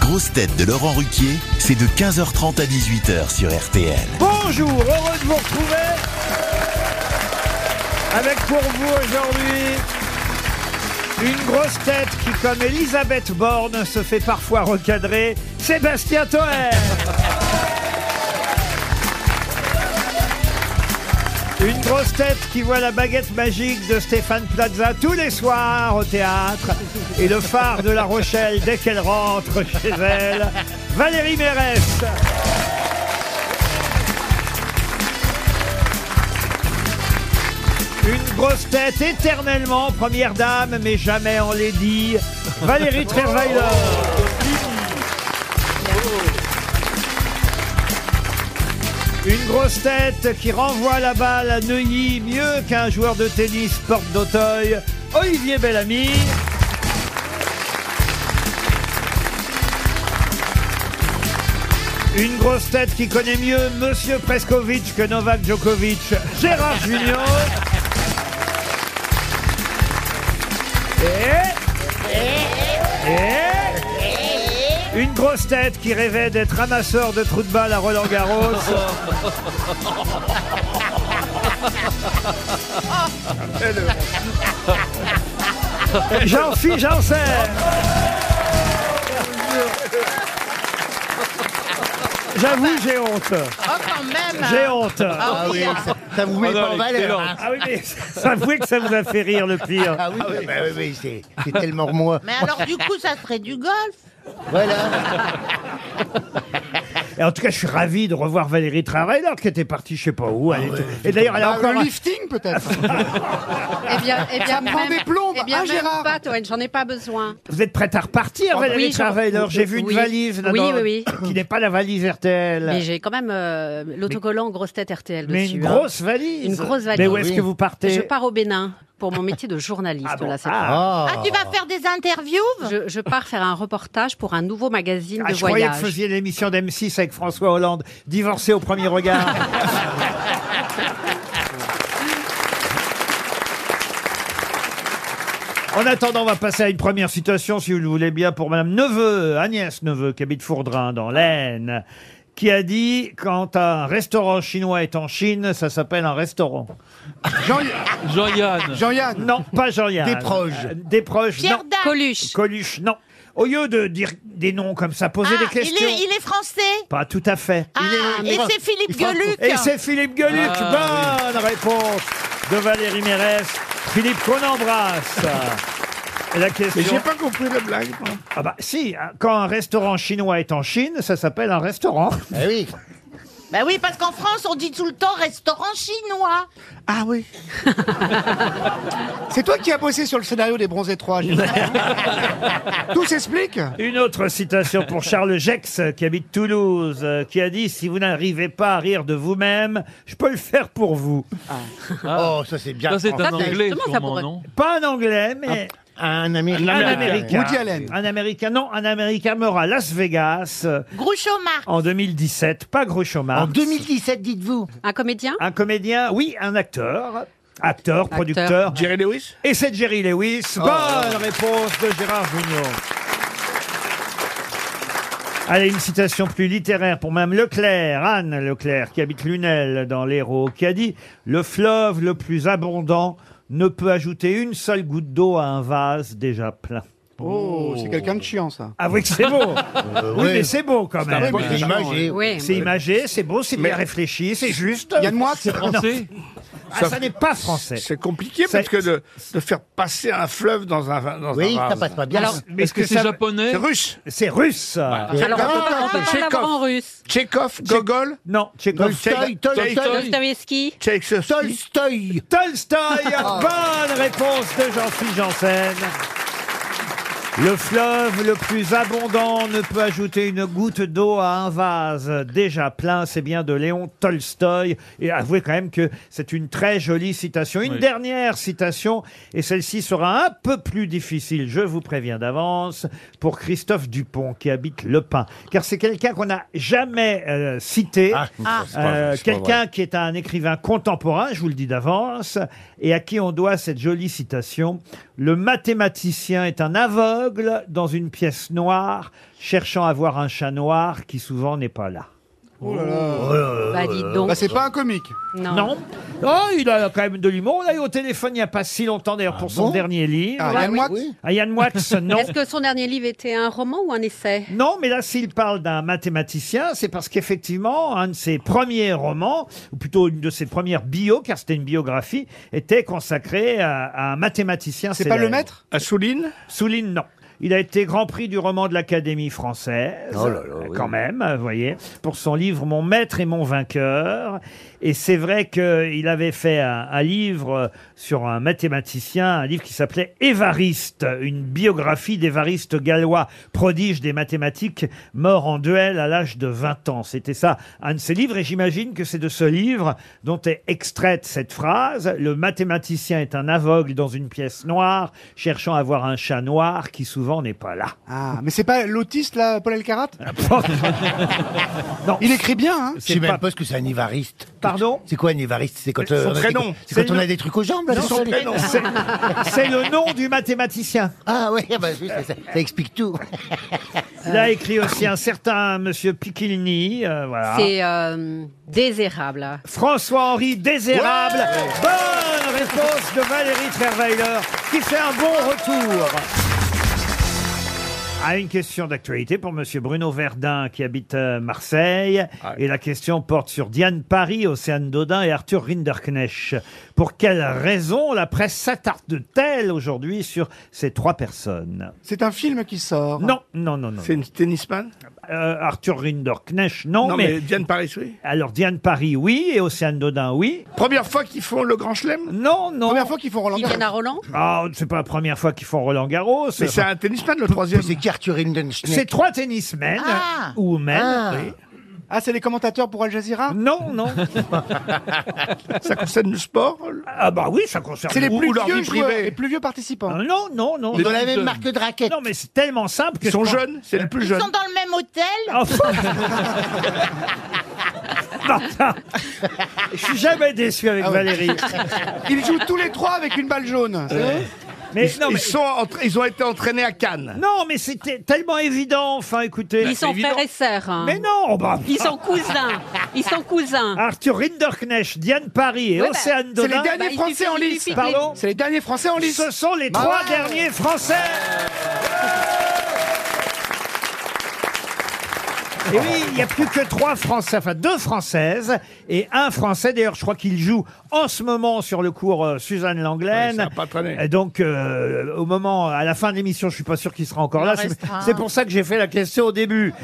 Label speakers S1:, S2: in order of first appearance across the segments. S1: grosses têtes de Laurent Ruquier, c'est de 15h30 à 18h sur RTL.
S2: Bonjour, heureux de vous retrouver avec pour vous aujourd'hui une grosse tête qui, comme Elisabeth Borne, se fait parfois recadrer, Sébastien Toer. Une grosse tête qui voit la baguette magique de Stéphane Plaza tous les soirs au théâtre et le phare de La Rochelle dès qu'elle rentre chez elle, Valérie Mérès. Une grosse tête éternellement première dame, mais jamais en lady, Valérie Trierweiler. Une grosse tête qui renvoie la balle à Neuilly mieux qu'un joueur de tennis porte d'Auteuil, Olivier Bellamy. Une grosse tête qui connaît mieux Monsieur Preskovic que Novak Djokovic, Gérard Junior. Et- et- Une grosse tête qui rêvait d'être ramasseur de trous de balle à Roland Garros. J'en suis, j'en sais. J'avoue, j'ai honte.
S3: Oh, quand même hein.
S2: J'ai honte.
S4: Ah oui, ça, ça vous met pas en valeur. hein.
S2: Ah oui, mais avouez que ça vous a fait rire le pire.
S4: Ah oui, bah oui, oui, c'est- c'est tellement moi.
S3: Mais alors, du coup, ça serait du golf
S4: Voilà.
S2: Et en tout cas, je suis ravi de revoir Valérie Travailleur qui était partie, je sais pas où. Elle
S5: Ah
S2: était- Et d'ailleurs, elle a
S5: bah,
S2: encore.
S6: un lifting peut-être.
S5: Eh bien, eh bien,
S6: prend
S5: même-
S6: des plombes,
S5: eh bien,
S6: hein,
S5: même
S6: Gérard
S5: pas, Toen, j'en ai pas besoin.
S2: Vous êtes prête à repartir, Valérie
S5: Ah bah oui, je-
S2: Travailleur J'ai vu une
S5: oui.
S2: valise là,
S5: Oui,
S2: dans-
S5: oui,
S2: qui n'est pas la valise RTL.
S5: Mais j'ai quand même euh, l'autocollant grosse tête RTL
S2: Mais
S5: dessus.
S2: une
S5: hein.
S2: grosse valise.
S5: Une grosse valise.
S2: Mais où est-ce
S5: Oui.
S2: que vous partez
S5: Je pars au Bénin pour mon métier de journaliste
S2: Ah bon,
S5: là cette
S2: ah.
S4: Ah.
S3: Ah, tu vas faire des interviews
S5: fois. Je, je pars faire un reportage pour un nouveau magazine
S2: Ah,
S5: de
S2: je croyais que
S5: voyage.
S2: vous faisiez l'émission d'M6 avec François Hollande, divorcé au premier regard. En attendant, on va passer à une première citation, si vous le voulez bien, pour Madame Neveu, Agnès Neveu, qui habite Fourdrin, dans l'Aisne, qui a dit « Quand un restaurant chinois est en Chine, ça s'appelle un restaurant.
S6: Jean-
S7: Jean-Yann.
S6: Jean-Yann, »
S2: Non, pas Jean-Yann.
S4: Des proches.
S2: Euh, Des proches,
S3: Pierre
S2: non.
S3: Dac
S5: Coluche.
S2: Coluche, non. Au lieu de dire des noms comme ça, poser
S3: Ah,
S2: des questions.
S3: il est, il est français
S2: Pas tout à fait.
S3: Ah,
S4: il est-
S3: et
S4: il est-
S3: c'est Philippe
S4: il est-
S3: Gueluc
S2: Et c'est Philippe Gueluc.
S7: Ah,
S2: Bonne réponse de Valérie Mérès. Philippe qu'on embrasse. Et la question.
S6: pas compris la blague.
S2: Ah bah si, hein, quand un restaurant chinois est en Chine, ça s'appelle un restaurant.
S4: Ah oui.
S3: Bah oui, parce qu'en France, on dit tout le temps restaurant chinois
S6: Ah oui. C'est toi qui as bossé sur le scénario des Bronzés 3. Gérard. Tout s'explique.
S2: Une autre citation pour Charles Gex, qui habite Toulouse, euh, qui a dit Si vous n'arrivez pas à rire de vous-même, je peux le faire pour vous.
S3: Ah.
S4: Oh, ça c'est bien.
S7: Ça, c'est
S4: français.
S7: un anglais,
S5: ben, justement, ça
S7: sûrement,
S5: pourrait-
S7: non Ah.
S2: Pas un anglais, mais.
S4: Un américain.
S2: Un américain.
S6: Woody Allen.
S2: Un américain, non, un américain meurt à Las Vegas euh,
S3: Groucho Marx
S2: en 2017, pas Groucho Marx.
S4: En 2017, dites-vous.
S5: Un comédien
S2: Un comédien, oui, un acteur. Acteur, producteur.
S6: Jerry Lewis.
S2: Et c'est Jerry
S8: Oh.
S2: Lewis. Bonne réponse de Gérard Junior. Allez, une citation plus littéraire pour Mme Leclerc, Anne Leclerc, qui habite Lunel dans l'Hérault, qui a dit Le fleuve le plus abondant ne peut ajouter une seule goutte d'eau à un vase déjà plein.
S6: Oh, c'est quelqu'un de chiant ça.
S2: Avouez que c'est beau
S8: Euh,
S2: Oui,
S4: Euh, ouais.
S2: mais c'est beau quand même
S6: bon
S4: C'est imagé.
S5: Oui.
S2: C'est imagé, c'est beau, c'est bien réfléchi, c'est juste.
S6: Yann Moix.
S7: Français
S2: Ah, ça n'est pas français.
S8: C'est compliqué
S2: Ça-
S8: parce que de, de faire passer un fleuve dans un dans
S4: Oui,
S8: un
S4: ça
S8: vase.
S4: passe pas bien.
S5: Alors,
S2: Mais
S7: Est-ce que
S2: ça- Ah.
S7: c'est japonais
S8: C'est russe.
S2: C'est russe.
S5: Ah, Alors, on peut pas,
S4: Ah,
S5: on peut pas
S8: Tchékov.
S5: l'avoir en russe.
S8: Tchékov, Gogol,
S2: Non, Tchékov.
S4: Tolstoy, Tolstoy,
S5: Dostoevsky.
S8: Tchaïkovski.
S4: Tolstoy.
S2: Tolstoï, bonne réponse de Jean-Philippe Janssen. Le fleuve le plus abondant ne peut ajouter une goutte d'eau à un vase déjà plein. C'est bien de Léon Tolstoï. Et avouez quand même que c'est une très jolie citation. Une
S7: Oui.
S2: dernière citation, et celle-ci sera un peu plus difficile, je vous préviens d'avance, pour Christophe Dupont qui habite Le Pin. Car c'est quelqu'un qu'on n'a jamais euh, cité. Euh, quelqu'un qui est un écrivain contemporain, je vous le dis d'avance, et à qui on doit cette jolie citation. Le mathématicien est un aveugle aveugle dans une pièce noire, cherchant à voir un chat noir qui souvent n'est pas là. Oh
S5: Bah, dites donc.
S6: Oh Bah, c'est pas un comique.
S5: non.
S2: Non Oh, il a quand même de l'humour. On l'a eu au téléphone il n'y a pas si longtemps, d'ailleurs, pour son dernier livre.
S6: Ah, Yann Moix
S2: Ah, Yann Moix, non.
S5: Est-ce que son dernier livre était un roman ou un essai
S2: Non, mais là, s'il parle d'un mathématicien, c'est parce qu'effectivement, un de ses premiers romans, ou plutôt une de ses premières bios, car c'était une biographie, était consacré à, à un mathématicien.
S6: C'est pas le
S2: célèbre.
S6: maître
S8: Assouline
S2: Souligne, non. Il a été grand prix du roman de l'Académie française, Euh, quand même, vous voyez, pour son livre Mon maître et mon vainqueur. Et c'est vrai qu'il avait fait un, un livre sur un mathématicien, un livre qui s'appelait Évariste, une biographie d'Évariste gallois, prodige des mathématiques, mort en duel à l'âge de 20 ans. C'était ça, un de ses livres, et j'imagine que c'est de ce livre dont est extraite cette phrase. Le mathématicien est un aveugle dans une pièce noire, cherchant à voir un chat noir qui souvent n'est pas là.
S6: Ah, mais c'est pas l'autiste, là, Paul Elkarat
S2: Non.
S6: Il écrit bien, hein
S4: Je
S2: C'est
S4: sais
S2: pas-
S4: même pas ce que c'est un évariste.
S2: Pardon
S4: C'est quoi un évariste C'est quand,
S8: Son
S4: on a des-
S8: prénom.
S4: c'est
S2: C'est
S4: quand on
S2: le-
S4: a des trucs aux jambes, là
S2: Non,
S4: c'est
S2: c'est-
S4: son prénom.
S2: c'est- C'est le nom du mathématicien.
S4: Ah oui, ah bah, oui, ça, ça- ça explique tout.
S2: Il a écrit aussi un certain Monsieur Piquilini, euh, voilà.
S5: C'est euh, Désérable.
S2: François-Henri Désérable. Bonne réponse de Valérie Trierweiler, qui fait un bon retour. À une question d'actualité pour Monsieur Bruno Verdun qui habite euh, Marseille. Et la question porte sur Diane Paris, Océane Dodin et Arthur Rinderknecht. Pour quelles raisons la presse s'attarde-t-elle aujourd'hui sur ces trois personnes
S6: C'est un film qui sort.
S2: Non, non, non, non.
S8: C'est une tennisman
S2: Euh, Arthur Rinderknecht, non,
S8: Non, mais...
S2: mais...
S8: Diane Paris, oui.
S2: Alors Diane Paris, oui, et Océane Dodin, oui.
S8: Première fois qu'ils font le Grand Chelem
S2: Non, non.
S6: Première fois qu'ils font Roland
S5: Ils viennent à Roland
S2: Ah, c'est pas la première fois qu'ils font Roland Garros.
S8: Mais c'est un tennisman, le troisième.
S4: C'est qui Arthur Hindenschneck
S2: C'est trois tennismen
S3: Ah.
S2: ou même.
S4: Ah.
S6: Ah, c'est les commentateurs pour Al Jazeera
S2: Non, non.
S8: Ça concerne le sport
S2: ah bah oui, ça concerne.
S6: C'est les
S8: Ou-
S6: plus
S8: ou leur
S6: vieux
S8: vie
S6: joueurs,
S8: privée.
S6: les plus vieux participants.
S2: Non, non, non.
S4: Ils ont la même marque de raquette.
S2: Non, mais c'est tellement simple que.
S8: Ils sont
S2: je pense-
S8: jeunes, c'est le plus
S3: Ils
S8: jeune.
S3: sont dans le même hôtel
S2: Enfin. Non, non. Je suis jamais déçu avec Valérie. Euh.
S6: Ils jouent tous les trois avec une balle jaune. c'est vrai
S2: Mais non, mais
S8: Ils, sont entra- ils ont été entraînés à Cannes.
S2: non, mais c'était tellement évident. Enfin, écoutez.
S5: Ils sont frères et sœurs. hein.
S2: Mais non, bah.
S5: Ils sont cousins. Ils sont cousins.
S2: Arthur Rinderknecht, Diane Paris et
S5: Ouais, bah,
S2: Océane
S6: C'est les
S2: Dodin.
S6: derniers
S5: il
S6: Français
S5: suffit-
S6: en
S5: il
S6: lice.
S5: suffit que
S2: Pardon
S6: C'est les derniers Français en lice. Bah
S2: Ce sont les
S6: Bravo.
S2: trois derniers Français. Et oui, il n'y a plus que trois Français, enfin deux Françaises et un Français. D'ailleurs, je crois qu'il joue en ce moment sur le cours euh, Suzanne
S8: Ouais,
S2: Langlaine.
S8: ça a pas traîné.
S2: Et donc, euh, au moment, à la fin de l'émission, je suis pas sûr qu'il sera encore là.
S3: en
S2: C'est-
S3: reste un.
S2: C'est pour ça que j'ai fait la question au début.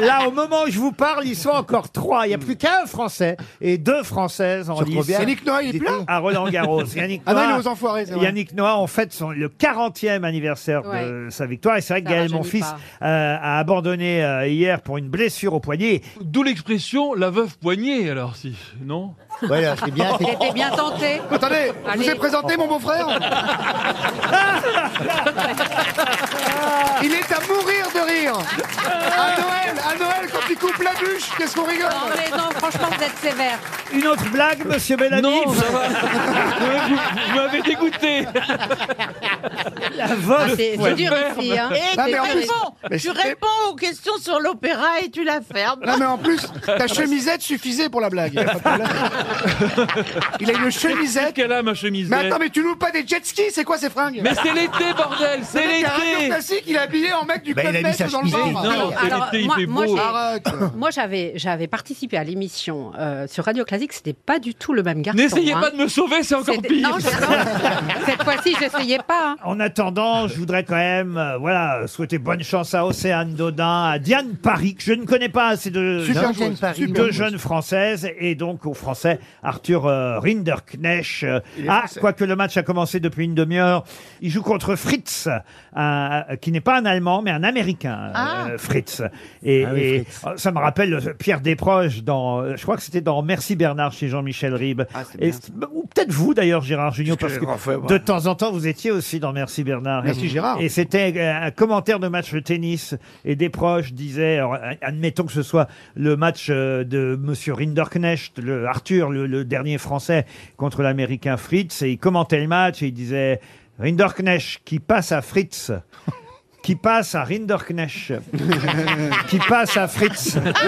S2: là, au moment où je vous parle, ils sont encore trois. Il n'y a plus qu'un Français et deux Françaises en lice
S6: C'est Nick Noah, il est plus là
S2: à Ah, Roland Garros. Yannick
S6: Ah non,
S2: Noah-
S6: il est aux enfoirés, c'est vrai.
S2: Yannick Noah, en fait, son, le 40e anniversaire de sa victoire. Et c'est vrai que
S5: Ça
S2: Gaël, mon
S5: rajeunit
S2: fils,
S5: pas.
S2: euh, a abandonné euh, hier pour une blessure au poignet.
S7: D'où l'expression la veuve poignée, alors, si. Non
S4: Voilà, c'est bien. c'est-
S5: J'étais bien tenté.
S6: Attendez, je vous
S5: Allez.
S6: ai présenté mon beau-frère Il est à mourir de rire À Noël, à Noël, quand il coupe la bûche, qu'est-ce qu'on rigole
S5: Non, mais non, franchement, vous êtes sévère.
S2: Une autre blague, monsieur Bellamy
S7: Non, ça va. Vous, vous m'avez dégoûté.
S2: La vôtre.
S5: Ah, C'est c'est dur ici. Hein.
S3: Et
S6: Ah,
S3: Eh, tu,
S6: mais en plus-
S3: réponds,
S6: mais
S3: tu
S6: c'était-
S3: réponds aux questions sur l'opéra et tu la fermes.
S6: Non mais en plus, ta chemisette suffisait pour la blague. Il a une chemisette.
S7: Qu'elle a ma chemise.
S6: Mais attends, mais tu loues pas des jet skis C'est quoi ces fringues
S7: Mais c'est l'été, bordel C'est
S6: C'est un radio
S7: l'été
S6: classique, il est habillé en mec du
S4: Bah,
S6: club
S4: il a mis
S6: Med
S4: sa
S6: dans le
S4: chemise.
S6: bar.
S7: Non, c'est
S5: Alors,
S7: l'été, il
S5: moi-
S7: fait
S5: moi,
S7: beau.
S5: j'ai-
S6: Arrête.
S5: Moi, j'avais j'avais participé à l'émission euh, sur Radio Classique. C'était pas du tout le même garçon.
S7: N'essayez
S5: hein.
S7: pas de me sauver, c'est encore
S5: C'était-
S7: pire.
S5: Non, je- non, cette fois-ci, j'essayais pas. hein.
S2: En attendant, je voudrais quand même euh, voilà, souhaiter bonne chance à Océane Dodin, à Diane Paris, que je ne connais pas assez de...
S6: Super
S4: Non,
S6: joueuse,
S4: Jane Paris,
S6: super
S2: deux
S6: joueuse.
S2: jeunes françaises et donc au français Arthur euh, Rinderknecht. Euh,
S8: Il est
S2: ah,
S8: français.
S2: quoique le match a commencé depuis une demi-heure. Il joue contre Fritz, un- euh, qui n'est pas un Allemand, mais un Américain, euh,
S3: Ah.
S2: Fritz. Et,
S4: Ah oui,
S2: et,
S4: Fritz.
S2: euh, ça me rappelle euh, Pierre Desproges dans, euh, je crois que c'était dans Merci Bernard chez Jean-Michel Ribes. Et c'est- ou peut-être vous d'ailleurs, Gérard Junior, parce
S8: que
S2: que
S8: j'ai refait, moi.
S2: de temps en temps, vous étiez aussi dans Merci Bernard.
S6: Merci
S2: Et-
S6: Gérard.
S2: Et c'était euh, un commentaire de match de tennis et des proches disaient, alors, euh, admettons que ce soit le match euh, de Monsieur Rinderknecht, le Arthur, le, le dernier Français contre l'Américain Fritz, et il commentait le match et il disait. Rinderknecht qui passe à Fritz. Qui passe à Rinderknecht. qui passe à Fritz.
S5: Ah,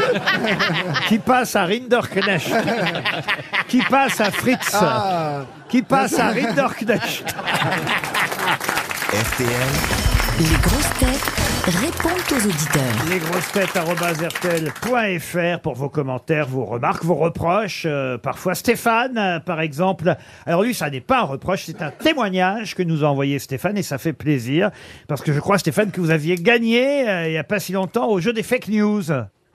S2: qui passe à Rinderknecht. qui passe à Fritz.
S6: Ah.
S9: Ah.
S2: Qui passe à Rinderknecht.
S8: RTL,
S1: Les grosses têtes répondent aux auditeurs.
S2: Les grosses têtes pour vos commentaires, vos remarques, vos reproches. euh, parfois Stéphane, euh, par exemple. Alors lui, ça n'est pas un reproche, c'est un témoignage que nous a envoyé Stéphane et ça fait plaisir parce que je crois Stéphane que vous aviez gagné euh, il n'y a pas si longtemps au jeu des fake news.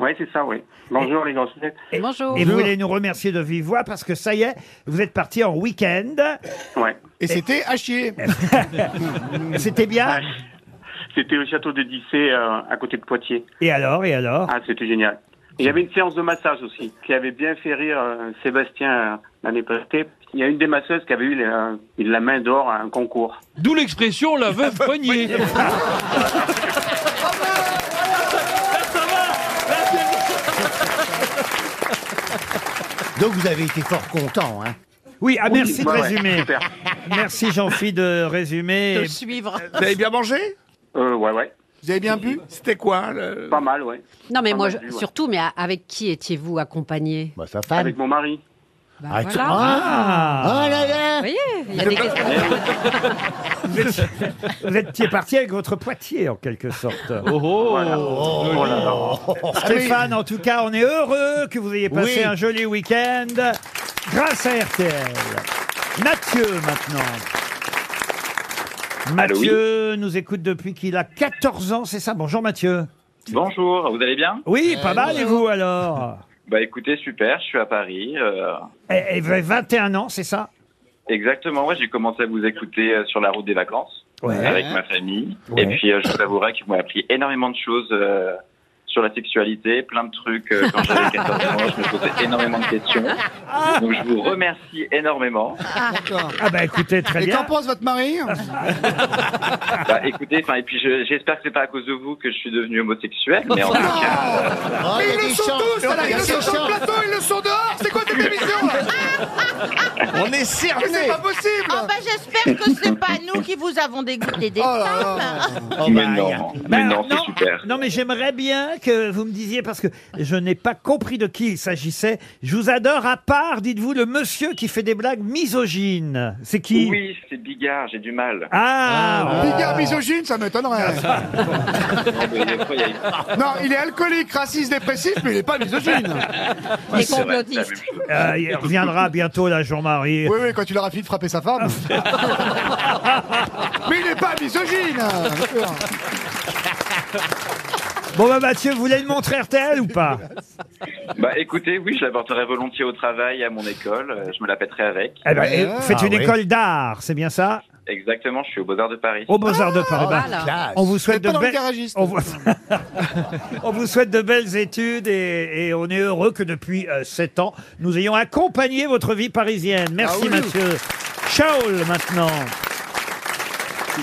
S10: Oui, c'est ça, oui. Bonjour les grosses têtes.
S5: Bonjour.
S2: Et vous voulez nous remercier de vive voix parce que ça y est, vous êtes parti en week-end.
S10: Ouais.
S6: Et c'était à chier.
S2: C'était bien.
S10: C'était au château de Dissé, à côté de Poitiers.
S2: Et alors, et alors
S10: Ah, c'était génial. Il y avait une séance de massage aussi, qui avait bien fait rire euh, Sébastien euh, l'année passée. Il y a une des masseuses qui avait eu la, la main d'or à un concours.
S11: D'où l'expression la veuve poignée.
S4: Donc vous avez été fort content, hein.
S2: Oui, ah, merci de
S10: bah ouais, ouais,
S2: résumer.
S10: super.
S2: Merci Jean-Philippe de résumer.
S3: de suivre.
S9: Vous avez bien mangé
S10: Euh, ouais, ouais.
S9: Vous avez bien bu C'était quoi le-
S10: Pas mal, ouais.
S5: Non, mais
S10: Ah,
S5: moi,
S10: bah,
S5: je-
S10: oui, ouais.
S5: surtout, mais a- avec qui étiez-vous accompagné
S4: Bah, sa femme.
S10: Avec mon mari.
S5: Bah,
S4: Ah,
S5: voilà.
S4: Oh
S7: Ah.
S4: là là
S5: Vous voyez, il y a des questions.
S2: Vous étiez parti avec votre poitier, en quelque sorte.
S11: Oh, oh.
S10: Oh là là.
S2: Stéphane, en tout cas, on est heureux que vous ayez passé
S4: Oui.
S2: un joli week-end grâce à RTL. Mathieu, maintenant. Mathieu nous écoute depuis qu'il a 14 ans, c'est ça Bonjour Mathieu.
S10: Bonjour, vous allez bien
S2: Oui,
S11: Eh,
S2: pas mal, et vous alors
S10: Bah écoutez, super, je suis à Paris. euh,
S2: et, et vous avez 21 ans, c'est ça
S10: Exactement, ouais, j'ai commencé à vous écouter euh, sur la route des vacances
S2: Ouais.
S10: avec ma famille.
S2: Ouais.
S10: Et puis, euh, je vous avouerai qu'ils m'ont appris énormément de choses euh, sur la sexualité, plein de trucs. euh, quand j'avais 14 ans, je me posais énormément de questions. Donc, je vous remercie énormément.
S6: D'accord.
S2: Ah bah écoutez, très
S6: Et qu'en
S2: bien. Oh,
S6: pense votre mari
S10: Bah, écoutez, enfin, et puis, je- j'espère que c'est pas à cause de vous que je suis devenu homosexuel, mais en tout cas,
S4: Oh, il y a
S6: Mais ils
S4: des
S6: le sont
S4: chances.
S6: tous, là,
S4: Il y
S6: ils
S4: a
S6: le
S4: des
S6: sont sur
S4: chances.
S6: le plateau, ils le sont dehors C'est quoi cette émission là
S9: On est
S6: Mais C'est
S9: cerné
S6: pas possible
S3: Ah bah j'espère que c'est pas nous qui vous avons dégoûté des
S6: Oh là
S3: femmes.
S6: là.
S2: bah,
S10: mais non, mais
S2: Ben,
S10: non, c'est super.
S2: non, mais j'aimerais bien que vous me disiez, parce que je n'ai pas compris de qui il s'agissait. Je vous adore à part, dites-vous, le monsieur qui fait des blagues misogynes. C'est qui
S10: Oui, c'est bigard, j'ai du mal.
S2: Ah,
S6: Bigard misogyne, ça m'étonnerait.
S10: Non, mais des fois, il y a-
S6: Non, il est alcoolique, raciste, dépressif, mais il est pas misogyne.
S10: Ouais, c'est vrai,
S5: complotistes.
S10: c'est la
S2: euh,
S10: même chose.
S2: il reviendra bientôt, là, Jean-Marie.
S6: Oui, oui, quand il aura fini de frapper sa femme. mais il est pas misogyne bien sûr.
S2: Bon, bah, Mathieu, vous voulez le montrer RTL ou pas
S10: Bah écoutez, oui, je l'apporterai volontiers au travail, à mon école, euh, je me la pèterai avec.
S2: eh ben, eh,
S6: Ah,
S2: Faites une
S4: oui.
S2: école d'art, c'est bien ça
S10: Exactement, je suis au Beaux-Arts de Paris.
S2: Au Beaux-Arts de
S6: Ah,
S10: Ah,
S2: Paris. Ben,
S5: Voilà.
S4: Classe.
S2: On vous souhaite
S6: Vous êtes
S2: de
S6: pas dans le
S2: belles
S6: garagiste.
S2: on vous... on vous souhaite de belles études et, et on est heureux que depuis 7 ans nous ayons accompagné votre vie parisienne. Merci
S6: Ah oui.
S2: Mathieu. Shaol maintenant.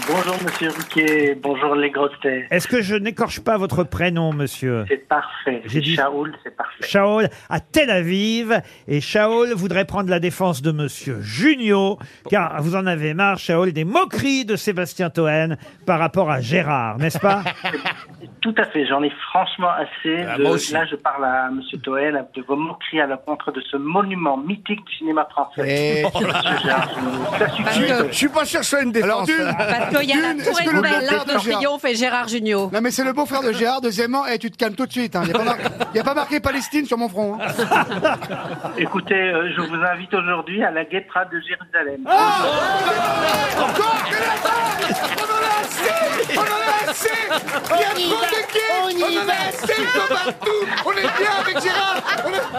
S10: Bonjour Monsieur Riquet, bonjour les grosses têtes.
S2: Est-ce que je n'écorche pas votre prénom monsieur
S10: C'est parfait,
S2: J'ai dit-
S10: Shaoul, c'est parfait.
S2: Shaol à Tel Aviv et Shaol voudrait prendre la défense de Monsieur Junio car vous en avez marre Shaol des moqueries de Sébastien Toen par rapport à Gérard, n'est-ce pas
S10: Tout à fait, j'en ai franchement assez.
S9: Ah,
S10: de-
S9: moi aussi.
S10: Là, je parle à Monsieur Toel de vos moqueries à la contre de ce monument mythique du cinéma français.
S6: Et-
S10: Monsieur Gérard Jugnot, ça
S9: Je
S10: suffit.
S9: suis- Eh. Ah, je suis pas sûr que ce soit une
S6: Alors
S9: défense.
S6: d'une,
S5: Parce qu'il y a
S6: Dune,
S5: la
S6: est-ce
S5: tour
S6: que le
S5: Eiffel,
S6: docteur
S5: l'Arc de
S6: Gérard-
S5: Triomphe et Gérard Junior.
S6: Non mais c'est le beau-frère de Gérard, deuxièmement, et tu te calmes tout de suite, hein. il n'y a, pas mar- y a pas marqué Palestine sur mon front. hein.
S9: hein.
S10: Écoutez, euh, je vous invite aujourd'hui à la guêtra de Jérusalem.
S2: Ah
S6: Encore que la vache On en a assez On en a assez Il y a
S4: y
S6: trop
S4: va,
S6: de
S4: on
S6: gays
S4: y
S6: On en a
S4: va.
S6: assez de partout On est bien avec Gérard on est-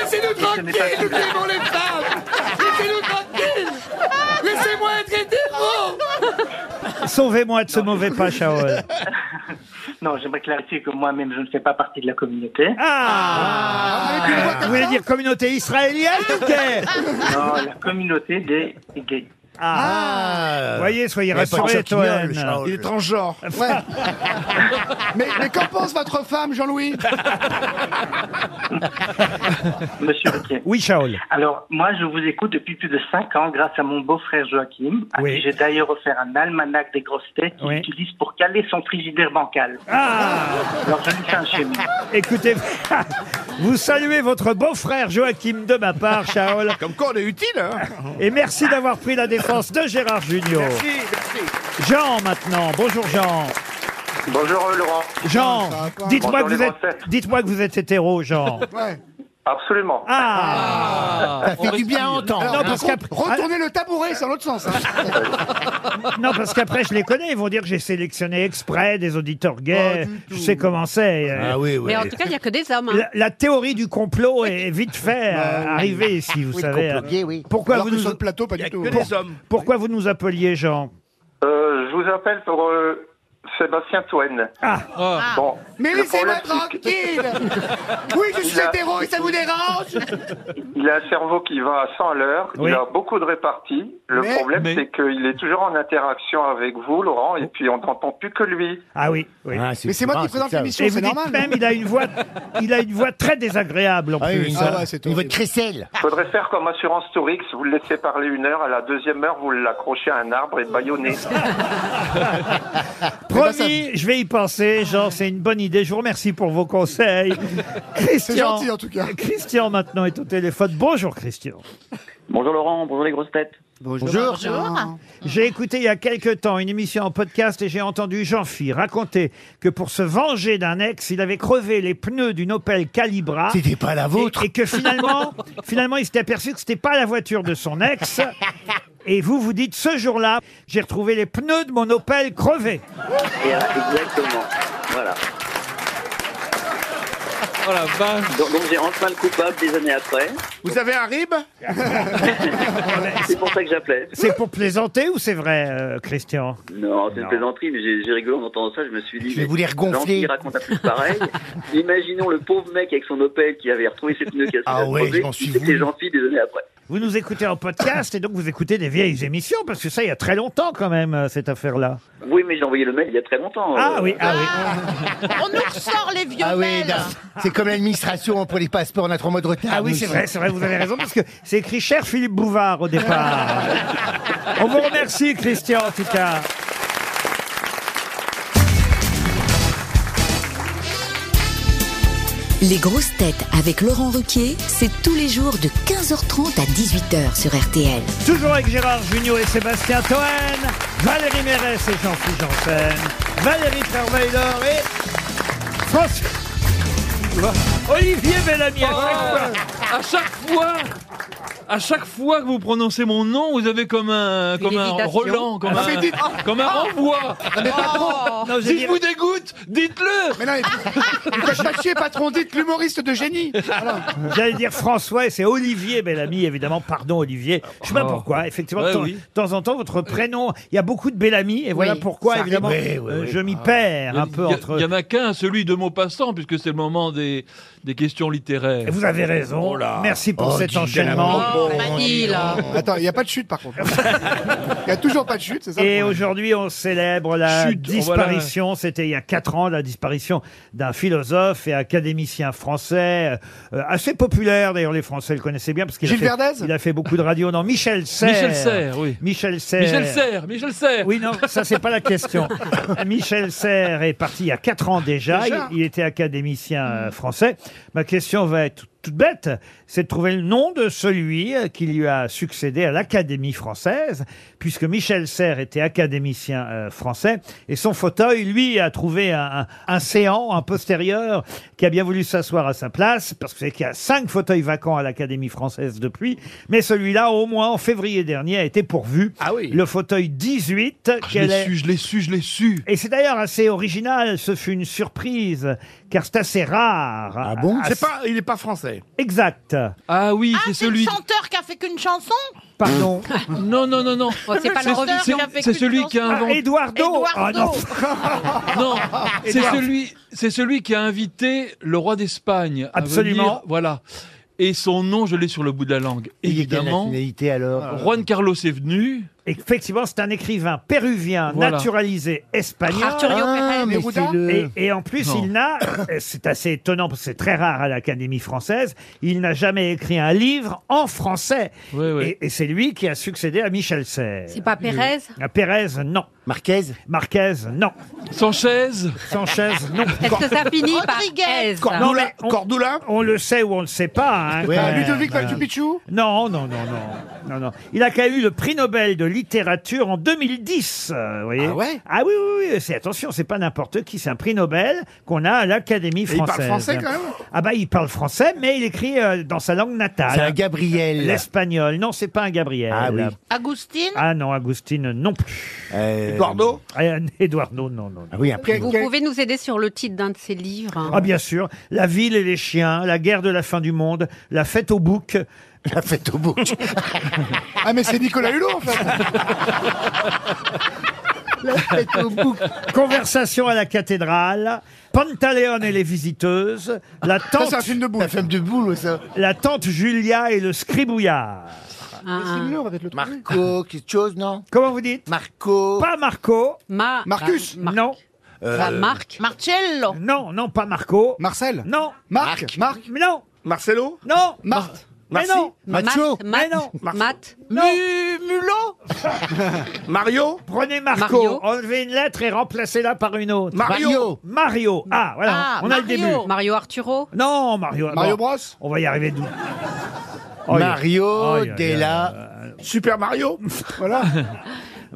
S6: Laissez-nous tranquilles, nous aimons les femmes Laissez-nous tranquilles Laissez-moi être hétéro
S2: Sauvez-moi de ce mauvais pas Shaol.
S10: Non, j'aimerais clarifier que moi-même, je ne fais pas partie de la communauté.
S2: Ah, Vous voulez dire communauté israélienne ou quai
S10: Non, la communauté des gays.
S2: Ah. Voyez, soyez
S4: Il y avait pas de
S2: rassurés,
S4: champignon, le
S2: Toen.
S4: Charles.
S8: Il est transgenre.
S6: Ouais. mais mais qu'en pense votre femme, Jean-Louis
S9: Monsieur Riquet.
S2: Oui, Shaol.
S9: Alors, moi, je vous écoute depuis plus de 5 ans grâce à mon beau-frère Joachim, à
S2: Oui.
S9: qui j'ai d'ailleurs offert un almanach des grosses têtes qu'il
S2: Oui.
S9: utilise pour caler son frigidaire bancal.
S2: Ah
S9: Alors, je lui fais un chemin.
S2: Écoutez, vous saluez votre beau-frère Joachim de ma part, Shaol.
S8: Comme quoi, on est utile. Hein
S2: Et merci d'avoir pris la défense de Gérard Junior. Jean maintenant. Bonjour Jean.
S12: Bonjour euh, Laurent.
S2: Jean,
S13: Ah,
S6: ça va pas. hein
S2: dites-moi que
S12: Bonjour,
S2: vous
S12: les
S2: êtes,
S12: grossettes.
S2: dites-moi que vous êtes hétéro, Jean.
S6: ouais.
S12: Absolument.
S2: Ah,
S4: Ça fait du bien à entendre.
S6: Alors,
S2: Non,
S6: par
S2: parce
S6: contre,
S2: qu'après-
S6: retournez le tabouret, c'est dans l'autre sens. hein.
S2: non parce qu'après je les connais, ils vont dire que j'ai sélectionné exprès des auditeurs gays.
S7: Pas du
S2: je sais comment c'est. euh,
S4: Ah oui, oui.
S5: Mais en tout cas, il n'y a que des hommes. hein.
S2: La, la théorie du complot est vite fait euh, arrivée ici, vous
S4: Oui, le
S2: savez.
S4: complot gay, oui.
S2: Pourquoi
S6: Alors
S2: vous
S6: que sur
S2: nous
S6: le plateau, pas du tout.
S2: pour-
S8: hommes.
S2: pourquoi vous nous appeliez Jean
S12: Euh, je vous appelle pour euh, Sébastien Toen.
S7: Ah,
S12: Bon,
S6: Mais
S12: le
S6: laissez-moi
S12: problème, c'est que
S6: tranquille Oui, je suis
S12: Il a-
S6: hétéro et ça vous dérange
S12: Il a un cerveau qui va à 100 à l'heure,
S2: Oui.
S12: il a beaucoup de réparties. Le
S6: Mais-
S12: problème,
S7: mais-
S12: c'est qu'il est toujours en interaction avec vous, Laurent, et puis on n'entend plus que lui.
S2: Ah oui. oui.
S4: Ah, c'est
S6: Mais c'est moi qui
S4: grave,
S6: présente
S4: ça.
S6: l'émission,
S2: Et vous
S6: c'est
S2: dites
S6: normal.
S2: même, il a une voix, il a une voix très désagréable en
S4: Ah oui,
S2: plus. hein.
S6: Ah
S4: ça.
S6: ouais, c'est
S4: Une voix de
S6: horrible.
S4: crécelle.
S12: Faudrait faire comme Assurance Tourix, vous le laissez parler une heure, à la deuxième heure, vous l'accrochez à un arbre et baillonnez.
S2: Promis, je vais y penser. Jean, c'est une bonne idée. Je vous remercie pour vos conseils.
S6: C'est
S2: Christian,
S6: gentil en tout cas.
S2: Christian maintenant est au téléphone. Bonjour Christian.
S9: Bonjour Laurent, bonjour les grosses têtes.
S4: Bonjour.
S3: Bonjour.
S2: J'ai écouté il y a quelque temps une émission en podcast et j'ai entendu Jean-Phi raconter que pour se venger d'un ex, il avait crevé les pneus d'une Opel Calibra.
S4: C'était pas la vôtre.
S2: Et, et que finalement, finalement, il s'était aperçu que c'était pas la voiture de son ex. Et vous, vous dites, ce jour-là, j'ai retrouvé les pneus de mon Opel crevés.
S9: Et, euh, exactement. Voilà.
S7: oh la vache.
S9: Donc, donc, j'ai enfin le coupable des années après.
S8: Vous avez un rib
S9: C'est pour ça que j'appelais.
S2: C'est pour plaisanter ou c'est vrai, euh, Christian
S9: Non, c'est une plaisanterie, mais j'ai j'ai rigolé en entendant ça. Je me suis dit.
S4: Je vais vous les regonfler.
S9: Jean-Pierre raconte un truc pareil. Imaginons le pauvre mec avec son Opel qui avait retrouvé ses pneus cassés.
S4: Ah
S9: à
S4: ouais,
S9: crever.
S4: je m'en suis voulu.
S9: C'était gentil des années après.
S2: Vous nous écoutez en podcast et donc vous écoutez des vieilles émissions parce que ça, il y a très longtemps quand même, euh, cette affaire-là.
S9: Oui, mais j'ai envoyé le mail il y a très longtemps.
S2: Ah
S9: Euh,
S2: oui, ah oui.
S3: On nous ressort les vieux
S4: Ah oui,
S3: mails.
S4: non. c'est comme l'administration pour les passeports, on a trop mois de retard.
S2: Ah oui,
S4: nous
S2: c'est
S4: aussi.
S2: vrai, c'est vrai, vous avez raison, parce que c'est écrit cher Philippe Bouvard au départ. On vous remercie, Christian, en tout cas.
S14: Les grosses têtes avec Laurent Ruquier, c'est tous les jours de 15h30 à 18h sur RTL.
S2: Toujours avec Gérard Junior et Sébastien Toen, Valérie Mérès et Jean-Philippe Janssen, Valérie Trierweiler et François. Olivier Bellamy à chaque fois.
S7: Oh. À chaque fois, à chaque fois que vous prononcez mon nom, vous avez comme un, comme un
S5: hésitation.
S7: Roland,
S2: Ah,
S7: comme un,
S6: dites-
S7: comme un renvoi.
S5: Oh.
S7: Oh.
S2: Non, je
S7: Si je
S2: dirais-
S7: vous dégoûte, dites-le.
S6: Mais non, mais vous faites pas chier, patron, dites l'humoriste de génie. Voilà.
S2: J'allais dire François et c'est Olivier Bellamy, évidemment. Pardon, Olivier. Je sais pas
S7: Oh.
S2: pourquoi. Effectivement, de
S7: Ouais,
S2: temps-
S7: oui.
S2: de temps en temps, votre prénom, il y a beaucoup de Bellamy et voilà
S4: Oui,
S2: pourquoi,
S4: ça
S2: évidemment,
S4: arrive. Oui, oui,
S2: euh,
S4: oui.
S2: je m'y perds un
S7: Ah. Il y
S2: peu
S7: a-
S2: entre.
S7: Il y en a qu'un, celui de Maupassant, puisque c'est le moment des, des questions littéraires.
S2: Et Vous avez raison. Merci pour
S4: Oh,
S2: cet
S4: dis donc.
S2: enchaînement.
S4: Oh,
S3: Manille.
S6: Attends, il n'y a pas de chute par contre. Il n'y a toujours pas de chute, c'est ça le
S2: Et
S6: problème.
S2: aujourd'hui, on célèbre la
S7: Chut, on va la-
S2: disparition, c'était il y a quatre ans, la disparition d'un philosophe et académicien français, euh, assez populaire d'ailleurs, les Français le connaissaient bien parce qu'il a,
S6: Gilles
S2: fait-
S6: Verdez
S2: il a fait beaucoup de radio. Non, Michel Serres.
S7: Michel Serres, oui.
S2: Michel Serres.
S7: Michel Serres, Michel Serres.
S2: Oui, non, ça, c'est pas la question. Michel Serres est parti il y a quatre ans déjà.
S6: Déjà
S2: il, il était académicien euh, français. Ma question va être toute bête. C'est de trouver le nom de celui euh, qui lui a succédé à l'Académie française, puisque Michel Serres était académicien euh, français. Et son fauteuil, lui, a trouvé un, un, un séant, un postérieur, qui a bien voulu s'asseoir à sa place, parce que c'est qu'il y a cinq fauteuils vacants à l'Académie française depuis. Mais celui-là, au moins en février dernier, a été pourvu.
S4: Ah oui.
S2: Le fauteuil 18.
S7: Je
S2: quel
S7: l'ai
S2: est-
S7: su, je l'ai su, je l'ai su.
S2: Et c'est d'ailleurs assez original, ce fut une surprise, car c'est assez rare.
S4: Ah bon
S8: C'est pas, Il n'est pas français.
S2: Exact.
S7: Ah oui,
S3: Ah,
S7: c'est
S3: c'est le
S7: celui.
S3: chanteur qui a fait qu'une chanson
S2: Pardon.
S7: Non, non, non, non.
S5: Bon, c'est pas
S7: C'est-
S3: chanteur
S7: c'est-
S3: qui a fait
S7: C'est
S3: qu'une
S7: celui
S3: chanson.
S7: qui a
S2: Ah,
S7: inventé.
S2: Eduardo. Ah, non.
S3: Eduardo.
S7: Non, c'est celui, c'est celui qui a invité le roi d'Espagne. à
S2: Absolument.
S7: venir, voilà. Et son nom, je l'ai sur le bout de la langue.
S4: Il y a quelle
S7: Évidemment,
S2: Ah.
S4: nationalité alors
S7: Juan Carlos est venu.
S2: Effectivement, c'est un écrivain péruvien
S7: Voilà.
S2: naturalisé espagnol.
S7: Arturo Ah, Pérez mais Neruda c'est le-
S2: et, et en plus,
S7: Non.
S2: il n'a, euh, c'est assez étonnant parce que c'est très rare à l'Académie française, il n'a jamais écrit un livre en français. Et, et c'est lui qui a succédé à Michel Serres.
S5: C'est pas Pérez
S2: Ah, Pérez, non. Marquez Marquez, non.
S7: Sanchez
S2: Sanchez, non.
S5: Est-ce que ça finit par S
S2: Non, mais on- On le sait ou on le sait pas. Hein,
S6: Ouais,
S2: quand même.
S6: Ludovic Machu Picchu
S2: Non, non, non, non, non, non. Il a quand même eu le prix Nobel de littérature en 2010. euh, vous voyez ah ouais Ah oui, oui, oui. C'est attention, c'est pas n'importe qui, c'est un prix Nobel qu'on a à l'Académie
S6: Et il
S2: française.
S6: parle français, quand même
S2: Ah bah il parle français, mais il écrit euh, dans sa langue natale.
S4: C'est un Gabriel.
S2: L'espagnol. Non, c'est pas un Gabriel.
S4: Ah oui.
S3: Agustine
S2: Ah non, Agustine non plus.
S4: Eduardo
S2: Euh, Eduardo, non, non. non.
S4: Ah oui, un
S5: Vous pouvez nous aider sur le titre d'un de ses livres hein
S2: Ah bien sûr, la ville et les chiens, la guerre de la fin du monde, la fête au bouc. La fête au bouc.
S6: Ah, mais c'est Nicolas Hulot, en fait La tête au bouc.
S2: Conversation à la cathédrale, Pantaleon et les visiteuses, la tante,
S6: c'est un film de boule. La femme de boule, ça.
S2: la tante Julia et le scribouillard.
S4: Marco, quelque chose, non
S2: Ah. Comment vous dites
S4: Marco.
S2: Pas Marco.
S5: Ah,
S6: Marcus
S2: Non.
S4: Bah, Euh, Marc.
S3: Marcello
S2: Non, non, pas Marco.
S6: Marcel
S2: Non.
S6: Marc
S2: Marc. Mais non.
S8: Marcelo
S2: Non.
S6: Marthe
S2: Mais non.
S5: Macho.
S2: Mais non.
S5: Matt
S2: Mulot
S8: Mario
S2: Prenez Marco,
S5: Mario.
S2: enlevez une lettre et remplacez-la par une autre.
S8: Mario.
S2: Mario. Ah, voilà,
S5: Ah,
S2: on a le
S5: Mario.
S2: début.
S5: Mario Arturo
S2: Non, Mario.
S6: Mario
S2: non.
S6: Bros
S2: On va y arriver d'où
S4: Mario Della.
S8: Super Mario
S6: Voilà.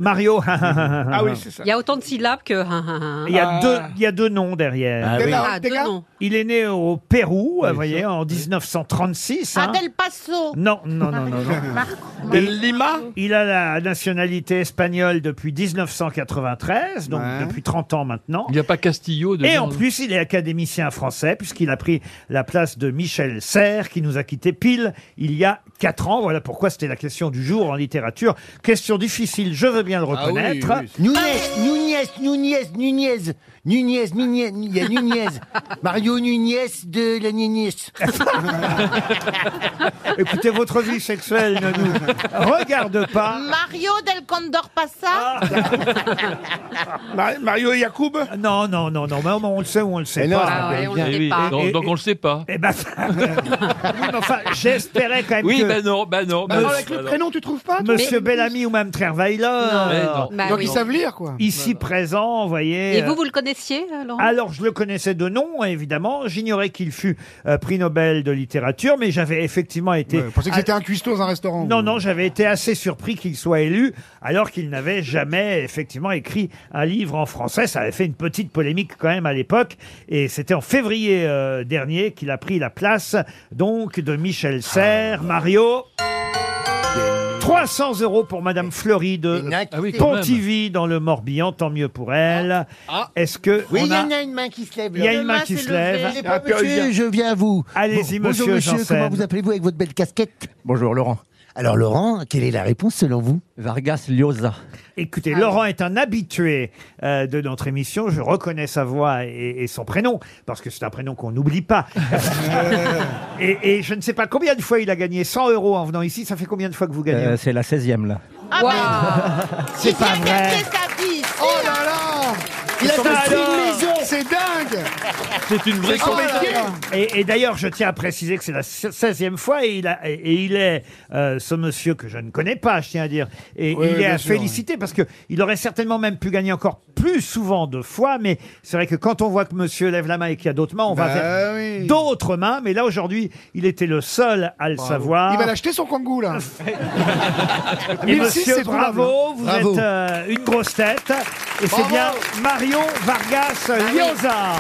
S2: Mario. ah
S8: Ah oui, c'est ça.
S5: Il y a autant de syllabes que... hein,
S2: Il y a,
S8: Ah.
S2: deux, il y a deux noms derrière.
S4: Ah oui.
S5: Ah, deux
S6: Ortega
S5: noms.
S2: Il est né au Pérou, vous voyez, en 1936. hein.
S3: Ah, Del Paso
S2: Non, non, non, non, non.
S8: Et Lima
S2: Il a la nationalité espagnole depuis 1993, donc
S6: Ouais.
S2: depuis 30 ans maintenant.
S7: Il n'y a pas Castillo de.
S2: Et en plus, il est académicien français, puisqu'il a pris la place de Michel Serres, qui nous a quittés pile il y a quatre ans. Voilà pourquoi c'était la question du jour en littérature. Question difficile, je veux bien le
S8: Ah oui,
S2: reconnaître.
S8: oui,
S4: Nunez,
S8: c'est-
S4: Nunez, Nunez, Nunez, Nunez, Nunez, il y a Nunez. Mario Nunez de la Nunez.
S2: Écoutez, votre vie sexuelle ne nous regarde pas.
S3: Mario Del Condor Pasa
S8: Mar- Mario et Yacoub
S2: Euh, Non, non, non, non, mais on- on le sait ou on le sait
S4: Mais non,
S2: pas.
S5: Ah ouais, on
S7: Eh
S5: ne sait
S7: oui,
S5: pas.
S7: donc, donc on le sait pas.
S2: Eh ben, oui, mais enfin, j'espérais quand même
S7: Oui,
S2: que
S7: ben non, ben non.
S6: Bah
S7: ben
S6: non,
S7: non,
S6: avec
S7: ben
S6: le
S7: non.
S6: prénom, tu trouves pas toi
S2: Monsieur Bellamy ou Mme
S7: Mais
S2: Trerweiler,
S7: non.
S5: Bah
S6: Donc
S5: oui.
S6: ils savent lire, quoi.
S2: ici présent, vous voyez.
S5: Et
S2: euh,
S5: vous, vous le connaissiez, euh, Laurent
S2: alors, je le connaissais de nom, évidemment. J'ignorais qu'il fut euh, prix Nobel de littérature, mais j'avais effectivement été.
S6: Ouais, Je pensais que c'était un cuistot dans un restaurant.
S2: Non,
S6: vous.
S2: non, j'avais été assez surpris qu'il soit élu, alors qu'il n'avait jamais effectivement écrit un livre en français. Ça avait fait une petite polémique quand même à l'époque. Et c'était en février euh, dernier qu'il a pris la place, donc, de Michel
S6: Ah.
S2: Serres, Mario. 300 euros pour Madame Fleury de
S4: Ignac.
S7: Ah oui, quand même.
S2: Pontivy dans le Morbihan, tant mieux pour elle.
S4: Ah.
S2: Est-ce que
S4: Oui,
S2: on
S4: il y
S2: a-
S4: en a une main qui se lève.
S2: il y a
S4: là.
S2: une main qui se lève
S4: Je l'ai pas,
S8: Ah, Péruvien.
S4: monsieur, je viens à vous.
S2: Allez-y,
S4: Bonjour,
S2: monsieur
S4: monsieur,
S2: Janssen.
S4: comment vous appelez-vous avec votre belle casquette
S15: Bonjour Laurent.
S4: Alors, Laurent, quelle est la réponse selon vous
S15: Vargas Llosa.
S2: Écoutez, Laurent est un habitué euh, de notre émission. Je reconnais sa voix et, et son prénom, parce que c'est un prénom qu'on n'oublie pas. et, et je ne sais pas combien de fois il a gagné 100 euros en venant ici. Ça fait combien de fois que vous gagnez
S15: Euh, c'est la 16e là.
S3: Ah ben,
S2: C'est pas
S3: il a
S2: vrai.
S3: gagné sa vie ici.
S6: Oh là là
S4: Il a construit une maison
S6: C'est dingue
S7: C'est une vraie
S6: Oh
S7: com-
S6: là là.
S2: Et, et d'ailleurs, je tiens à préciser que c'est la 16e fois et il, a- et- et il est, euh, ce monsieur que je ne connais pas, je tiens à dire, et
S6: Oui,
S2: il est
S6: bien
S2: à
S6: sûr,
S2: féliciter parce que il aurait certainement même pu gagner encore plus souvent de fois, mais c'est vrai que quand on voit que monsieur lève la main et qu'il y a d'autres mains, on va
S6: Bah
S2: vers
S6: oui.
S2: d'autres mains, mais là aujourd'hui, il était le seul à le savoir.
S6: Il va l'acheter son kangou, là.
S2: Et
S6: 1006,
S2: monsieur,
S6: c'est trouvable.
S2: bravo, vous
S4: Bravo.
S2: êtes euh, une grosse tête, et c'est
S6: Bravo. Ah
S2: bien Marion Vargas Llosa.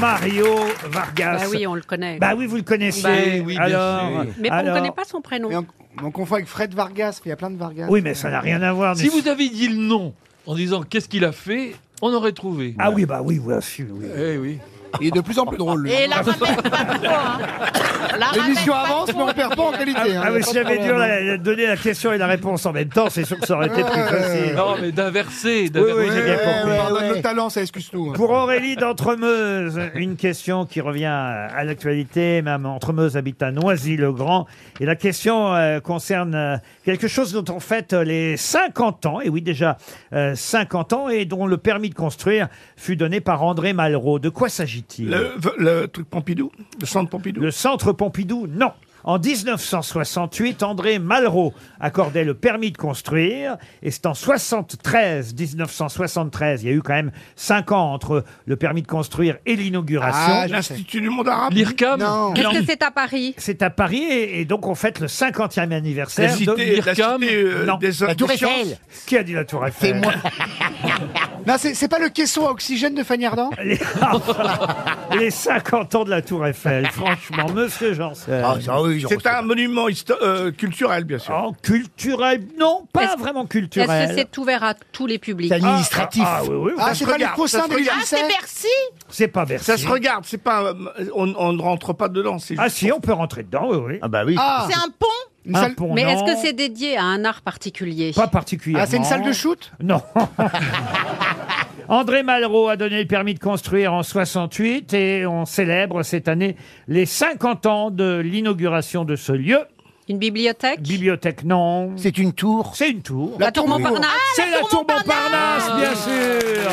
S2: Mario Vargas.
S5: Bah oui, on le connaît.
S2: Bah oui, vous le connaissiez.
S5: Bah oui,
S7: oui, bien
S2: alors,
S7: sûr.
S5: Mais on
S2: alors-
S5: ne connaît pas son prénom.
S6: Mais on, on confond avec Fred Vargas, il y a plein de Vargas.
S2: Oui, mais ça n'a rien à voir.
S7: Si
S2: mais-
S7: vous avez dit le nom en disant qu'est-ce qu'il a fait, on aurait trouvé.
S2: Ah oui, bah oui, oui, oui, oui.
S7: Eh oui.
S6: Il est de plus en plus drôle. lui.
S3: Et la ramène pas trop, hein. La
S6: L'émission
S3: ramène pas
S6: avance,
S3: trop.
S6: mais on perd pas en qualité.
S2: Ah,
S6: hein.
S2: ah oui, si j'avais dû la- la- donner la question et la réponse en même temps, c'est sûr que ça aurait été plus facile.
S7: Ah. Non, mais d'inverser.
S2: Oui, oui, j'ai
S6: Ouais,
S2: bien
S6: ouais,
S2: compris.
S6: ouais, euh, on donne le talent, ça excuse tout.
S2: Pour Aurélie d'Entremeuse, une question qui revient à l'actualité. Mme Entremeuse habite à Noisy-le-Grand. Et la question euh, concerne euh, quelque chose dont on fête euh, les 50 ans. Et oui, déjà euh, 50 ans. Et dont le permis de construire fut donné par André Malraux. De quoi s'agit-il
S8: Le, le truc Pompidou Le centre Pompidou
S2: Le centre Pompidou, non. En 1968, André Malraux accordait le permis de construire. Et c'est en 73, 1973, il y a eu quand même 5 ans entre le permis de construire et l'inauguration.
S8: Ah, l'Institut du monde arabe
S7: L'IRCAM
S8: Non.
S5: Est-ce que c'est à Paris
S2: C'est à Paris et, et donc on fête le 50e
S8: La
S2: anniversaire de
S8: cité, la cité, euh,
S2: Non.
S8: des
S2: La
S8: des sciences.
S2: Qui a dit la Tour Eiffel
S6: C'est moi. Non, c'est c'est pas le caisson à oxygène de Fanny Ardant
S2: Les... Ah, les 50 ans de la Tour Eiffel, franchement, monsieur Janssen.
S4: Ah, ça, oui, je
S8: C'est un monument histo- euh, culturel, bien sûr.
S2: En Oh, culturel, non, pas
S5: Est-ce-
S2: vraiment
S5: Est-ce
S2: culturel.
S5: que c'est ouvert à tous les publics
S4: C'est administratif.
S2: Ah, ah, oui, oui.
S6: Ah,
S8: se
S6: c'est pas le
S8: regarde, ça
S6: coussin
S8: se
S6: de
S8: regarde.
S3: Ah, c'est
S6: l'Élysée
S3: Bercy
S2: C'est pas Bercy.
S8: Ça se regarde, c'est pas, euh, on, on ne rentre pas dedans. c'est
S2: Ah
S8: juste-
S2: si, on peut rentrer dedans, oui, oui.
S4: Ah bah oui.
S6: Ah,
S3: C'est un pont
S6: une
S2: Un
S6: salle-
S2: pont,
S5: Mais est-ce
S2: non.
S5: que c'est dédié à un art particulier
S2: Pas particulièrement.
S6: ah, c'est une salle de shoot
S2: Non. André Malraux a donné le permis de construire en 68 et on célèbre cette année les 50 ans de l'inauguration de ce lieu.
S5: Une bibliothèque
S2: Bibliothèque, non.
S4: C'est une tour.
S2: C'est une tour.
S5: La tour Ah. Montparnasse
S2: C'est la tour Montparnasse, bien sûr.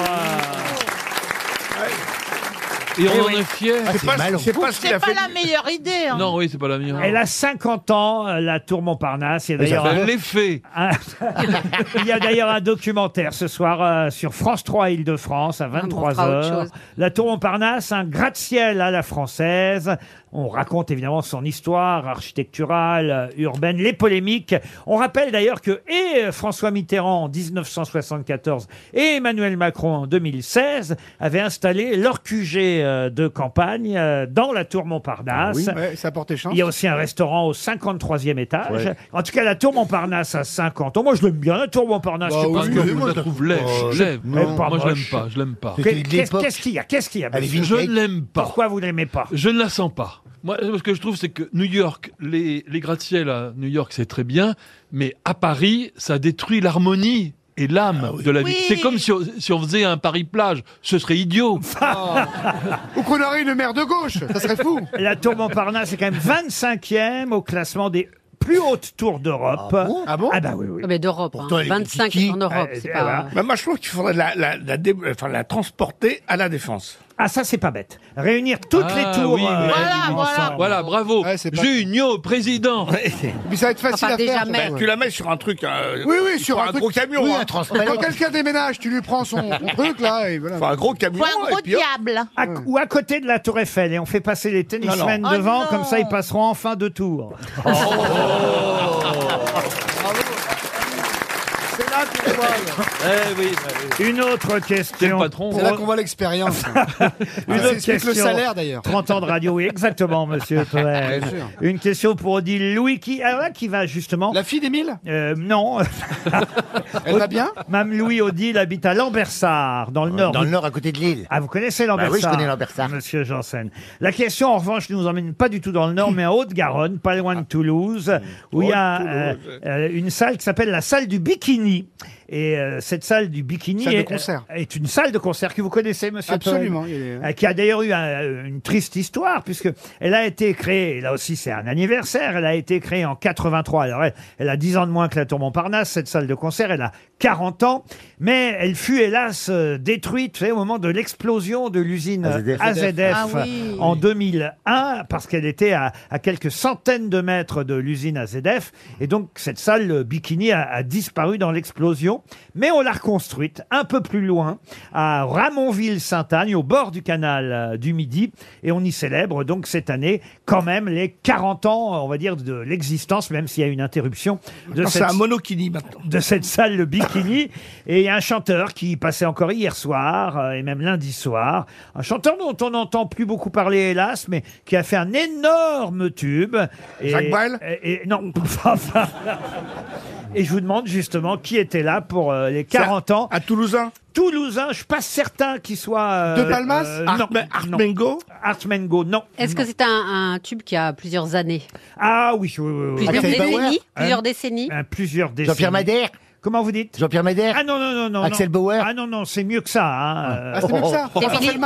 S7: Et on en est fiers.
S8: C'est pas,
S4: mal.
S8: c'est pas ce qu'il
S3: C'est
S8: a
S3: pas
S8: fait.
S3: la meilleure idée. hein.
S7: Non, oui, c'est pas la mienne.
S2: Elle a 50 ans, euh, la tour Montparnasse. Et d'ailleurs,
S7: Ben, L'effet.
S2: Un- Il y a d'ailleurs un documentaire ce soir euh, sur France 3 Île-de-France à
S5: bon, on
S2: 23
S5: fera autre
S2: h
S5: chose.
S2: La Tour Montparnasse, un gratte-ciel à la française. On raconte évidemment son histoire architecturale, euh, urbaine, les polémiques. On rappelle d'ailleurs que et euh, François Mitterrand en 1974 et Emmanuel Macron en 2016 avaient installé leur QG euh, de campagne euh, dans la Tour Montparnasse.
S6: Ah Ouais, ça a porté chance.
S2: Il y a aussi un restaurant au 53e étage. En tout cas, la Tour Montparnasse à 50 ans. Moi, je l'aime bien, la Tour Montparnasse.
S6: Bah
S2: je sais pas
S6: oui,
S2: ce
S7: Parce
S2: que
S7: que
S6: mais
S2: vous-
S7: vous
S6: moi,
S7: la
S6: je la
S7: trouvez
S6: trouve
S7: lèche,
S6: moche.
S7: lèche.
S2: Non.
S7: Moi, je l'aime
S2: Moche.
S7: pas, je l'aime pas.
S4: C'est-
S2: Qu'est-
S4: de
S2: Qu'est-ce
S4: l'époque.
S2: qu'est-ce qu'il y a Qu'est-ce qu'il y a
S4: Elle est
S2: monsieur
S7: Je ne l'aime pas.
S2: Pourquoi vous ne l'aimez pas
S7: Je ne la sens pas. Moi, ce que je trouve, c'est que New York, les, les gratte-ciels à New York, c'est très bien, mais à Paris, ça détruit l'harmonie et l'âme
S2: Ah
S7: de la ville.
S3: Oui.
S7: C'est comme si on, si on faisait un Paris-Plage. Ce serait idiot.
S2: Oh.
S6: Ou qu'on aurait une mère de gauche, ça serait fou.
S2: La Tour Montparnasse est quand même 25e au classement des plus hautes tours d'Europe.
S4: Ah bon
S6: Ah bon
S2: bah oui, oui.
S5: Ah, Mais d'Europe.
S4: Pourtant,
S5: hein.
S4: elle est
S5: 25
S4: kiki.
S5: en Europe.
S2: Euh,
S5: c'est
S2: euh,
S5: pas-
S2: voilà.
S8: Bah, moi, je trouve qu'il faudrait la, la, la dé- enfin, la transporter à la défense.
S2: Ah, ça, c'est pas bête. Réunir toutes
S7: Ah,
S2: les tours. euh,
S7: oui, oui.
S3: Voilà,
S2: ensemble.
S3: voilà.
S7: Voilà, bravo.
S6: Ouais, c'est pas-
S7: Junio, président.
S6: Mais ça va être facile
S5: Enfin,
S6: à
S5: déjà
S6: faire. je
S5: même.
S6: pense.
S8: Bah, Tu la mets sur un truc. euh,
S6: Oui, oui,
S8: tu
S6: sur
S8: prends
S6: un, truc-
S8: gros camion.
S6: oui,
S8: hein.
S6: un transpalent. Quand quelqu'un déménage, tu lui prends son, son truc là et voilà.
S8: Enfin, un gros camion.
S3: Faut un gros
S8: et puis hop.
S3: diable.
S2: À- ou à côté de la Tour Eiffel et on fait passer les tennismen
S3: Non, non.
S2: devant,
S3: Oh,
S2: comme ça ils
S3: non.
S2: passeront en fin de tour.
S8: Oh.
S6: C'est là qu'on voit.
S7: Eh oui, bah oui.
S2: Une autre
S7: C'est le
S2: question.
S7: patron.
S6: C'est là qu'on voit l'expérience. hein.
S2: Une
S6: Ça
S2: autre
S6: explique Ah, le
S2: question.
S6: salaire d'ailleurs.
S2: 30 ans de radio, oui, exactement, monsieur Toer.
S6: Bien sûr.
S2: Une question pour Odile Louis qui, alors là, qui va justement.
S6: La fille d'Émile,
S2: Euh, non,
S6: elle va bien
S2: Mme Louis Odile habite à Lambersart, dans le Nord.
S4: Euh, Dans le nord, à côté de l'île.
S2: Ah, vous connaissez
S4: Bah
S2: Lambersart
S4: oui, je connais Lambersart.
S2: Monsieur Janssen. La question, en revanche, nous emmène pas du tout dans le Nord, mais en Haute-Garonne, pas loin de Toulouse, où il y a euh, euh, une salle qui s'appelle la salle du bikini. Et euh, cette salle du bikini
S6: Salle de
S2: est,
S6: concert.
S2: est une salle de concert que vous connaissez, monsieur Toen.
S6: Absolument. il est-
S3: hein.
S2: Euh, qui a d'ailleurs eu un- euh, une triste histoire, puisque elle a été créée, et là aussi c'est un anniversaire, elle a été créée en 83. Alors elle, elle a 10 ans de moins que la Tour Montparnasse, cette salle de concert, elle a 40 ans, mais elle fut hélas euh, détruite vous savez, au moment de l'explosion de l'usine
S4: AZF.
S2: AZF
S3: Ah oui.
S2: en 2001, parce qu'elle était à, à quelques centaines de mètres de l'usine AZF, et donc cette salle euh, bikini a, a disparu dans l'explosion, mais on l'a reconstruite un peu plus loin, à Ramonville-Sainte-Agne, au bord du canal euh, du Midi, et on y célèbre donc cette année quand même les 40 ans, on va dire, de l'existence, même s'il y a une interruption de
S8: Non, C'est
S2: cette
S8: un monokini maintenant.
S2: de cette salle le bikini et il y a un chanteur qui passait encore hier soir euh, et même lundi soir un chanteur dont on n'entend plus beaucoup parler hélas mais qui a fait un énorme tube et,
S8: Jacques Brel
S2: et, et- non enfin, enfin, et je vous demande justement qui était là pour euh, les 40 ans. Un Toulousain Toulousain, je suis pas certain qu'il soit... euh,
S5: De Palmas Artme-
S2: Artmengo Artmengo, non.
S5: Est-ce que c'est un, un tube qui a plusieurs années
S2: Ah oui, oui, oui, Ah, oui.
S5: Plusieurs décennies Plusieurs décennies
S2: Un- Euh, plusieurs décennies.
S5: Jean-Pierre
S4: hein Madère
S2: Comment vous dites
S4: Jean-Pierre Madère
S2: Ah non, non, non, non.
S4: Axel
S2: Bauer Ah non, non, c'est mieux que ça. hein.
S4: Ah, c'est mieux que ça
S5: C'est Philippe,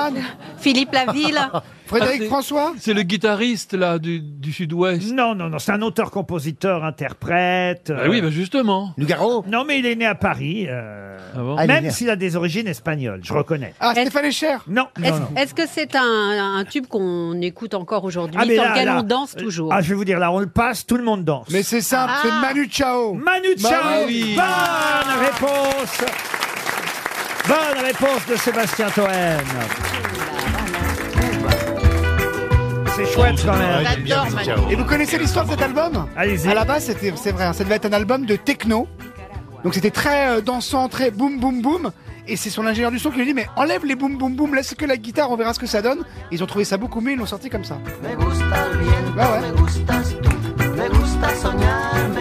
S5: Philippe Laville
S7: Ah, c'est- C'est le guitariste, là, du, du Sud-Ouest.
S2: Non, non, non, c'est un auteur, compositeur, interprète. euh,
S7: Ah oui, bah justement.
S4: Lugaro
S2: Non, mais il est né à Paris. euh,
S7: Ah, il est
S2: Même
S7: né à-
S2: s'il a des origines espagnoles, je reconnais.
S5: Ah, Stéphane
S6: Escher
S2: Non, non, non.
S5: Est-ce est-ce que c'est un, un tube qu'on écoute encore aujourd'hui,
S2: Ah, mais
S5: sur
S2: là,
S5: lequel
S2: là,
S5: on danse toujours Ah.
S2: Ah, je vais vous dire, là, on le passe, tout le monde danse. Mais
S6: c'est simple, c'est Manu Chao.
S2: Manu Chao
S6: Bah oui.
S2: Bonne réponse Bonne réponse de Sébastien Toen. C'est chouette quand même.
S6: Et vous connaissez l'histoire de cet album
S2: Allez-y.
S6: À la base, c'était, c'est vrai, hein, ça devait être un album de techno. Donc c'était très euh, dansant, très boum boum boum. Et c'est son ingénieur du son qui lui dit mais enlève les boum boum boum, laisse que la guitare, on verra ce que ça donne. Ils ont trouvé ça beaucoup mieux, ils l'ont sorti comme ça.
S16: Me gusta soñar, me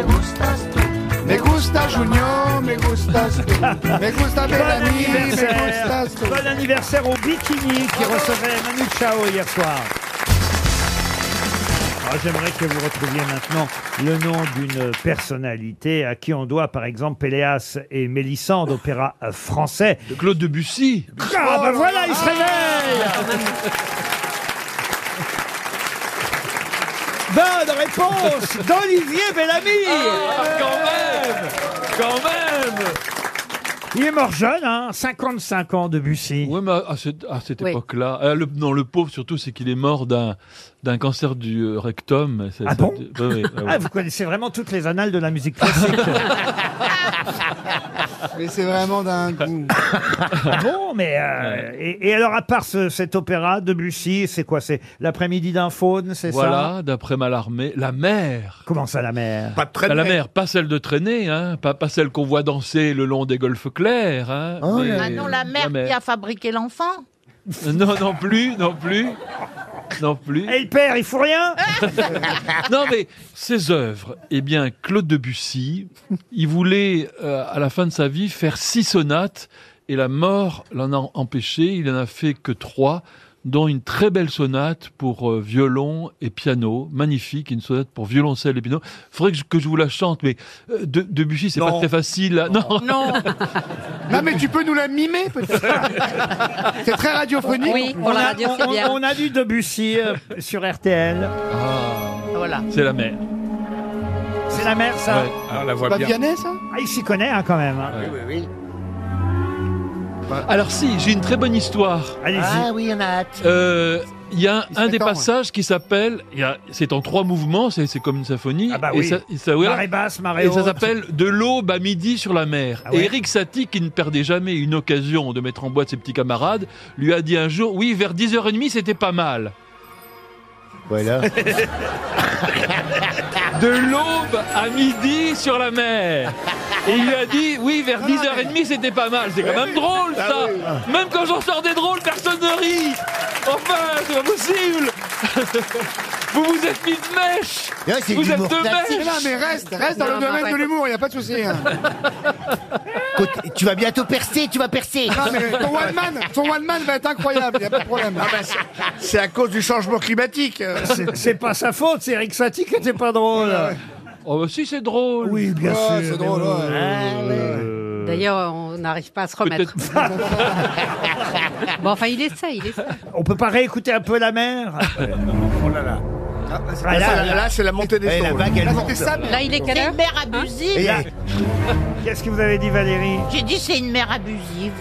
S16: gustas tú.
S6: Me gusta Junior, me gustas tú. Me gusta
S2: Bon
S6: Bellamy, me
S2: anniversaire.
S6: gustas tú. Ah.
S2: Bon anniversaire au Bikini qui recevait Manu Chao hier soir. Ah, J'aimerais que vous retrouviez maintenant le nom d'une personnalité à qui on doit, par exemple, Péléas et Mélissande, opéra euh, français. De Claude Debussy. Ah, ben voilà, il se réveille Bonne réponse d'Olivier Bellamy
S7: Quand même
S2: Il est mort jeune, hein, 55 ans Debussy.
S7: Oui, mais à, à cette, à cette
S2: Oui.
S7: époque-là. euh, le, non, le pauvre, surtout, c'est qu'il est mort d'un d'un cancer du euh, rectum. C'est-
S2: Ah
S7: c'est-
S2: bon
S7: Ouais, ouais, ouais, ouais.
S2: Ah, vous connaissez vraiment toutes les annales de la musique classique.
S6: Mais c'est vraiment dingue.
S2: Ah bon, mais euh, et, et alors à part ce- cet opéra Debussy, c'est quoi C'est l'après-midi d'un faune, c'est
S7: Voilà, d'après Mallarmé, la mer.
S2: ça Comment ça la mer
S7: Pas la mer, pas celle de traîner, hein, pas, pas celle qu'on voit danser le long des golfes clairs. Hein,
S2: Oh
S7: mais-
S3: Ah non, la mère qui a fabriqué l'enfant.
S7: Non, non plus, non plus. Non plus.
S2: Et le père, il faut rien
S7: Non, mais ses œuvres, eh bien, Claude Debussy, il voulait, euh, à la fin de sa vie, faire six sonates, et la mort l'en a empêché, il n'en a fait que trois, dont une très belle sonate pour euh, violon et piano, magnifique, une sonate pour violoncelle et piano. Faudrait que je, que je vous la chante, mais euh, De- Debussy, c'est pas
S6: Non.
S7: très facile. à- Non,
S6: Non. Non mais tu peux nous la mimer peut-être. C'est très radiophonique.
S2: on, a, on- on a du Debussy euh, sur RTL.
S3: Voilà.
S7: c'est la mer.
S2: C'est la mer, ça
S7: Ouais. Ah, on la voit C'est pas bien. Vianney,
S6: ça
S2: Ah, il s'y connaît hein, quand même. hein.
S7: Alors si, j'ai une très bonne histoire.
S4: Ah oui, on a hâte.
S7: Euh, Il y a
S4: Il se
S7: un des
S4: détend,
S7: passages qui s'appelle, il y a- c'est en trois mouvements, c'est c'est comme une symphonie.
S2: bah oui.
S7: et ça, et ça- voilà.
S2: Marée basse, marée
S7: Et ça
S2: haute. Ah
S7: s'appelle De l'aube à midi sur la mer.
S2: ouais.
S7: Et Eric Satie, qui ne perdait jamais une occasion de mettre en boîte ses petits camarades, lui a dit un jour, oui, vers 10h30, c'était pas mal.
S4: Voilà.
S7: De l'aube à midi sur la mer. Et il lui a dit, oui, vers 10h30, c'était pas mal. C'est
S4: Eh
S7: quand même drôle,
S16: Ah
S7: ça. Même quand j'en sors des drôles, personne ne rit. Enfin, c'est pas possible. Vous vous êtes mis de mèche.
S4: Ouais, c'est
S7: vous êtes
S4: l'humour
S7: de
S4: classique.
S7: mèche.
S6: Non mais reste, reste dans
S4: Non,
S6: le
S4: non,
S6: domaine
S4: ouais.
S6: de l'humour, il n'y a pas de souci. hein.
S4: Côté- tu vas bientôt percer, tu vas percer.
S6: Non mais ton one man, ton one man va être incroyable, il n'y a pas de problème.
S8: C'est à cause du changement climatique.
S2: C'est- C'est pas sa faute, c'est Eric Satie qui était pas drôle.
S7: Oh, bah si, c'est drôle.
S2: Oui, bien
S6: Ouais,
S2: sûr.
S6: c'est drôle,
S2: mais
S6: ouais.
S2: oui.
S5: D'ailleurs, on n'arrive pas à se remettre. bon, enfin, il essaie, il essaie.
S2: On peut pas réécouter un peu la mer
S8: Oh là là.
S2: Ah, là,
S8: là,
S2: là.
S8: là, c'est la montée des
S2: Eh,
S8: eaux.
S2: la vague, elle
S6: Ah,
S8: Là,
S2: monte.
S8: c'était ça.
S3: Là, il est quelle C'est une mère abusive.
S2: Et là- Qu'est-ce que vous avez dit, Valérie Oh!
S3: J'ai dit c'est une mère abusive.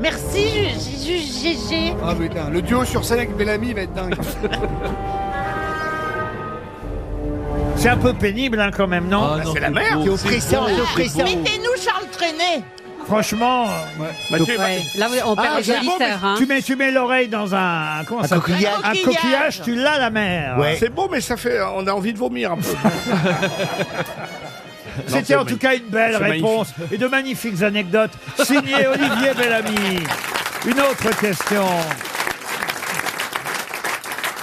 S3: Merci, Ju- Ju- GG.
S6: Ah putain, le duo sur scène avec Bellamy va être dingue.
S2: C'est un peu pénible hein, quand même, non,
S7: Ah, non, C'est la c'est mer. beau,
S2: qui
S7: c'est beau.
S2: qui
S3: Mettez-nous Charles Trenet.
S2: Franchement,
S7: Mathieu,
S2: Donc-
S7: Ouais.
S5: Là, on perd
S2: Ah,
S5: les
S2: c'est
S5: jolies
S2: bon, mais
S5: sœurs, hein.
S2: Tu mets, tu mets l'oreille dans un comment
S4: Un
S2: ça
S4: coquillage.
S2: Un
S4: Un
S2: coquillage, tu l'as la mer.
S8: C'est beau, mais ça fait, on a envie de vomir un peu.
S2: C'était en tout cas une belle
S8: C'est
S2: réponse et de magnifiques anecdotes signées Olivier Bellamy. Une autre question.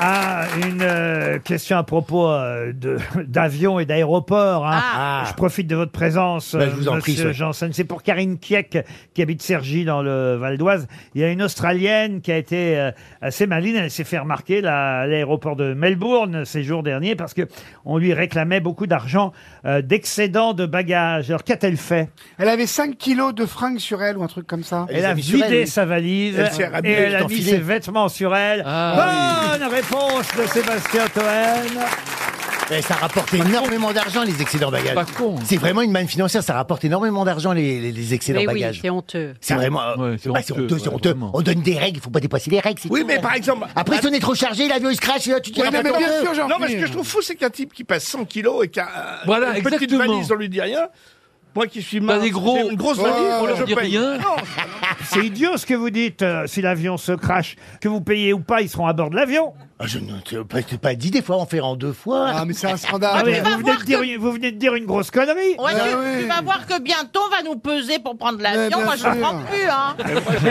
S2: à une euh, question à propos euh, de- d'avions et d'aéroports. hein.
S11: Ah.
S2: Je profite de votre présence,
S6: Bah,
S2: euh,
S11: Ben, je vous en
S2: monsieur
S11: prie, ça.
S2: Janssen. C'est pour Karine Kieck, qui habite Cergy, dans le Val d'Oise. Il y a une Australienne qui a été euh, assez maline. Elle s'est fait remarquer là, à l'aéroport de Melbourne ces jours derniers parce que on lui réclamait beaucoup d'argent euh, d'excédent de bagages. Alors, qu'a-t-elle fait
S6: Elle avait 5 kilos de fringues sur elle ou un truc comme ça.
S2: Elle a vidé sa valise
S6: Elle s'est rhabillée,
S2: et elle a
S6: elle
S2: mis
S6: t'enfilait.
S2: ses vêtements sur elle.
S6: Ah,
S2: Bonne réponse de Sébastien Toen.
S4: Eh, ça rapporte énormément d'argent, les excédents bagages.
S5: Pas con.
S4: C'est vraiment une manne financière, ça rapporte énormément d'argent, les, les, les excédents
S5: Mais oui,
S4: bagages.
S5: c'est honteux.
S4: c'est vraiment. euh,
S7: Ouais,
S4: c'est pas- c'est honteux, c'est
S7: ouais,
S4: honteux.
S7: vraiment.
S4: On donne des règles, il faut pas dépasser les règles. Oui, mais par exemple. bah, Après, si on est trop chargé, l'avion il se crache, et là, tu te dis.
S8: Ouais,
S4: ah,
S8: non, mais
S4: bah,
S8: bien
S4: tant
S8: sûr,
S4: mieux.
S8: j'en Non, mais ce que je trouve fou, c'est qu'un type qui passe 100 kilos et qui a euh,
S4: Voilà,
S8: une petite
S4: exactement.
S8: valise, on lui dit rien. Moi qui suis mince,
S7: des gros-
S8: j'ai une grosse
S7: Ouais,
S8: valise,
S7: on leur
S8: je
S7: dit
S8: paye.
S7: rien.
S8: Non,
S2: C'est idiot ce que vous dites. euh, si l'avion se crache, que vous payez ou pas, ils seront à bord de l'avion.
S4: Ah, je ne t'ai pas- t'ai pas dit des fois, on fait en deux fois.
S6: Ah, mais c'est un
S2: Ah,
S6: scandale.
S2: mais vous, venez de dire, une- vous venez de dire une grosse connerie.
S3: Ouais,
S8: Ah
S6: Ah
S3: tu, tu vas voir que bientôt on va nous peser pour prendre l'avion.
S8: bien
S3: Moi, je ne
S8: sûr.
S3: prends plus. Hein.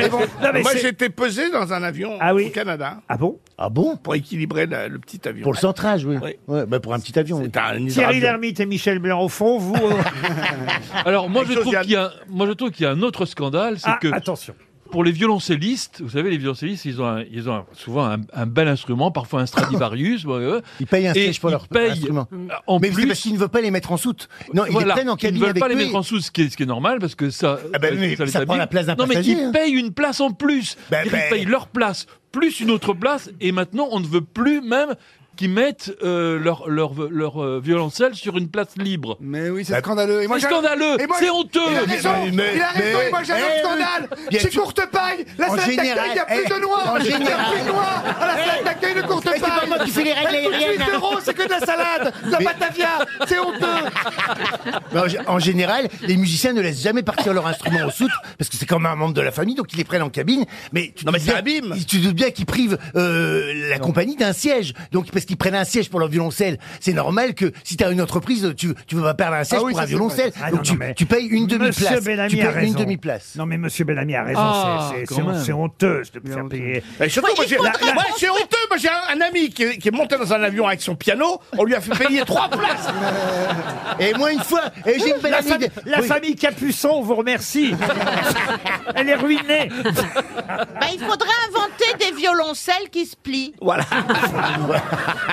S2: Non, mais
S8: Moi,
S2: c'est-
S8: j'ai été pesé dans un avion au Canada.
S2: Ah bon
S4: Ah bon
S8: Pour équilibrer la- le petit avion.
S4: Pour le centrage, oui. Ouais, bah, pour un petit avion. oui.
S2: Thierry Lhermitte et Michel Blanc au fond, vous. euh,
S7: Alors moi
S2: Quelque
S7: je,
S2: chose,
S7: trouve
S2: Yann.
S7: qu'il y a, moi je trouve qu'il y a un autre scandale, c'est
S2: Ah,
S7: que
S2: attention.
S7: pour les violoncellistes, vous savez les violoncellistes ils ont, un- ils ont un- souvent un, un bel instrument, parfois un Stradivarius. euh,
S4: ils payent un siège
S7: stage
S4: pour leur instrument.
S7: En
S4: mais
S7: plus,
S4: c'est parce qu'ils ne veulent pas les mettre en soute. Non, ils les
S7: Voilà,
S4: prennent
S7: ils
S4: en
S7: ne
S4: cabine
S7: veulent
S4: avec
S7: pas les
S4: eux.
S7: mettre en sous, ce qui est, ce qui est normal parce que ça,
S4: Ah ben, mais
S7: les
S4: ça prend
S7: abîme.
S4: la place d'un
S7: Non mais
S4: passager,
S7: ils
S4: hein.
S7: payent une place en plus. C'est-à-dire
S4: ben.
S7: Ils payent leur place plus une autre place et maintenant on ne veut plus même qu'ils mettent euh, leur leur leur euh, violoncelle sur une place libre.
S6: Mais oui,
S4: Bah,
S6: c'est Ah, scandaleux. Et moi,
S7: C'est
S6: j'ai-
S7: scandaleux,
S6: Et moi,
S7: c'est honteux.
S6: Il a
S7: Mais-
S6: raison,
S7: mais-
S6: il a raison,
S7: mais-
S6: et moi j'ai un
S7: eh
S6: autre
S7: oui.
S6: scandale.
S7: Bien
S6: C'est
S7: sûr.
S6: courte paille, la
S7: En
S6: salle d'accueil,
S7: général,
S6: il n'y a plus
S7: eh,
S6: de noix.
S7: en
S6: Il n'y a
S7: général.
S6: plus de noix à la salle d'accueil de courte
S4: Eh,
S6: paille.
S4: c'est pas moi qui fais les règles
S6: Mais tout de
S4: aériennes.
S7: hein.
S6: 8 euros, c'est que de la salade, de la
S4: Mais-
S6: batavia, c'est honteux.
S4: Mais en gé- en général, les musiciens ne laissent jamais partir leur instrument en soute parce que c'est comme un membre de la famille, donc ils les prennent en cabine. Mais tu non, mais abîme. Tu te doutes bien qu'ils privent euh, la compagnie d'un siège, donc parce qu'ils prennent un siège pour leur violoncelle. C'est normal que si tu as une entreprise, tu tu veux pas perdre un siège
S2: Ah oui,
S4: pour
S2: ça,
S4: un
S2: c'est vrai.
S4: violoncelle.
S2: Ah non,
S4: donc
S2: non,
S4: tu,
S2: mais
S4: tu payes une demi
S2: Monsieur
S4: place.
S2: Bellamy
S4: Tu
S2: a
S4: payes une
S2: raison.
S4: demi place.
S2: Non mais Monsieur Bellamy a raison,
S4: Ah,
S2: c'est- c'est-
S4: quand
S2: c'est hon-
S4: même.
S2: c'est honteux de me faire payer.
S8: Et surtout,
S2: Bah,
S8: moi,
S2: il
S8: j'ai-
S2: faudrait
S8: la- la- moi, c'est honteux. Moi, j'ai un, un ami qui, est- qui est monté dans un avion avec son piano. On lui a fait payer trois places.
S7: Euh.
S4: Et moi, une fois, et j'ai une belle
S2: la,
S4: amie
S2: fam-
S4: de-
S2: la
S4: Oui.
S2: famille Capuçon vous remercie. Elle est ruinée.
S3: Bah, il faudrait inventer des violoncelles qui se plient.
S8: Voilà.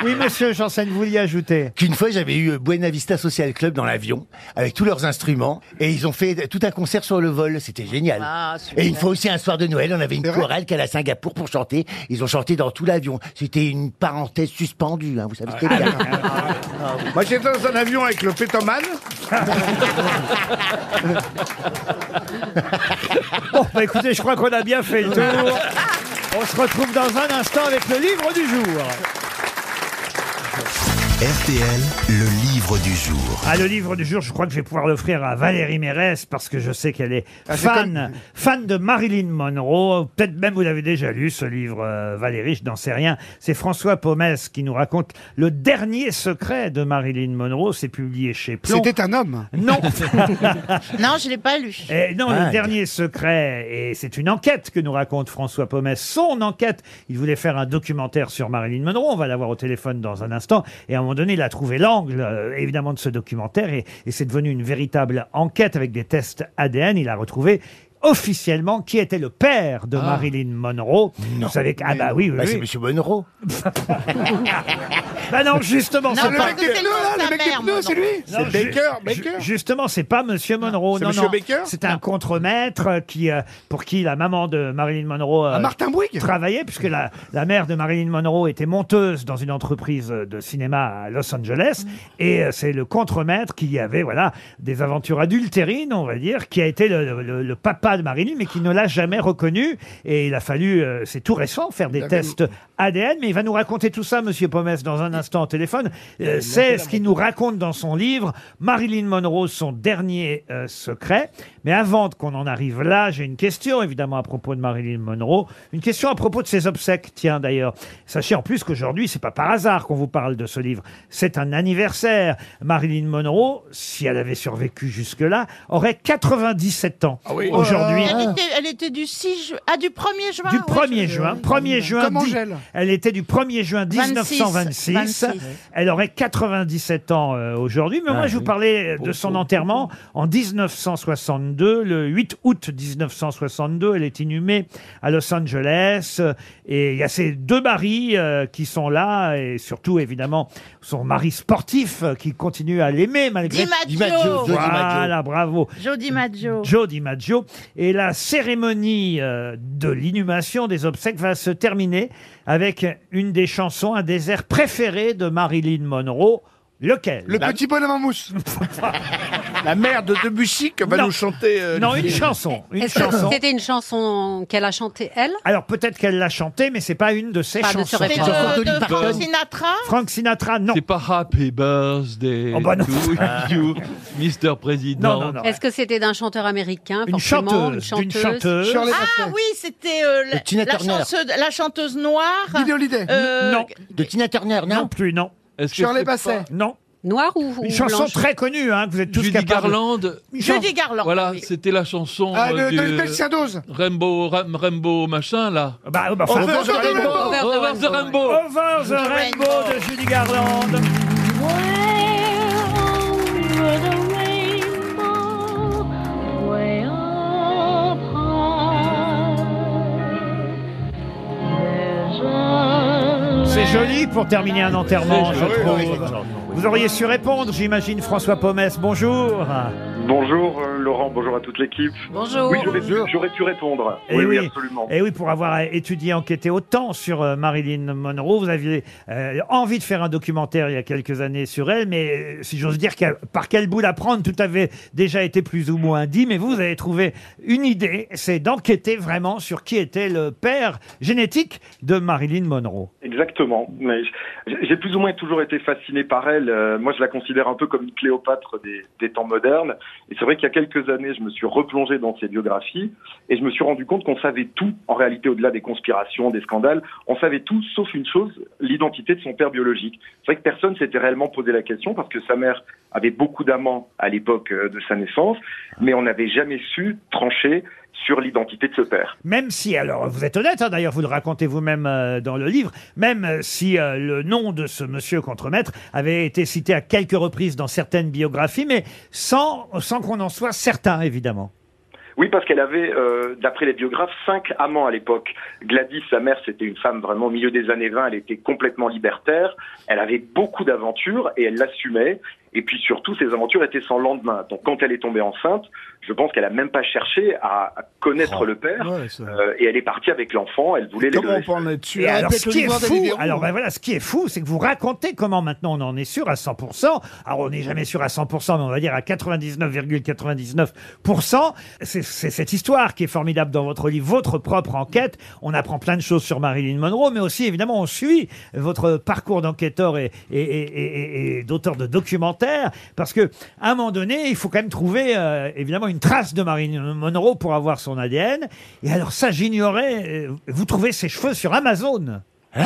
S2: oui, monsieur Janssen, vous y ajoutez.
S4: Qu'une fois, j'avais eu euh, Buena Vista Social Club dans l'avion, avec tous leurs instruments, et ils ont fait tout un concert sur le vol. C'était génial.
S11: Ah, super.
S4: et une fois aussi, un soir de Noël, on avait une
S11: C'est vrai
S4: chorale qu'elle à Singapour pour chanter. Ils ont chanté dans tout l'avion. C'était une parenthèse suspendue, hein, vous savez ce que
S8: Moi, j'étais dans un avion avec le pétoman.
S2: Bon, bah écoutez, je crois qu'on a bien fait le tour. On se retrouve dans un instant avec le livre du jour.
S1: RTL, le livre du jour.
S2: Ah, le livre du jour, je crois que je vais pouvoir l'offrir à Valérie Mérès parce que je sais qu'elle est
S11: Ah, c'est
S2: fan, fan de Marilyn Monroe. Peut-être même vous l'avez déjà lu, ce livre, euh, Valérie, je n'en sais rien. C'est François Pomès qui nous raconte le dernier secret de Marilyn Monroe. C'est publié chez Plon.
S6: C'était un homme.
S2: Non.
S3: Non, je ne l'ai pas lu.
S2: Eh non,
S6: Ah,
S2: le dernier secret, et c'est une enquête que nous raconte François Pomès, son enquête. Il voulait faire un documentaire sur Marilyn Monroe, on va l'avoir au téléphone dans un instant, et à un moment donné, il a trouvé l'angle, euh, évidemment, de ce documentaire, et, et c'est devenu une véritable enquête avec des tests ADN. Il a retrouvé officiellement qui était le père de Marilyn Monroe. Vous savez que... Ah bah oui, oui,
S4: Ah. Bah,
S2: oui.
S4: c'est Monsieur Monroe.
S2: bah non, justement,
S6: Non,
S2: c'est
S6: le
S2: pas-
S6: mec des pneus, là, le mec des pneus, c'est lui.
S2: Non, ju- ju- Justement, c'est pas Monsieur Monroe.
S6: C'est
S2: non,
S6: Monsieur
S2: non.
S6: Baker
S2: C'est un contremaître euh, qui, euh, pour qui la maman de Marilyn Monroe euh,
S6: Ah, Martin Bouygues
S2: travaillait, puisque la, la mère de Marilyn Monroe était monteuse dans une entreprise euh, de cinéma à Los Angeles.
S6: Mm.
S2: Et euh, c'est le contremaître qui avait voilà, des aventures adultérines, on va dire, qui a été le, le- le papa de Marilyn, mais qui ne l'a jamais reconnu. Et il a fallu, euh, c'est tout récent, faire des
S11: avait-
S2: tests ADN. Mais il va nous raconter tout ça, Monsieur Pomès, dans un instant au téléphone. Euh, c'est ce qu'il nous raconte dans son livre, Marilyn Monroe, son dernier euh, secret. Mais avant qu'on en arrive là, j'ai une question évidemment à propos de Marilyn Monroe, une question à propos de ses obsèques. Tiens d'ailleurs, sachez en plus qu'aujourd'hui, c'est pas par hasard qu'on vous parle de ce livre. C'est un anniversaire. Marilyn Monroe, si elle avait survécu jusque-là, aurait 97 ans
S11: Ah oui.
S2: aujourd'hui.
S3: Elle était, elle était du 6 juin. Ah, du 1er juin.
S2: Du
S3: ouais,
S2: 1er
S3: je-
S2: juin. 1er juin.
S3: Comme
S2: dix-
S3: Angèle.
S2: Elle était du 1er juin 1926.
S3: 26.
S2: Elle aurait 97 ans euh, aujourd'hui. Mais
S11: Ah,
S2: moi, je vous
S11: oui.
S2: parlais de son enterrement en 1962. Le 8 août 1962, elle est inhumée à Los Angeles. Euh, Et il y a ses deux maris euh, qui sont là. Et surtout, évidemment, son mari sportif euh, qui continue à l'aimer malgré
S3: Di Maggio. Di Maggio.
S2: Voilà, bravo.
S3: Jody Maggio.
S2: Joe DiMaggio. Et la cérémonie euh, de l'inhumation des obsèques va se terminer avec une des chansons, un des airs préférés de Marilyn Monroe. Lequel Le petit
S6: bonhomme en mousse.
S2: la mère de Debussy que
S8: va nous chanter, euh,
S2: non, une
S8: Lily.
S2: chanson. Une
S5: Est-ce que
S2: chanson.
S5: C'était une chanson qu'elle a chantée, elle
S2: Alors peut-être qu'elle l'a chantée, mais c'est pas une de ses
S5: Pas de
S2: chansons.
S5: ce répertoire. C'est de-
S3: De Frank Sinatra.
S2: Frank Sinatra, non.
S7: C'est pas Happy Birthday
S2: Oh, bah non.
S7: to you, Mr. Président.
S5: Est-ce que c'était d'un chanteur américain
S7: Une
S5: forcément,
S7: chanteuse,
S5: Une
S7: d'une
S5: chanteuse.
S7: chanteuse. Shirley
S3: Ah oui, c'était euh,
S5: De Tina
S3: la, la
S5: Turner.
S3: chanteuse, la chanteuse noire. euh,
S2: non. De Tina Turner, non Non plus, non.
S7: Est-ce que
S3: Shirley
S7: c'est
S3: Bassey.
S7: pas-
S2: Non.
S5: Noire ou, ou
S2: Une chanson
S5: blanche
S2: très connue, hein, que vous êtes tous
S7: Judy
S2: capables.
S7: Garland.
S3: Judy Garland.
S7: Voilà, c'était la chanson.
S2: Ah,
S7: euh,
S2: de- de
S7: du-
S2: Pelsiados.
S7: Rainbow, Ram- Rainbow, machin, là.
S2: Bah,
S7: bah,
S2: enfin-
S7: Over the
S2: Over the
S7: Rainbow.
S2: Rainbow.
S7: Over the Rainbow.
S2: Over the Rainbow de Judy Garland. C'est joli pour terminer un enterrement, je
S11: C'est joli, oui,
S2: trouve. Vous auriez su répondre, j'imagine, François Pomès. Bonjour.
S12: Bonjour euh, Laurent, bonjour à toute l'équipe.
S5: Bonjour.
S12: Oui, j'aurais pu- j'aurais pu répondre.
S2: Eh
S12: oui, oui,
S2: oui.
S12: absolument.
S2: Et oui, pour avoir étudié, enquêté autant sur euh, Marilyn Monroe, vous aviez euh, envie de faire un documentaire il y a quelques années sur elle, mais euh, si j'ose dire, qu'à- par quel bout la prendre, tout avait déjà été plus ou moins dit, mais vous vous avez trouvé une idée, c'est d'enquêter vraiment sur qui était le père génétique de Marilyn Monroe.
S12: Exactement. Mais j- j'ai plus ou moins toujours été fasciné par elle. Euh, moi, je la considère un peu comme une Cléopâtre des, des temps modernes. Et c'est vrai qu'il y a quelques années, je me suis replongé dans ses biographies et je me suis rendu compte qu'on savait tout, en réalité, au-delà des conspirations, des scandales, on savait tout sauf une chose, l'identité de son père biologique. C'est vrai que personne s'était réellement posé la question parce que sa mère avait beaucoup d'amants à l'époque euh, de sa naissance, mais on n'avait jamais su trancher sur l'identité de ce père.
S2: Même si, alors vous êtes honnête, hein, d'ailleurs vous le racontez vous-même euh, dans le livre, même euh, si euh, le nom de ce monsieur contremaître avait été cité à quelques reprises dans certaines biographies, mais sans, sans qu'on en soit certain, évidemment.
S12: Oui, parce qu'elle avait, euh, d'après les biographes, cinq amants à l'époque. Gladys, sa mère, c'était une femme vraiment au milieu des années 20, elle était complètement libertaire, elle avait beaucoup d'aventures et elle l'assumait. Et puis surtout, ces aventures étaient sans lendemain. Donc quand elle est tombée enceinte, je pense qu'elle a même pas cherché à à connaître
S8: Oh.
S12: le père.
S8: Ouais, ça-
S12: euh, et elle est partie avec l'enfant, elle voulait
S8: Comment
S12: l'élever.
S8: on peut en être sûr
S2: Et alors,
S8: Arrêtez
S2: ce
S8: de
S2: qui
S8: nous
S2: est
S8: vendre des
S2: fou,
S8: libéraux. hein.
S2: alors ben voilà, ce qui est fou, c'est que vous racontez comment maintenant on en est sûr à 100%. Alors, on n'est jamais sûr à 100%, mais on va dire à 99,99%. C'est c'est cette histoire qui est formidable dans votre livre, votre propre enquête. On apprend plein de choses sur Marilyn Monroe, mais aussi, évidemment, on suit votre parcours d'enquêteur et, et- et- et- et- et d'auteur de documentaires, parce que à un moment donné, il faut quand même trouver, euh, évidemment, une trace de Marilyn Monroe pour avoir son ADN. Et alors ça, j'ignorais, euh, vous trouvez ses cheveux sur Amazon.
S12: Euh,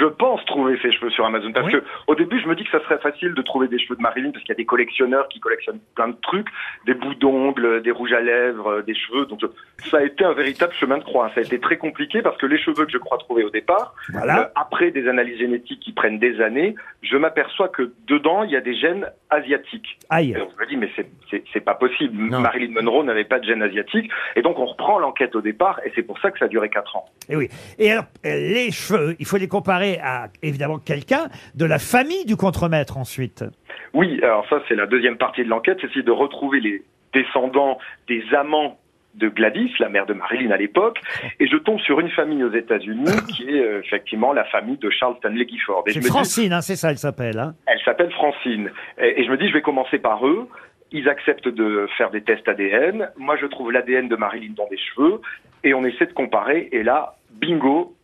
S12: je pense trouver ses cheveux sur Amazon parce que au début je me dis que ça serait facile de trouver des cheveux de Marilyn parce qu'il y a des collectionneurs qui collectionnent plein de trucs, des bouts d'ongles, des rouges à lèvres, euh, des cheveux. Donc je- ça a été un véritable chemin de croix. Ça a été très compliqué parce que les cheveux que je crois trouver au départ, euh, après des analyses génétiques qui prennent des années, je m'aperçois que dedans il y a des gènes asiatiques.
S2: Aïe.
S12: Et donc, je me dis mais c'est- c'est c'est pas possible. Marilyn Monroe n'avait pas de gènes asiatiques et donc on reprend l'enquête au départ et c'est pour ça que ça a duré quatre ans.
S2: Et Eh oui. Et alors, euh, les cheveux, il faut les comparer à, évidemment, quelqu'un de la famille du contremaître ensuite.
S12: Oui, alors ça c'est la deuxième partie de l'enquête, c'est essayer de retrouver les descendants des amants de Gladys, la mère de Marilyn à l'époque, et je tombe sur une famille aux États-Unis qui est euh, effectivement la famille de Charles Stanley Gifford. Et je
S2: C'est
S12: me dis-
S2: Francine, hein, c'est ça, elle s'appelle. hein.
S12: elle s'appelle Francine. Et, et je me dis, je vais commencer par eux. Ils acceptent de faire des tests ADN. Moi, je trouve l'ADN de Marilyn dans des cheveux. Et on essaie de comparer. Et là, bingo,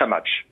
S12: ça match.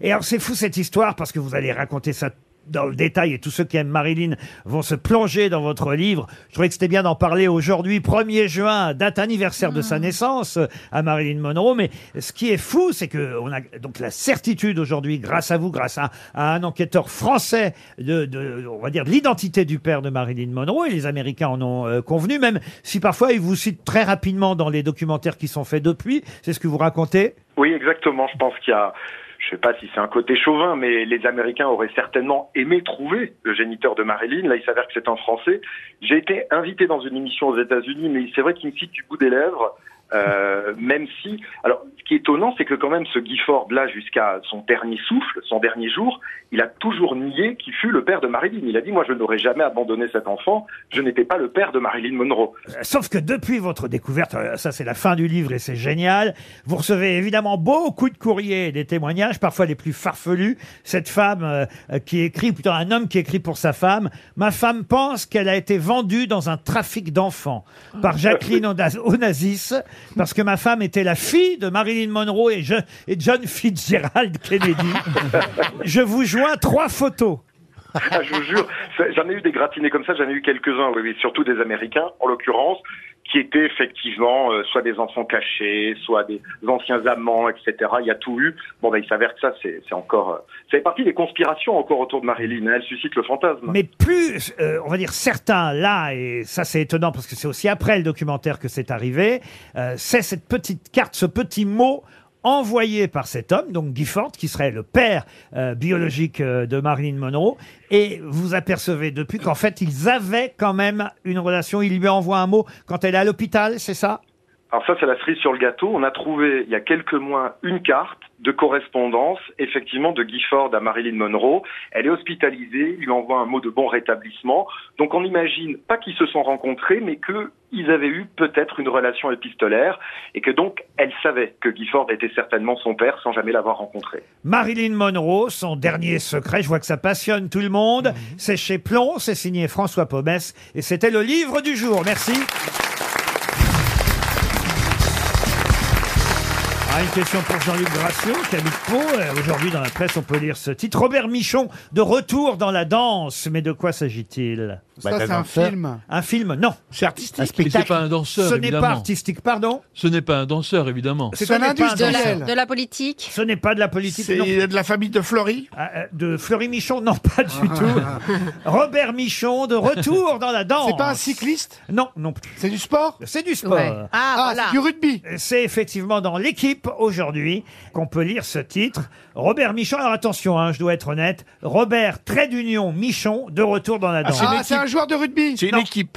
S2: Et alors, c'est fou cette histoire parce que vous allez raconter ça dans le détail et tous ceux qui aiment Marilyn vont se plonger dans votre livre. Je trouvais que c'était bien d'en parler aujourd'hui, 1er juin, date anniversaire de sa naissance euh, à Marilyn Monroe. Mais ce qui est fou, c'est que on a donc la certitude aujourd'hui, grâce à vous, grâce à, à un enquêteur français de, de- on va dire, de l'identité du père de Marilyn Monroe. Et les Américains en ont euh, convenu, même si parfois ils vous citent très rapidement dans les documentaires qui sont faits depuis. C'est ce que vous racontez.
S12: Oui, exactement. Je pense qu'il y a, je sais pas si c'est un côté chauvin, mais les Américains auraient certainement aimé trouver le géniteur de Marilyn. Là, il s'avère que c'est un Français. J'ai été invité dans une émission aux États-Unis, mais c'est vrai qu'il me cite du bout des lèvres. euh, même si, alors, ce qui est étonnant, c'est que quand même ce Guy Ford, là, jusqu'à son dernier souffle, son dernier jour, il a toujours nié qu'il fut le père de Marilyn. Il a dit, moi, je n'aurais jamais abandonné cet enfant. Je n'étais pas le père de Marilyn Monroe.
S2: Sauf que depuis votre découverte, euh, ça c'est la fin du livre et c'est génial, vous recevez évidemment beaucoup de courriers et des témoignages, parfois les plus farfelus. Cette femme euh, euh, qui écrit, plutôt un homme qui écrit pour sa femme, ma femme pense qu'elle a été vendue dans un trafic d'enfants par Jacqueline Ona- Onassis, parce que ma femme était la fille de Marilyn Monroe et, je- et John Fitzgerald Kennedy. je vous joins trois photos.
S12: Ah, je vous jure, c'est- j'en ai eu des gratinés comme ça, j'en ai eu quelques-uns, oui, oui, surtout des Américains, en l'occurrence, qui étaient effectivement euh, soit des enfants cachés, soit des anciens amants, etc. Il y a tout eu. Bon, ben, il s'avère que ça, c'est c'est encore... euh, ça fait partie des conspirations encore autour de Marilyn, hein, elle suscite le fantasme.
S2: Mais plus, euh, on va dire, certains là, et ça c'est étonnant parce que c'est aussi après le documentaire que c'est arrivé, euh, c'est cette petite carte, ce petit mot envoyé par cet homme, donc Guy Ford, qui serait le père euh, biologique euh, de Marilyn Monroe, et vous apercevez depuis qu'en fait ils avaient quand même une relation, il lui envoie un mot quand elle est à l'hôpital, c'est ça
S12: Alors ça, c'est la cerise sur le gâteau. On a trouvé, il y a quelques mois, une carte de correspondance, effectivement, de Guy Ford à Marilyn Monroe. Elle est hospitalisée, il lui envoie un mot de bon rétablissement. Donc on imagine, pas qu'ils se sont rencontrés, mais qu'ils avaient eu peut-être une relation épistolaire, et que donc elle savait que Guy Ford était certainement son père sans jamais l'avoir rencontré.
S2: Marilyn Monroe, son dernier secret, je vois que ça passionne tout le monde, c'est chez Plon, c'est signé François Pomès, et c'était le livre du jour, merci. Ah, une question pour Jean-Luc Gracieux, qui habite Pau. Euh, Aujourd'hui, dans la presse, on peut lire ce titre. Robert Michon, de retour dans la danse. Mais de quoi s'agit-il
S6: Ça, Bah, d'un c'est un danseur. film.
S2: Un film, non. C'est artistique.
S7: Un spectacle. Mais c'est pas un danseur,
S2: Ce n'est
S7: évidemment.
S2: pas artistique, pardon
S7: Ce n'est pas un danseur, évidemment.
S2: Ce n'est pas
S5: de la,
S2: danseur.
S5: de la politique.
S2: Ce n'est pas de la politique.
S5: C'est
S2: de la famille de Fleury euh, De Fleury Michon Non, pas du tout. Robert Michon, de retour dans la danse.
S6: C'est pas un
S2: cycliste Non, non plus. C'est du sport C'est du sport.
S6: Ouais. Ah,
S2: Ah,
S6: voilà.
S2: c'est du rugby. C'est effectivement dans l'équipe aujourd'hui qu'on peut lire ce titre. Robert Michon, alors attention, hein, je dois être honnête. Robert Trait d'Union Michon, de retour dans la danse.
S6: Ah, c'est un joueur de rugby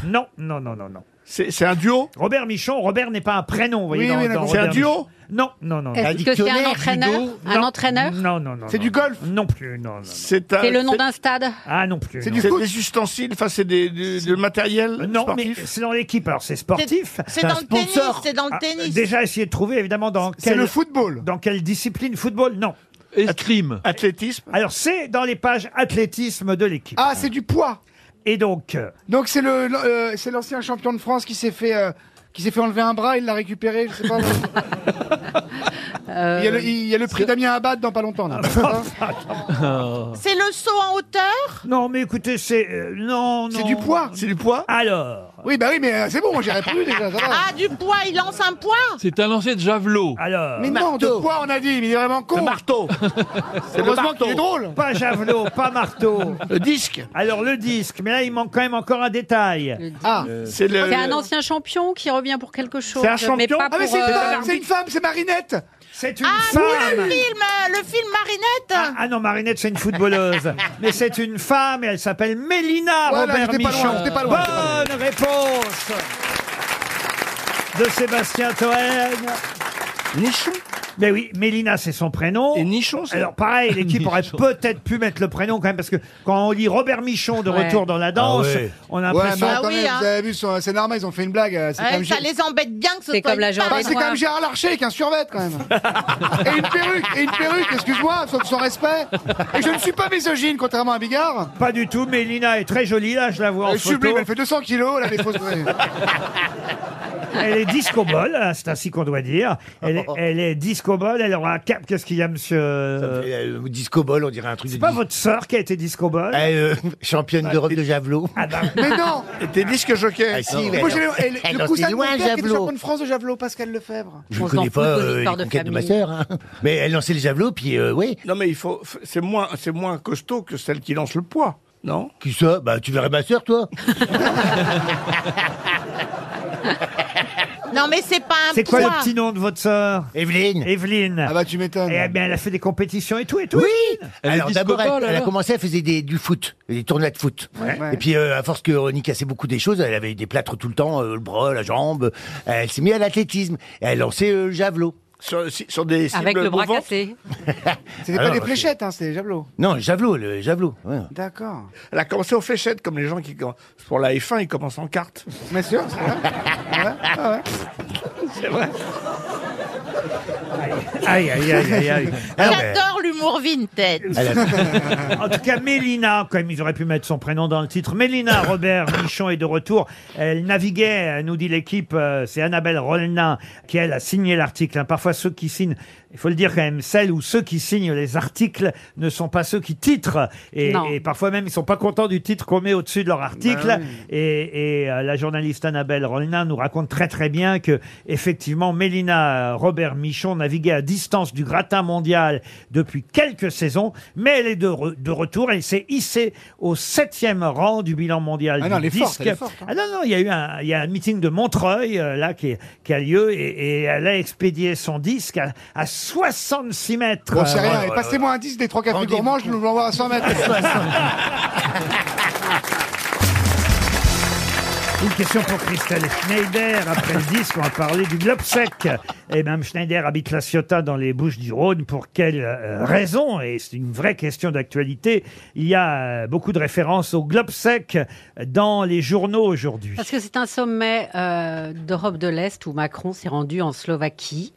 S2: Non. Non, non, non, non. non. C'est un duo Robert Michon, Robert n'est pas un prénom, vous voyez.
S6: Oui,
S2: dans-
S6: oui,
S2: dans
S6: d'accord. C'est un
S2: Robert
S6: duo
S2: Michon. Non, non, non. non.
S5: Est-ce que c'est un entraîneur
S8: Ah,
S5: Un
S2: Non.
S5: entraîneur
S2: Non, non, non.
S5: C'est
S2: non,
S5: du
S2: non.
S5: golf
S2: Non plus, non, non.
S8: C'est
S5: C'est le nom d'un stade
S2: Ah non plus.
S8: C'est
S2: non.
S8: du foot. des ustensiles, enfin c'est des, du, du matériel
S2: Non, mais
S8: sportif.
S2: c'est dans l'équipe, alors c'est sportif.
S8: C'est- c'est dans le
S2: sponsor. Ah,
S8: tennis, c'est dans le tennis.
S2: déjà essayé de trouver évidemment dans
S6: C'est
S2: quel-
S6: le football.
S2: Dans quelle discipline Football, non.
S7: Escrime.
S2: Athlétisme. Alors c'est dans les pages athlétisme de l'équipe.
S6: Ah, c'est du poids.
S2: Et donc euh,
S6: Donc c'est le, le- euh, c'est l'ancien champion de France qui s'est fait euh, qui s'est fait enlever un bras, il l'a récupéré, je sais pas. il, y a le, il y a le prix Damien Abad dans pas longtemps. là.
S4: Oh.
S3: C'est le saut en hauteur
S2: Non, mais écoutez, c'est. euh, non, non.
S6: C'est du poids.
S2: C'est du poids Alors.
S6: Oui, bah oui, mais euh, c'est bon, j'ai répondu déjà. Ça va.
S3: Ah, du poids, il lance un poids
S7: C'est un lancer de javelot.
S2: Alors.
S6: Euh, Mais non, de poids on a dit, mais il est vraiment con.
S8: marteau.
S6: Heureusement qu'il est drôle.
S2: Pas javelot, pas marteau.
S8: Le disque.
S2: Alors le disque, mais là il manque quand même encore un détail. Euh,
S6: Ah,
S8: c'est le-
S5: C'est un ancien champion qui revient pour quelque chose.
S2: C'est un
S5: Mais
S2: champion
S5: pas
S6: Ah mais
S5: pour,
S6: c'est une
S5: euh,
S6: femme, c'est une femme, c'est Marinette.
S2: C'est une
S3: Ah,
S2: femme.
S3: oui, le film, euh, le film Marinette
S2: Ah non, Marinette, c'est une footballeuse. Mais c'est une femme et elle s'appelle Mélina
S6: Voilà,
S2: Robert
S6: j'étais pas loin,
S2: Michon.
S6: j'étais pas loin,
S2: Bonne réponse de Sébastien Toen. Nichon mais oui, Mélina, c'est son prénom. Et Nichon,
S8: c'est-
S2: Alors, pareil, l'équipe aurait peut-être pu mettre le prénom quand même, parce que quand on lit Robert Michon de
S6: Ouais.
S2: retour dans la danse,
S6: Ah ouais.
S2: on a
S6: Ouais, mais
S2: l'impression.
S6: attendez,
S3: oui, hein.
S6: vous avez vu sur c'est normal, ils ont fait une blague. euh, C'est
S3: Ouais,
S6: quand même
S3: Ça
S6: Gé-
S3: les embête bien que ce soit
S6: C'est comme la
S3: une femme.
S6: Bah, c'est quand même Gérard Larcher avec un survêt quand même. et une perruque, et une perruque, excuse-moi, sauf son respect. Et je ne suis pas misogyne, contrairement à Bigard.
S2: Pas du tout, Mélina est très jolie, là, je la vois en
S6: Elle est
S2: photo.
S6: sublime, elle fait 200 kilos, elle a des fausses.
S2: Elle est discobole, hein, c'est ainsi qu'on doit dire. Elle
S4: Oh.
S2: est, elle est discobole, elle aura un cap. Qu'est-ce qu'il y a, monsieur euh,
S4: Discobol, on dirait un truc
S2: C'est
S4: de. Eh, euh,
S2: pas votre sœur qui a été discobole
S4: championne d'Europe de javelot.
S6: Mais non
S4: T'es disque jockey.
S6: Moi, j'ai le- et le- le coussin
S4: c'est
S6: de mon
S4: loin,
S6: père qui était
S4: javelot.
S6: champion de France de javelot, Pascal Lefebvre.
S4: Je
S6: On
S4: ne
S6: s'en
S4: connais
S6: fout
S4: pas
S6: de vos
S4: euh, les
S6: histoires
S4: conquêtes de ma
S6: famille.
S4: sœur. hein. Mais elle lançait le javelot, puis euh, oui.
S8: Non, mais il faut. f- C'est moins, c'est moins costaud que celle qui lance le poids, non
S4: Qui ça Bah, tu verrais ma sœur, toi.
S3: Non, mais c'est pas un
S2: C'est quoi le
S3: poids.
S2: petit nom de votre sœur
S4: Evelyne.
S2: Evelyne. Ah
S6: bah tu m'étonnes.
S2: Eh bien, elle a fait des compétitions et tout et tout.
S4: Oui.
S2: Evelyne.
S4: alors d'abord, elle, elle a commencé, elle faisait des, du foot, des tournois de foot.
S2: Ouais. Ouais.
S4: Et puis, euh, à force que Ronnie cassait beaucoup des choses, elle avait des plâtres tout le temps, euh, le bras, la jambe. Elle s'est mise à l'athlétisme. Et Elle lançait euh, le javelot.
S8: Sur, sur des
S6: Avec le bras
S5: cassé.
S6: C'était
S4: Ah
S6: pas des fléchettes, hein, c'était des javelots.
S4: Non, le javelot, le javelot. ouais.
S6: D'accord.
S8: Elle a commencé aux fléchettes, comme les gens qui. com- Pour la F1, ils commencent en carte.
S6: Bien sûr, c'est vrai.
S8: C'est vrai.
S2: Aïe, aïe, aïe, aïe, aïe. Ah ben.
S4: Ah ben.
S3: J'adore l'humour vintage.
S2: en tout cas, Mélina, quand même, ils auraient pu mettre son prénom dans le titre. Mélina Robert Michon est de retour. Elle naviguait, nous dit l'équipe, euh, c'est Annabelle Rolnin qui, elle, a signé l'article. hein. Parfois, ceux qui signent, il faut le dire quand même, celles ou ceux qui signent les articles ne sont pas ceux qui titrent. Et,
S11: Non.
S2: et parfois même, ils sont pas contents du titre qu'on met au-dessus de leur article.
S11: Ben oui.
S2: Et, et, euh, la journaliste Annabelle Rolnin nous raconte très très bien que effectivement Mélina euh, Robert Michon naviguait à distance du gratin mondial depuis quelques saisons, mais elle est de, re- de retour. Elle s'est hissée au septième rang du bilan mondial
S6: Ah
S2: du
S6: non, elle est forte,
S2: disque.
S6: elle est forte, hein.
S2: Ah non non, il y a eu un, il y a un meeting de Montreuil euh, là qui, est- qui a lieu et, et elle a expédié son disque à, à 66 mètres.
S6: Bon, c'est rien.
S2: Euh,
S6: et Passez-moi un 10 des trois cafés
S2: Rendez-vous.
S6: gourmands, je nous l'envoie à 100 mètres.
S2: Une question pour Christelle Schneider. Après le disque, on va parler du globe sec. Et Mme Schneider habite la Ciotat dans les Bouches-du-Rhône. Pour quelle euh, raison Et c'est une vraie question d'actualité. Il y a euh, beaucoup de références au globe sec dans les journaux aujourd'hui.
S5: Parce que c'est un sommet euh, d'Europe de l'Est où Macron s'est rendu en Slovaquie.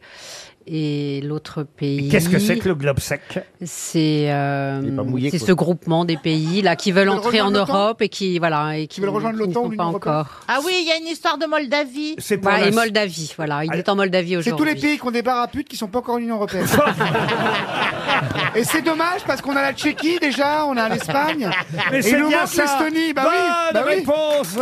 S5: Et l'autre pays.
S2: Qu'est-ce que c'est que le globe sec
S5: C'est euh,
S2: Il est pas mouillé,
S5: c'est
S2: quoi.
S5: ce groupement des pays là qui veulent
S3: Ils veulent
S5: entrer en
S3: rejoindre l'OTAN
S5: Europe et qui voilà et qui,
S3: veulent rejoindre
S5: qui n'y
S3: l'OTAN
S5: sont
S3: ou
S5: pas
S3: l'Union européenne
S5: encore.
S3: Ah oui, il y a une histoire de Moldavie.
S2: C'est
S5: Voilà, Bah, et Moldavie, voilà, il est en Moldavie
S6: C'est tous
S5: aujourd'hui.
S6: les pays qui ont des barres à putes qui sont pas encore en Union Européenne. et c'est dommage parce qu'on a la Tchéquie déjà, on a l'Espagne.
S2: Mais
S6: Et il
S2: c'est
S6: nous
S2: bien
S6: manque
S2: ça.
S6: l'Estonie. Bah
S2: Bonne
S6: oui, bah oui.
S2: réponse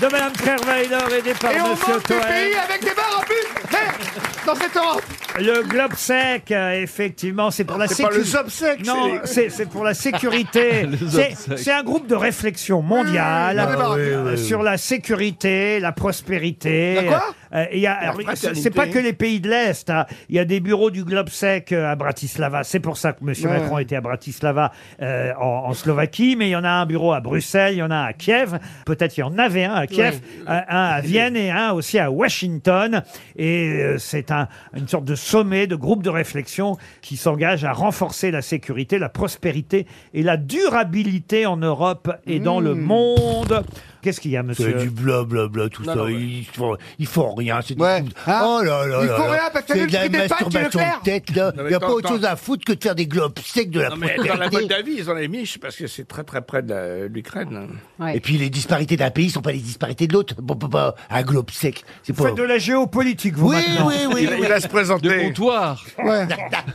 S2: de Mme Kerveyler aidée par
S6: Et on
S2: Monsieur
S6: manque des
S2: Toen.
S6: pays avec des barres à putes eh, dans cette Europe.
S2: Le globe sec, euh, effectivement, c'est pour la
S6: C'est pas
S2: sécu-
S6: le Zobsec,
S2: Non,
S6: c'est les-
S2: c'est c'est pour la sécurité.
S6: Le
S2: C'est-
S6: Zobsec.
S2: c'est un groupe de réflexion mondiale
S6: Ah, oui,
S2: euh,
S6: oui, oui.
S2: sur la sécurité, la prospérité.
S6: La quoi
S2: Euh, et il y a- alors, c'est
S6: fraternité.
S2: c'est pas que les pays de l'Est. hein. Il y a des bureaux du globe sec euh, à Bratislava. C'est pour ça que M.
S6: Ouais.
S2: Macron était à Bratislava euh, en, en Slovaquie. Mais il y en a un bureau à Bruxelles, il y en a un à Kiev. Peut-être il y en avait un à Kiev, un un à Vienne et un aussi à Washington. Et euh, c'est un, une sorte de sommet, de groupe de réflexion qui s'engage à renforcer la sécurité, la prospérité et la durabilité en Europe et dans le monde. Qu'est-ce qu'il y a,
S4: C'est
S2: monsieur
S4: du blablabla, tout
S2: Euh, Non,
S4: ça.
S2: non, ouais. Ah,
S4: Ils, font, ils font rien. C'est du-
S6: hein.
S4: Oh là là
S6: Ils
S4: là
S6: font
S4: là.
S6: rien parce que t'as
S4: C'est
S6: vu
S4: de
S6: le
S4: la
S6: prix des pâtes,
S4: masturbation
S6: Leclerc
S4: de tête, là.
S8: Non,
S4: Il
S8: mais
S4: n'y a
S8: quand-
S4: pas autre
S8: quand-
S4: chose à foutre que de faire des globes secs de la
S8: Non, mais dans la
S4: prospérité.
S8: Moldavie, ils en avaient mis, parce que c'est très très près de la- de l'Ukraine.
S4: Et puis les disparités d'un pays sont pas les disparités de l'autre. Bon, bon, bon, un globe sec. C'est pas.
S2: Faites de la géopolitique, vous,
S4: Oui,
S2: maintenant.
S4: oui, oui, Il va- oui. il va se présenter.
S7: De comptoir.
S6: Ouais.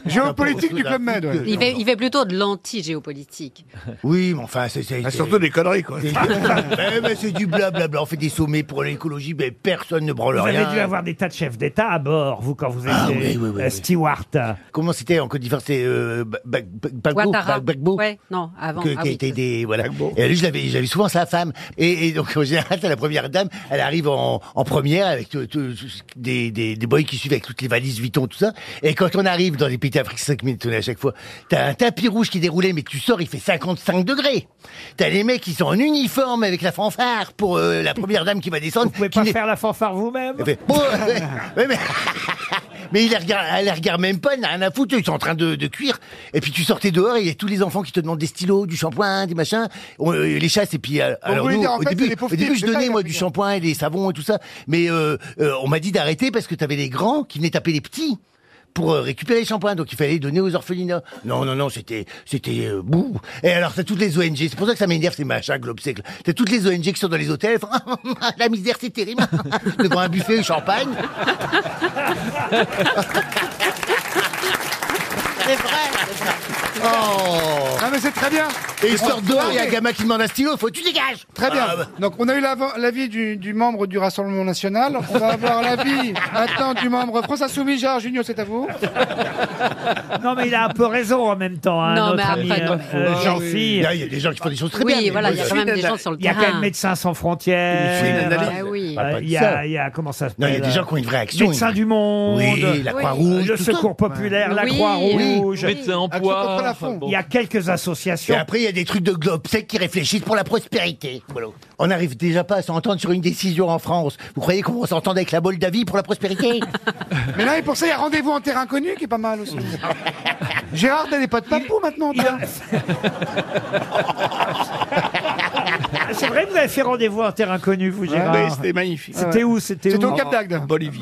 S4: Géopolitique du Club Med, ouais.
S5: Il fait, il fait plutôt de l'anti-géopolitique.
S4: Oui, mais enfin, c'est. c'est-
S8: surtout des conneries, quoi.
S4: Eh ben, c'est du blablabla. On fait des sommets pour l'écologie, mais personne ne branle
S2: Vous
S4: Oh, rien.
S2: avez dû avoir des tas de chefs d'État à bord, vous, quand vous étiez
S4: Ah oui, oui, oui,
S2: euh,
S4: oui.
S2: steward.
S4: Ah. Comment c'était en Côte d'Ivoire C'était euh, Ba- Ba- Ba- Bagbo,
S5: Ouattara.
S4: Ba- Bagbo
S5: Ouais, non, avant.
S4: que-
S5: ah
S4: qui a
S5: oui.
S4: été des voilà. Et lui, je l'avais, j'avais souvent sa femme. Et, et donc en général, t'as la première dame, elle arrive en, en première avec tout- tout- des, des, des boys qui suivent avec toutes les valises Vuitton, tout ça. Et quand on arrive dans les pays d'Afrique, 5 minutes, on est à chaque fois. T'as un tapis rouge qui déroulait, mais tu sors, il fait 55 degrés. T'as les mecs qui sont en uniforme avec la fanfare pour euh, la première dame qui Eh ben, va descendre. Vous pouvez
S2: pas faire la fanfare vous-même.
S4: mais... Mais il les regarde, elle les regarde même pas, elle n'a rien à foutre, ils sont en train de, de cuire. Et puis tu sortais dehors et il y a tous les enfants qui te demandent des stylos, du shampoing, des machins, on, euh, les chasses. Et puis, euh,
S6: On
S4: alors
S6: voulait
S4: nous,
S6: dire, en
S4: au
S6: fait, c'est
S4: début,
S6: les pauvres
S4: au début
S6: types,
S4: je
S6: c'est ça,
S4: donnais
S6: les
S4: moi du shampoing et des savons et tout ça. Mais euh, euh, on m'a dit d'arrêter parce que t'avais les grands qui venaient taper les petits. pour euh, récupérer les shampoings, donc il fallait les donner aux orphelinats. Non, non, non, c'était, c'était euh, bouh. Et alors t'as toutes les ONG, c'est pour ça que ça m'énerve ces machins globsècles. T'as toutes les ONG qui sont dans les hôtels, elles font, Ah, ah, ah, la misère c'est terrible, devant un buffet au champagne.
S16: C'est vrai.
S4: Oh
S6: Ah mais c'est très bien
S4: Et il sort dehors, il y a un
S6: gamin
S4: qui demande un stylo, faut tu dégages
S6: Très bien.
S4: Ah, bah.
S6: Donc on a eu l'av- l'avis du, du membre du Rassemblement National. On va avoir l'avis maintenant du membre France Insoumise, Gérard Junior, c'est à vous.
S2: Non, mais il a un peu raison en même temps, hein,
S6: Non,
S2: notre ami
S6: mais après,
S2: euh,
S6: non.
S2: euh,
S4: Ah,
S2: Jean-Phi.
S4: oui. Il y a- il y a des gens qui font des choses très
S5: Oui,
S4: bien. mais
S5: voilà,
S4: moi,
S5: il y a
S4: je
S5: quand
S4: suis
S5: même des
S4: d'un-
S5: gens sur le
S2: Il y a quand
S5: terrain.
S2: même Médecins sans
S4: Il fait
S2: frontières.
S4: une analyse.
S2: Euh,
S4: Ah
S5: oui.
S4: Ah, pas
S2: Il
S4: de
S2: y,
S4: ça.
S2: a- il y a, comment ça
S4: Non, il y a des
S2: s'appelle,
S4: gens qui ont une vraie action,
S2: Médecins
S4: une-
S2: du Monde.
S4: Oui, la Croix-Rouge,
S2: Le
S4: tout ça.
S2: Secours Populaire, la
S4: Oui.
S2: Croix-Rouge.
S4: Oui. Médecins en Action poire, contre la enfin faim. bon.
S2: Il y a quelques
S4: Et
S2: associations.
S4: après, il y a des trucs de globsec qui réfléchissent pour la prospérité. Voilà. On n'arrive déjà pas à s'entendre sur une décision en France. Vous croyez qu'on va s'entendre avec la Moldavie pour la prospérité
S6: Mais là, et pour ça, il y a rendez-vous en terrain connu qui est pas mal aussi. Gérard, t'as des potes papou maintenant, toi
S2: Ah, C'est vrai, vous avez fait rendez-vous en terrain connu, vous, Gérard.
S8: Mais c'était magnifique.
S2: C'était où C'était
S8: C'était
S2: où
S8: au Cap d'Agde. En Bolivie.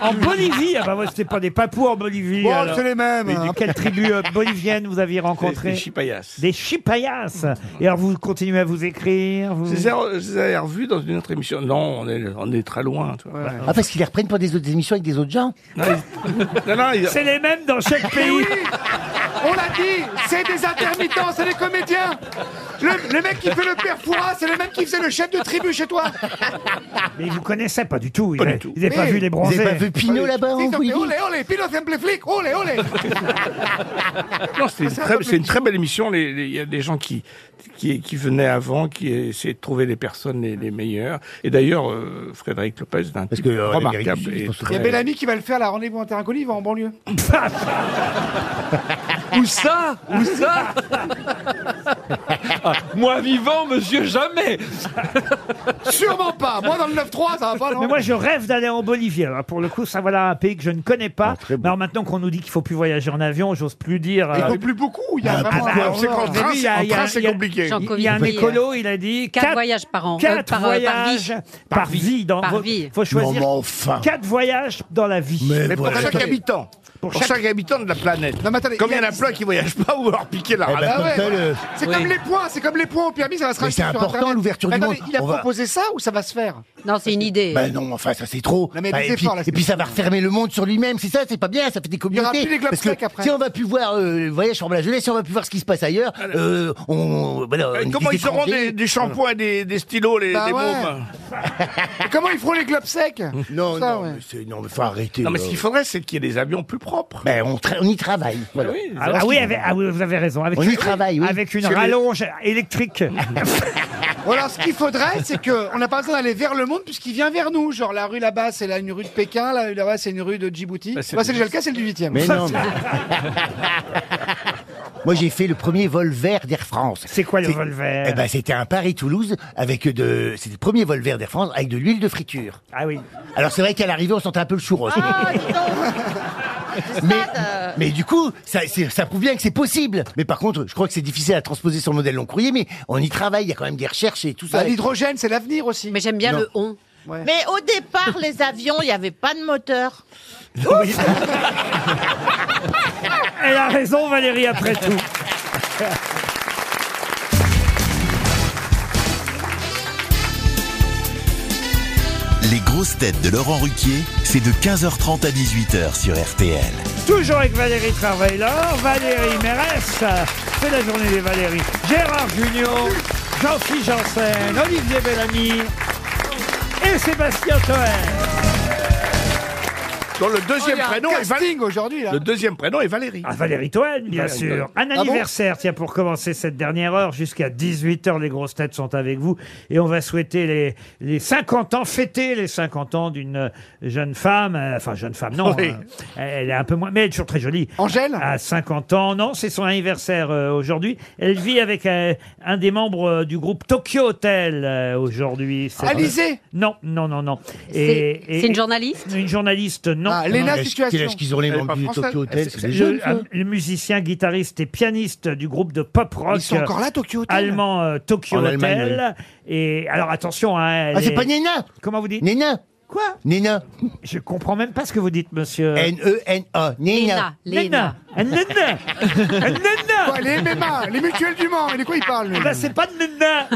S2: en Bolivie Ah bah ouais, c'était pas des papous en Bolivie.
S6: Bon,
S2: alors.
S6: c'est les mêmes,
S2: Mais
S6: hein.
S2: du- Quelle tribu euh, bolivienne vous aviez rencontré
S8: Des- des Chipayas.
S2: Des Chipayas. Et alors, vous continuez à vous écrire vous...
S8: Je les ai re- je les avais revus dans une autre émission. Non, on est, on est très loin. tu vois.
S4: Ah, parce qu'ils les reprennent pour des autres émissions avec des autres gens
S6: Ah,
S8: Non, non, ils-
S2: C'est les mêmes dans chaque pays.
S6: On l'a dit, c'est des intermittents, c'est des comédiens. Le, le mec qui fait le père Fouras, c'est le même qui faisait le chef de tribu chez toi.
S2: Mais ils vous connaissaient pas du tout. Ils
S4: Pas
S2: n'avaient
S4: du tout.
S2: pas
S4: Mais
S2: vu les
S4: vous avez
S2: bronzés.
S4: pas vu Pinot là-bas hein.
S6: Ils
S4: en
S6: ont fait
S4: Bolivie
S6: olé, olé, Pino simple flic, olé, olé.
S4: Ah,
S8: Non, c'était une très- c'est une très belle émission. Les- les- Il y a des gens qui, qui, qui venaient avant, qui essayaient de trouver les personnes les, les meilleures. Et d'ailleurs, euh, Frédéric Lopez est un type
S4: que, euh, l'Amérique
S8: remarquable.
S4: du Sud,
S8: et
S4: ils font
S6: Il y a
S8: très-
S6: Bellamy qui va le faire, la rendez-vous en terrain connu, il va en banlieue.
S7: Où ça Où ça Ah, Moi vivant, monsieur, jamais
S6: Sûrement pas. Moi, dans le 9-3, ça va pas, non
S2: Mais moi, je rêve d'aller en Bolivie. Alors, pour le coup, ça voilà un pays que je ne connais pas.
S4: Ah,
S2: Mais alors, maintenant qu'on nous dit qu'il faut plus voyager en avion, j'ose plus dire.
S6: Il
S2: euh,
S6: faut plus beaucoup, il y a
S2: Ah,
S6: vraiment...
S2: bah,
S6: un
S2: on
S6: horreur.
S2: s'est rendu- il y a- il y a- il y a- Il y a un
S5: Covid.
S2: écolo, il a dit
S5: Quatre voyages par an. Euh,
S2: Quatre
S5: par- par
S2: voyages
S5: vie.
S2: par,
S5: Par
S2: vie.
S5: vie.
S2: dans
S5: Par
S2: vo-
S5: vie.
S2: Faut choisir
S4: Non, mais enfin.
S2: quatre voyages dans la vie.
S8: Mais pour chaque habitant. Pour chaque... habitant de la planète.
S6: Non, mais attendez,
S8: Comme il y
S6: il y
S8: en
S6: a-
S8: a plein qui voyagent pas ou leur piquer la
S4: Eh ben,
S8: rade.
S4: comme ça,
S8: euh,
S4: le-
S6: Ah, C'est
S4: Oui.
S6: comme les points, c'est comme les points au permis, ça va se
S4: Mais
S6: rajouter
S4: c'est
S6: sur
S4: important,
S6: Internet.
S4: l'ouverture du
S6: Mais
S4: monde.
S6: attendez, Il a
S4: On va-
S6: proposé ça ou ça va se faire
S5: Non, c'est une idée.
S8: euh,
S4: Bah non, enfin ça c'est trop.
S6: Non, mais
S4: Bah,
S6: des
S4: et, puis,
S6: efforts, là,
S4: et puis ça va refermer le monde sur lui-même, c'est ça, c'est pas bien, ça fait des
S6: aura
S4: communautés.
S6: plus les globes
S4: Parce que
S6: secs après.
S4: si on va plus voir euh, le voyage sur la jeunesse, si on va plus voir ce qui se passe ailleurs, euh, on, voilà, on
S8: Et
S4: est
S8: Euh, Comment
S4: des
S8: ils auront
S4: étrangers.
S8: des, des shampoings, et des, des stylos, les,
S6: Bah
S8: les
S6: ouais.
S8: baumes
S6: Et Comment ils feront les globes secs
S4: Euh, Non,
S6: Ça,
S4: non,
S6: ouais.
S4: mais c'est- non, mais faut arrêter.
S8: Non, mais
S4: là.
S8: ce qu'il faudrait, c'est qu'il y ait des avions plus propres.
S4: Ben, on, tra- on y travaille. voilà.
S8: Oui,
S2: Ah, ah oui, avec- ah oui, vous avez raison. Avec
S4: On y
S2: une,
S4: travaille, oui.
S2: avec une
S4: Parce que les-
S2: rallonge électrique.
S6: Voilà, ce qu'il faudrait, c'est qu'on n'a pas besoin d'aller vers le monde puisqu'il vient vers nous. Genre, la rue là-bas, c'est là une rue de Pékin, la rue là-bas, c'est une rue de Djibouti.
S2: Ah,
S6: Bah,
S8: Bah,
S6: c'est
S8: c'est
S6: déjà le cas, c'est le du 8
S4: Mais non, mais- Moi, j'ai fait le premier vol vert d'Air France.
S2: C'est quoi le vol vert
S4: Eh ben, c'était un Paris-Toulouse avec de. C'était le premier vol vert d'Air France avec de l'huile de friture.
S2: Ah oui.
S4: Alors, c'est vrai qu'à l'arrivée, on sentait un peu le chou
S3: Ah, dis donc.
S4: mais,
S3: euh.
S4: mais du coup, ça, c'est- ça prouve bien que c'est possible. Mais par contre, je crois que c'est difficile à transposer sur le modèle long courrier, mais on y travaille. Il y a quand même des recherches et tout ça.
S6: Bah, L'hydrogène, c'est l'avenir aussi.
S5: Mais j'aime bien
S4: Non.
S5: le on.
S6: Ouais.
S3: Mais au départ, les avions, il n'y avait pas de moteur.
S2: Elle a raison, Valérie, après tout.
S1: Les grosses têtes de Laurent Ruquier, c'est de 15h30 à 18h sur RTL.
S2: Toujours avec Valérie Travailleur, Valérie Mérès, euh, c'est la journée des Valéries. Gérard Junior, Jean-Philippe Janssen, Olivier Bellamy et Sébastien Toen.
S8: Dont le
S6: Oh, il
S8: deuxième
S6: y a
S8: prénom
S6: un
S8: est Valérie.
S6: casting aujourd'hui, là.
S8: Le deuxième prénom est Valérie.
S2: Ah, Valérie Toen, bien
S8: Valérie
S2: sûr.
S8: Toen.
S2: Un
S6: Ah bon
S2: anniversaire, tiens, pour commencer cette dernière heure, jusqu'à 18h, les grosses têtes sont avec vous. Et on va souhaiter les, les 50 ans, fêter les 50 ans d'une jeune femme. euh, Enfin, jeune femme, non.
S8: Oui.
S2: euh, elle est un peu moins, mais elle est toujours très jolie.
S6: Angèle
S2: à 50 ans. Non, c'est son anniversaire euh, aujourd'hui. Elle vit avec euh, un des membres euh, du groupe Tokyo Hotel euh, aujourd'hui. C'est-
S6: Alizé
S2: Non, non, non, non.
S5: C'est c'est une journaliste
S2: Une journaliste, non.
S6: Ah,
S2: Non,
S6: Léna
S2: non.
S4: Quel âge
S6: Situation.
S4: qu'ils ont les
S8: Elle est
S4: membres
S8: pas
S4: du
S6: française.
S4: Tokyo Hotel C'est des jeunes,
S2: Le, un- le musicien, guitariste et pianiste du groupe de pop rock
S6: Ils sont encore là, Tokyo Hotel
S2: allemand euh, Tokyo
S4: En
S2: Hotel.
S4: Allemagne,
S2: Et alors attention, hein, elle
S4: Ah, c'est
S2: est-
S4: pas Nena
S2: Comment vous dites
S4: Nena
S2: Quoi
S4: Nina.
S2: Je comprends même pas ce que vous dites, monsieur.
S4: N-E-N-A. Nina.
S2: Nina. Nina. Nina.
S6: Quoi, les MMA, les mutuelles du Mans, de quoi il parle
S2: Là, Ah bah, c'est pas de Nina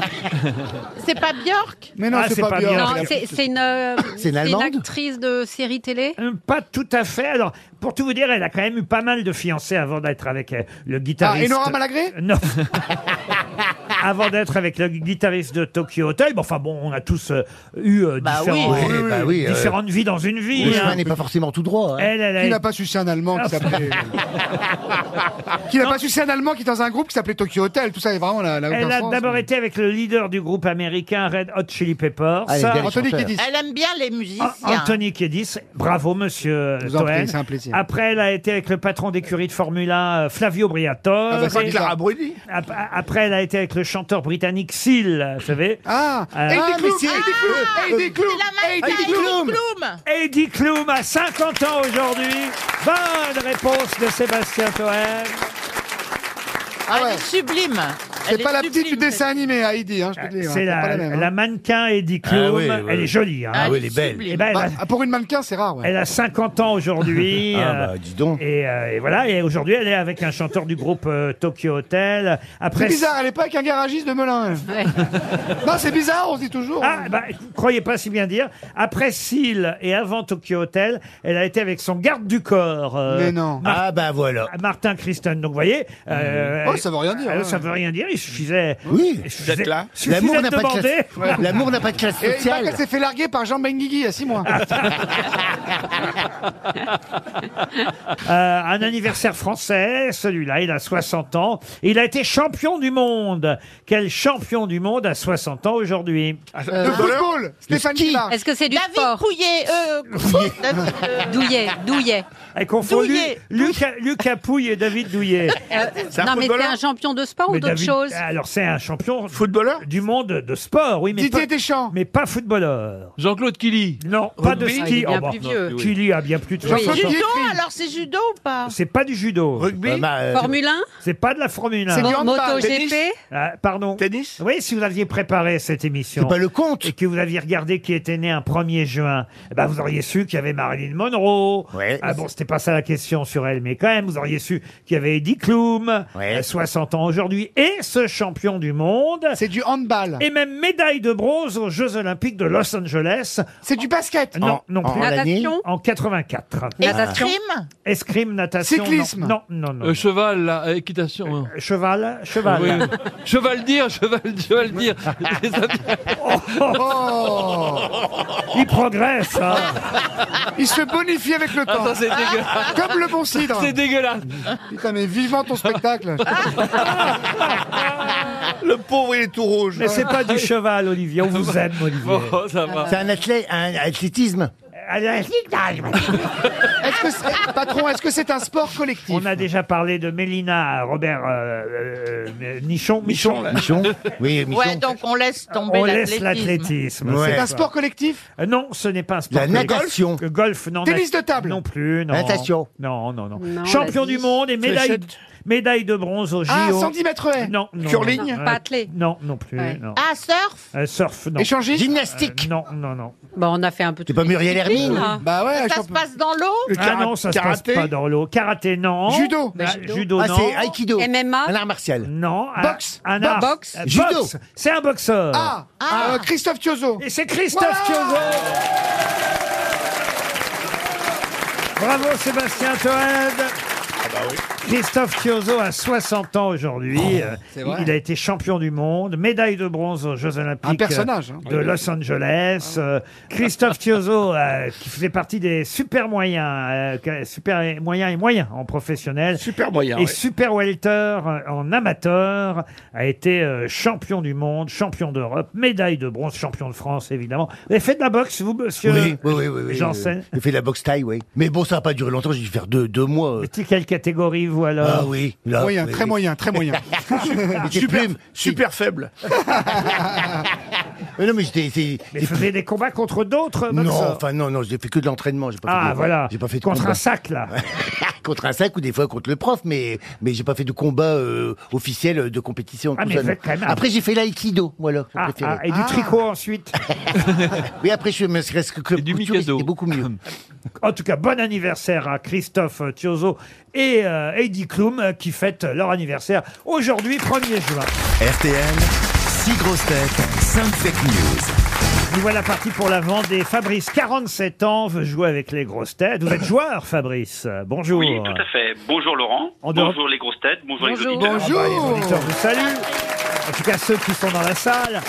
S5: C'est pas Björk
S6: Mais non,
S2: Ah,
S6: c'est
S2: c'est
S6: pas,
S2: pas
S6: bien.
S2: bien.
S5: Non,
S2: Björk.
S5: c'est c'est une, euh, c'est une
S2: Allemande Hum.
S5: actrice de série télé
S2: Pas tout à fait. Alors, pour tout vous dire, elle a quand même eu pas mal de fiancés avant d'être avec euh, le guitariste.
S6: Ah, et Nora Malagré
S2: Non. avant d'être avec le guitariste de Tokyo Hotel. Bon, enfin bon, on a tous euh, eu euh,
S4: Bah oui.
S2: différents-
S4: Oui, oui, bah oui, euh,
S2: différentes vies dans une vie.
S4: Le chemin
S2: hein.
S4: n'est pas forcément tout droit. hein.
S2: Elle, elle Ah, a-
S6: Qui n'a pas sucé un Allemand qui s'appelait. qui n'a pas sucé un Allemand qui était dans un groupe qui s'appelait Tokyo Hotel. Tout ça est vraiment la. la
S2: Elle a
S6: aucun sens.
S2: d'abord été avec le leader du groupe américain Red Hot Chili Peppers.
S6: Ah, elle est bien Anthony chanteur. Kiedis.
S3: Elle aime bien les musiciens.
S2: Ah, Anthony Kiedis. Bravo, monsieur
S6: vous en prie,
S2: Toen.
S6: c'est un plaisir.
S2: Après, elle a été avec le patron d'écurie de Formule 1, euh, Flavio Briatore.
S6: Ah, bah, c'est
S2: Et-
S6: Clara
S8: Bruni.
S2: Ap- Après, elle a été avec le chanteur britannique Seal, vous savez.
S6: Ah, Heidi
S2: ah,
S6: Klum,
S2: mais c'est-
S6: Heidi Klum, Heidi Klum,
S3: C'est la
S6: Heidi
S3: Heidi
S6: Klum.
S3: Klum.
S2: Heidi Klum a 50 ans aujourd'hui. Bonne réponse de Sébastien Toen.
S6: Ah ouais.
S3: Elle est sublime. Elle
S6: C'est
S3: est
S6: pas la
S3: sublime,
S6: petite du dessin animé, Heidi. Hein, je te le dis, hein,
S2: Ah, C'est
S6: pas
S2: la,
S6: même, hein.
S2: la mannequin Heidi Klum.
S4: Ah oui, oui,
S2: Elle est
S4: oui.
S2: jolie. hein.
S4: Ah oui, elle est belle.
S2: Eh ben, elle a-
S6: Bah, pour une mannequin, c'est rare. Ouais.
S2: Elle a 50 ans aujourd'hui.
S4: Ah
S2: euh,
S4: bah dis donc.
S2: et, euh, et voilà, et aujourd'hui elle est avec un chanteur du groupe euh, Tokyo Hotel.
S6: C'est
S2: Après,
S6: bizarre, elle est pas avec un garagiste de Melun. elle.
S5: Ouais.
S6: Non, c'est bizarre, on se dit toujours. euh.
S2: Ah, bah, croyez pas si bien dire. Après Seal et avant Tokyo Hotel, elle a été avec son garde du corps. euh,
S6: Mais non.
S2: Mar-
S4: Ah bah voilà.
S2: Martin Christen. Donc, vous voyez. euh,
S6: Oh, ça veut rien dire,
S2: euh,
S6: ouais.
S2: Ça veut rien dire. Il suffisait.
S4: Oui.
S2: il suffisait-
S8: D'être là.
S2: suffisait
S4: L'amour
S2: de
S4: n'a pas de
S2: demander.
S4: classe. L'amour n'a pas de classe
S6: Et il paraît
S4: sociale.
S6: qu'elle s'est fait larguer par Jean Benguigui il y a 6 mois.
S2: Euh, un anniversaire français, celui-là, il a 60 ans. Il a été champion du monde. Quel champion du monde à 60 ans aujourd'hui
S8: Ah,
S6: Euh, Le football, Stéphane
S4: ski.
S6: Guillard.
S5: Est-ce que c'est du
S3: David
S5: sport
S3: Pouillet. euh, David, euh,
S5: Douillet, Douillet.
S2: Elle confond Lu-
S3: Douillet.
S2: Lucas, Lucas Pouille et David Douillet.
S5: Euh,
S8: C'est un
S5: non, mais t'es
S8: footballeur
S5: un champion de sport
S2: Mais
S5: ou
S2: David-
S5: d'autre
S2: euh, Ah,
S5: chose
S2: Alors c'est un champion
S8: Footballeur
S2: du monde de sport, oui, mais,
S6: Didier
S2: pas,
S6: Deschamps.
S2: mais pas footballeur.
S7: Jean-Claude Killy.
S2: Non, pas de
S8: Rugby
S5: Ah, il est
S2: ski.
S5: bien
S2: Oh, bah,
S5: plus vieux.
S7: non,
S2: Killy a bien plus de
S5: Oui.
S2: 60 ans.
S6: Jean-Claude-
S3: judo,
S6: Écrit.
S3: alors c'est judo ou pas
S2: C'est pas du judo.
S8: Rugby
S4: Bah, bah, euh,
S5: Formule 1
S2: C'est pas de la Formule 1.
S6: C'est du
S5: Mo-
S6: handball.
S5: MotoGP
S2: Ah, pardon.
S8: Tennis
S2: Oui, si vous aviez préparé cette émission.
S4: c'est pas le compte.
S2: et que vous aviez regardé qui était né un 1er juin, eh ben vous auriez su qu'il y avait Marilyn Monroe.
S4: Ouais.
S2: Ah bon, c'était pas ça la question sur elle, mais quand même, vous auriez su qu'il y avait Eddie Klum,
S4: Ouais.
S2: euh, 60 ans aujourd'hui, et ce champion du monde,
S6: C'est du handball.
S2: et même médaille de bronze aux Jeux Olympiques de Los Angeles.
S6: C'est du basket.
S2: Non,
S4: En-
S2: non plus.
S4: en-
S5: Natation
S2: En 84.
S5: Natation
S3: Crime
S2: Escrime, natation. non.
S6: Cyclisme.
S2: Non, non, non.
S7: Euh, cheval, là, équitation. hein.
S2: Cheval, cheval.
S7: Oui. cheval dire, cheval, cheval dire.
S2: Oh. Il progresse. hein.
S6: Oh. Il se bonifie avec
S2: Ah,
S6: le temps.
S7: Attends, c'est dégueulasse.
S6: Comme le bon cidre.
S7: C'est dégueulasse.
S6: Putain, mais vivement ton spectacle.
S2: Ah.
S6: Ah.
S8: Le pauvre, il est tout rouge. Ah, bah
S2: Mais c'est pas du cheval, Olivier. On vous aime, Olivier.
S7: Bon, Oh, ça va.
S4: C'est un athlète, un athlétisme.
S2: Allez, Ah,
S6: Est-ce que c'est- patron, est-ce que c'est un sport collectif
S2: On a déjà parlé de Mélina Robert euh, euh, euh, Nichon.
S8: Michon, là.
S4: Michon. Oui, Michon.
S3: Ouais, donc on laisse tomber
S2: On laisse
S3: l'athlétisme.
S2: l'athlétisme.
S4: Ouais.
S6: C'est
S2: C'est
S6: un sport collectif
S2: Euh, Non, ce n'est pas un sport.
S4: La
S2: collectif.
S4: natation.
S2: Golf, euh, golf non.
S6: Tennis
S2: nat-
S6: de table.
S2: Non plus, non.
S4: Natation.
S2: Non, non, non.
S5: Non,
S2: Champion
S5: vas-y.
S2: du monde et médaille,
S8: Fléchette.
S2: médaille de bronze au JO.
S6: Ah, 110 mètres haies.
S2: Non, non.
S8: Curling.
S2: non.
S5: Non, pas athlé.
S2: Non, non plus.
S5: Ouais.
S2: non.
S3: Ah, surf
S2: Euh, surf, non.
S6: Échanger
S2: Euh,
S4: Gymnastique.
S2: non, non, non.
S5: Bon, on a fait un peu
S4: C'est
S5: tout.
S4: pas Muriel Hermine.
S5: Ah.
S6: Bah ouais,
S3: Ça se
S6: champion-
S3: passe dans l'eau
S8: Le
S2: ah
S8: kara-
S2: non, ça se
S8: karaté
S2: passe pas dans l'eau. Karaté, non.
S6: Judo.
S2: Ah, judo.
S4: Ah,
S2: non. Ah.
S4: c'est Aikido.
S5: MMA
S4: Un art martial.
S2: Non. un-
S6: Boxe.
S2: Un art.
S5: Boxe.
S2: Euh,
S4: Judo.
S2: boxe. C'est un boxeur.
S6: Ah, euh, Christophe Tiozo.
S2: Et c'est Christophe Chiozo. Bravo Sébastien Toed. bah Christophe Chiozo a 60 ans aujourd'hui.
S4: Oh,
S2: Euh,
S6: c'est vrai.
S2: Il a été champion du monde, médaille de bronze aux Jeux Olympiques
S6: Un personnage, hein.
S2: euh, de Los Angeles.
S4: Ah
S2: Euh, Christophe Chiozo, euh, qui faisait partie des super moyens, euh, super moyens et moyens en professionnel.
S8: Super moyen.
S2: Et
S8: ouais.
S2: Super Welter euh, en amateur a été euh, champion du monde, champion d'Europe, médaille de bronze, champion de France évidemment. Vous avez fait de la boxe vous monsieur
S4: Oui, oui, oui, oui. oui
S2: Janssen.
S4: J'ai fait de la boxe taille, oui. Mais bon, ça n'a pas duré longtemps, j'ai dû faire deux, deux mois. euh.
S2: Petit, Quelle catégorie vous alors
S4: Ah oui. Là,
S6: Moyen,
S4: oui,
S6: très
S4: oui.
S6: moyen, très moyen.
S4: J'étais
S8: Super,
S4: plume.
S8: super faible.
S4: Mais non, mais j'étais. c'est-
S2: Mais vous faisiez des combats contre d'autres
S4: Non,
S2: boxeurs
S4: enfin non, non, j'ai fait que de l'entraînement. j'ai Pas fait
S2: Ah
S4: de-
S2: voilà.
S4: J'ai pas fait de
S2: contre
S4: combat.
S2: un sac là.
S4: contre un sac ou des fois contre le prof, mais mais j'ai pas fait de combat euh, officiel de compétition.
S2: Ah,
S4: tout
S2: mais
S4: ça,
S2: vous
S4: non.
S2: êtes quand même un-
S4: Après j'ai fait l'aïkido, moi là,
S2: Ah, ah, et du tricot ensuite.
S4: oui, après je me serait-ce que club couture, c'était beaucoup mieux.
S2: En tout cas, bon anniversaire à Christophe Tiozo et euh, Heidi Klum euh, qui fêtent leur anniversaire aujourd'hui, 1er juin.
S1: RTL, 6 grosses têtes, 5 fake news.
S2: Nous voilà parti pour la Vendée. Fabrice, 47 ans, veut jouer avec les grosses têtes. Vous êtes joueur, Fabrice. Euh, Bonjour.
S11: Oui, tout à fait. Bonjour Laurent.
S2: En dehors-
S11: bonjour les grosses têtes. Bonjour, les auditeurs.
S2: Ah bah, les auditeurs vous saluent. En tout cas, ceux qui sont dans la salle.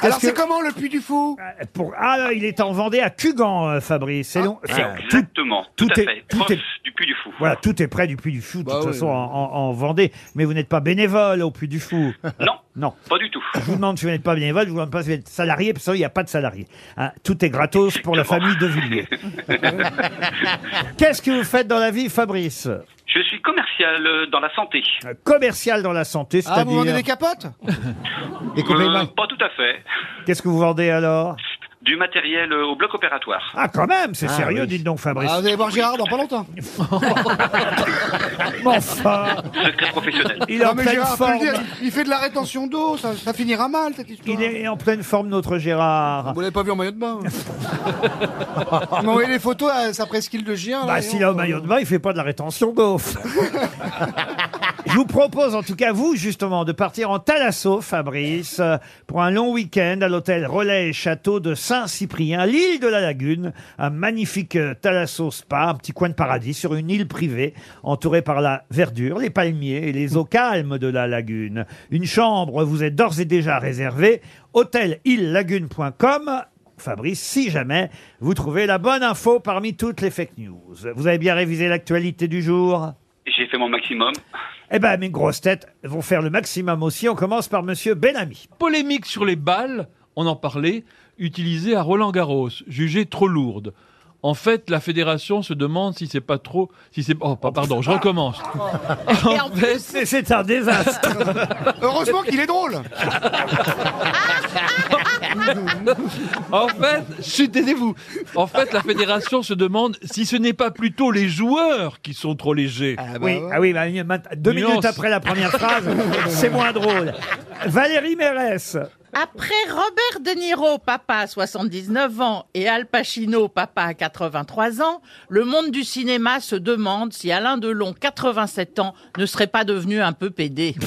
S6: Alors, c'est
S2: comment le Puy du Fou pour... Ah, il est en Vendée à Cugan, euh, Fabrice. C'est long- c'est- tout-
S11: Exactement. Tout,
S2: tout
S11: à
S2: est-
S11: fait.
S2: tout
S11: Ah, Proche
S2: est-
S11: du Puy du Fou.
S2: Voilà, tout est près du Puy du Fou, de
S11: Bah
S2: toute
S11: oui.
S2: façon, en, en- en Vendée. Mais vous n'êtes pas bénévole au Puy du Fou.
S11: Non.
S2: Non.
S11: Pas du tout.
S2: Je vous demande si vous n'êtes pas bénévole, je vous demande pas si vous êtes salarié, parce qu'il n'y a pas de salarié. Hein, tout est gratos pour la famille de Villiers. Qu'est-ce que vous faites dans la vie, Fabrice
S11: Je suis commercial euh, dans la santé.
S2: Commercial dans la santé,
S11: Ah, vous
S2: c'est-à-dire...
S11: vendez des
S2: capotes Des
S11: Euh,
S2: compléments.
S11: pas tout à fait.
S2: Qu'est-ce que vous vendez alors
S11: Du matériel euh, au bloc opératoire.
S2: Ah, quand même, c'est
S11: Ah,
S2: sérieux,
S11: oui.
S2: dites donc, Fabrice.
S6: Ah, vous allez voir Gérard dans pas longtemps.
S2: Mais enfin
S11: Secret professionnel.
S2: Il est en
S6: Non, mais
S2: pleine
S6: Gérard, faut le dire,
S2: forme.
S6: il- il fait de la rétention d'eau, ça, ça finira mal cette histoire.
S2: Il est en pleine forme, notre Gérard.
S6: Vous l'avez pas vu en maillot de bain hein. On m'a envoyé les photos euh, à sa presqu'île de Gien.
S2: Bah, s'il a au maillot de bain, il fait pas de la rétention d'eau. Je vous propose, en tout cas, vous, justement, de partir en Thalasso, Fabrice, euh, pour un long week-end à l'hôtel Relais et Château de Saint-Cyprien, l'île de la Lagune, un magnifique euh, Thalasso Spa, un petit coin de paradis sur une île privée, entourée par la verdure, les palmiers et les eaux calmes de la Lagune. Une chambre vous est d'ores et déjà réservée, hôtel-île-lagune.com. Fabrice, si jamais vous trouvez la bonne info parmi toutes les fake news. Vous avez bien révisé l'actualité du jour
S11: J'ai fait mon maximum.
S2: eh ben, mes grosses têtes vont faire le maximum aussi. On commence par Monsieur Bellamy.
S7: Polémique sur les balles, on en parlait, utilisées à Roland Garros, jugée trop lourde. En fait, la fédération se demande si c'est pas trop, si c'est, oh, pa- pardon, je recommence.
S2: Oh. en plus, c'est un désastre.
S6: Heureusement qu'il est drôle.
S7: En fait, chut, taisez-vous. En fait, la fédération se demande si ce n'est pas plutôt les joueurs qui sont trop légers.
S2: oui, ah oui, bah, maintenant- deux
S7: Nuance.
S2: minutes après la première phrase, c'est moins drôle. Valérie Mérès.
S3: Après Robert De Niro, papa à 79 ans, et Al Pacino, papa à 83 ans, le monde du cinéma se demande si Alain Delon, 87 ans, ne serait pas devenu un peu pédé.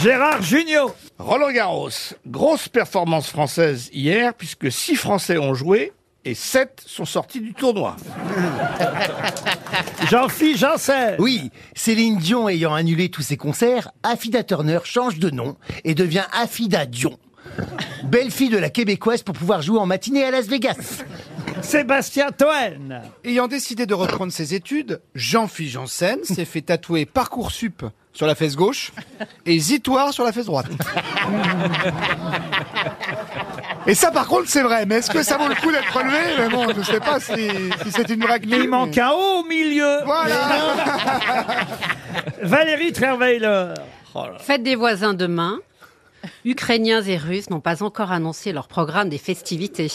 S2: Gérard Junior.
S8: Roland Garros, grosse performance française hier, puisque 6 Français ont joué et 7 sont sortis du tournoi.
S2: Jean-Philippe Janssen.
S4: Oui, Céline Dion ayant annulé tous ses concerts, Affida Turner change de nom et devient Affida Dion. Belle fille de la Québécoise pour pouvoir jouer en matinée à Las Vegas.
S2: Sébastien Toen.
S6: Ayant décidé de reprendre ses études, Jean-Philippe Janssen s'est fait tatouer Parcoursup sur la fesse gauche et Zitoire sur la fesse droite. Et ça, par contre, c'est vrai. Eh, Mais est-ce que ça vaut le coup d'être relevé Mais bon, je sais pas si, si c'est une vraie
S2: Mais il manque un haut au milieu. Valérie Trierweiler. Oh
S5: Fête des voisins demain. Ukrainiens et Russes n'ont pas encore annoncé leur programme des festivités.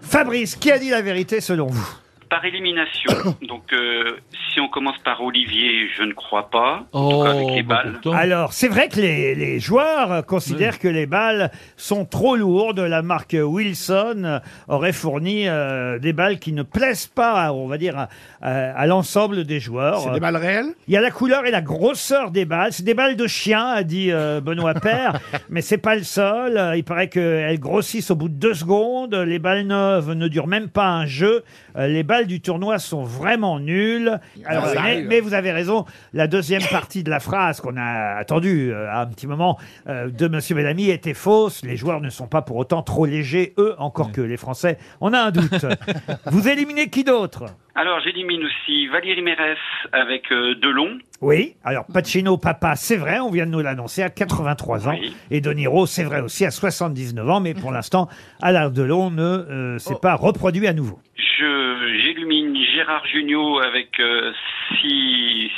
S2: Fabrice, qui a dit la vérité selon vous
S11: Par élimination. Donc, euh, si on commence par Olivier, je ne crois pas. En
S2: Oh, hein.
S11: tout cas, avec les balles.
S2: Alors, c'est vrai que les, les joueurs euh, considèrent que les balles sont trop lourdes. La marque Wilson euh, aurait fourni euh, des balles qui ne plaisent pas, on va dire, à, à- à l'ensemble des joueurs.
S6: C'est des balles réelles
S2: Il y a la couleur et la grosseur des balles. C'est des balles de chien, a dit euh, Benoît Père, mais c'est pas le seul. Euh, Il paraît qu'elles grossissent au bout de deux secondes. Les balles neuves ne durent même pas un jeu. Euh, Les balles du tournoi sont vraiment nulles.
S11: Ah,
S2: Alors,
S6: ça
S2: mais-
S6: arrive.
S2: mais vous avez raison, la deuxième partie de la phrase qu'on a attendue euh, à un petit moment euh, de Monsieur Bellamy était fausse. Les joueurs ne sont pas pour autant trop légers, eux, encore que les Français. On a un doute. vous éliminez qui d'autre
S11: Alors, j'élimine aussi Valérie Mérès avec euh, Delon.
S2: Oui, alors Pacino Papa, c'est vrai, on vient de nous l'annoncer à 83 ans. Et De Niro, c'est vrai aussi à 79 ans, mais pour l'instant, Alain Delon ne euh,
S11: Oh.
S2: s'est pas reproduit à nouveau.
S11: Je j'élimine Gérard Jugnot avec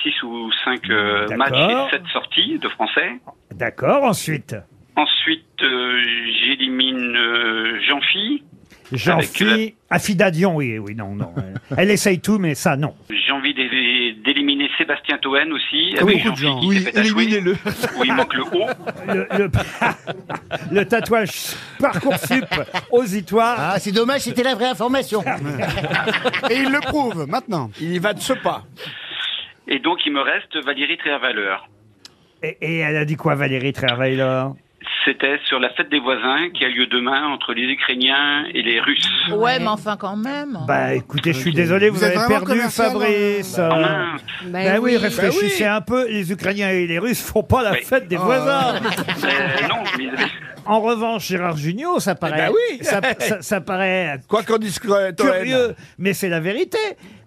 S11: 6 ou 5 matchs
S2: D'accord.
S11: et 7 sorties de français.
S2: D'accord, ensuite.
S11: Ensuite, euh, j'élimine euh, Jean-Phi.
S2: jean
S11: Avec le-
S2: phi Afida Dion, oui, oui, non, non. Elle, elle essaye tout, mais ça, non.
S11: J'ai envie d'é- d'éliminer Sébastien Toen aussi.
S2: Ah Oui,
S11: avec
S2: beaucoup de
S11: Jean-Philippe
S2: gens.
S11: qui
S2: Oui,
S11: s'est fait achouer,
S2: éliminez-le.
S11: Où il manque le O.
S2: Le, le- le tatouage Parcoursup ositoire.
S4: Ah, c'est dommage, c'était la vraie information.
S6: Et il le prouve maintenant.
S4: Il y va de ce pas.
S11: Et donc, il me reste Valérie Trévaleur.
S2: Et, et elle a dit quoi, Valérie Trierweiler
S11: C'était sur la fête des voisins qui a lieu demain entre les Ukrainiens et les Russes.
S3: Ouais, mais enfin quand même.
S2: Bah écoutez, je suis désolé, vous,
S3: Vous êtes
S2: avez
S3: vraiment
S2: perdu
S3: commercial,
S2: Fabrice.
S3: hein
S2: Euh,
S11: Ah,
S2: Ben, oui,
S3: mince. Ben oui.
S2: réfléchissez
S3: Ben oui.
S2: un peu. Les Ukrainiens et les Russes font pas la fête des
S11: Oh.
S2: voisins.
S11: Euh, non, mais-
S2: En revanche, Gérard Junior, ça paraît,
S8: ben oui.
S2: ça, ça- ça paraît curieux, mais c'est la vérité.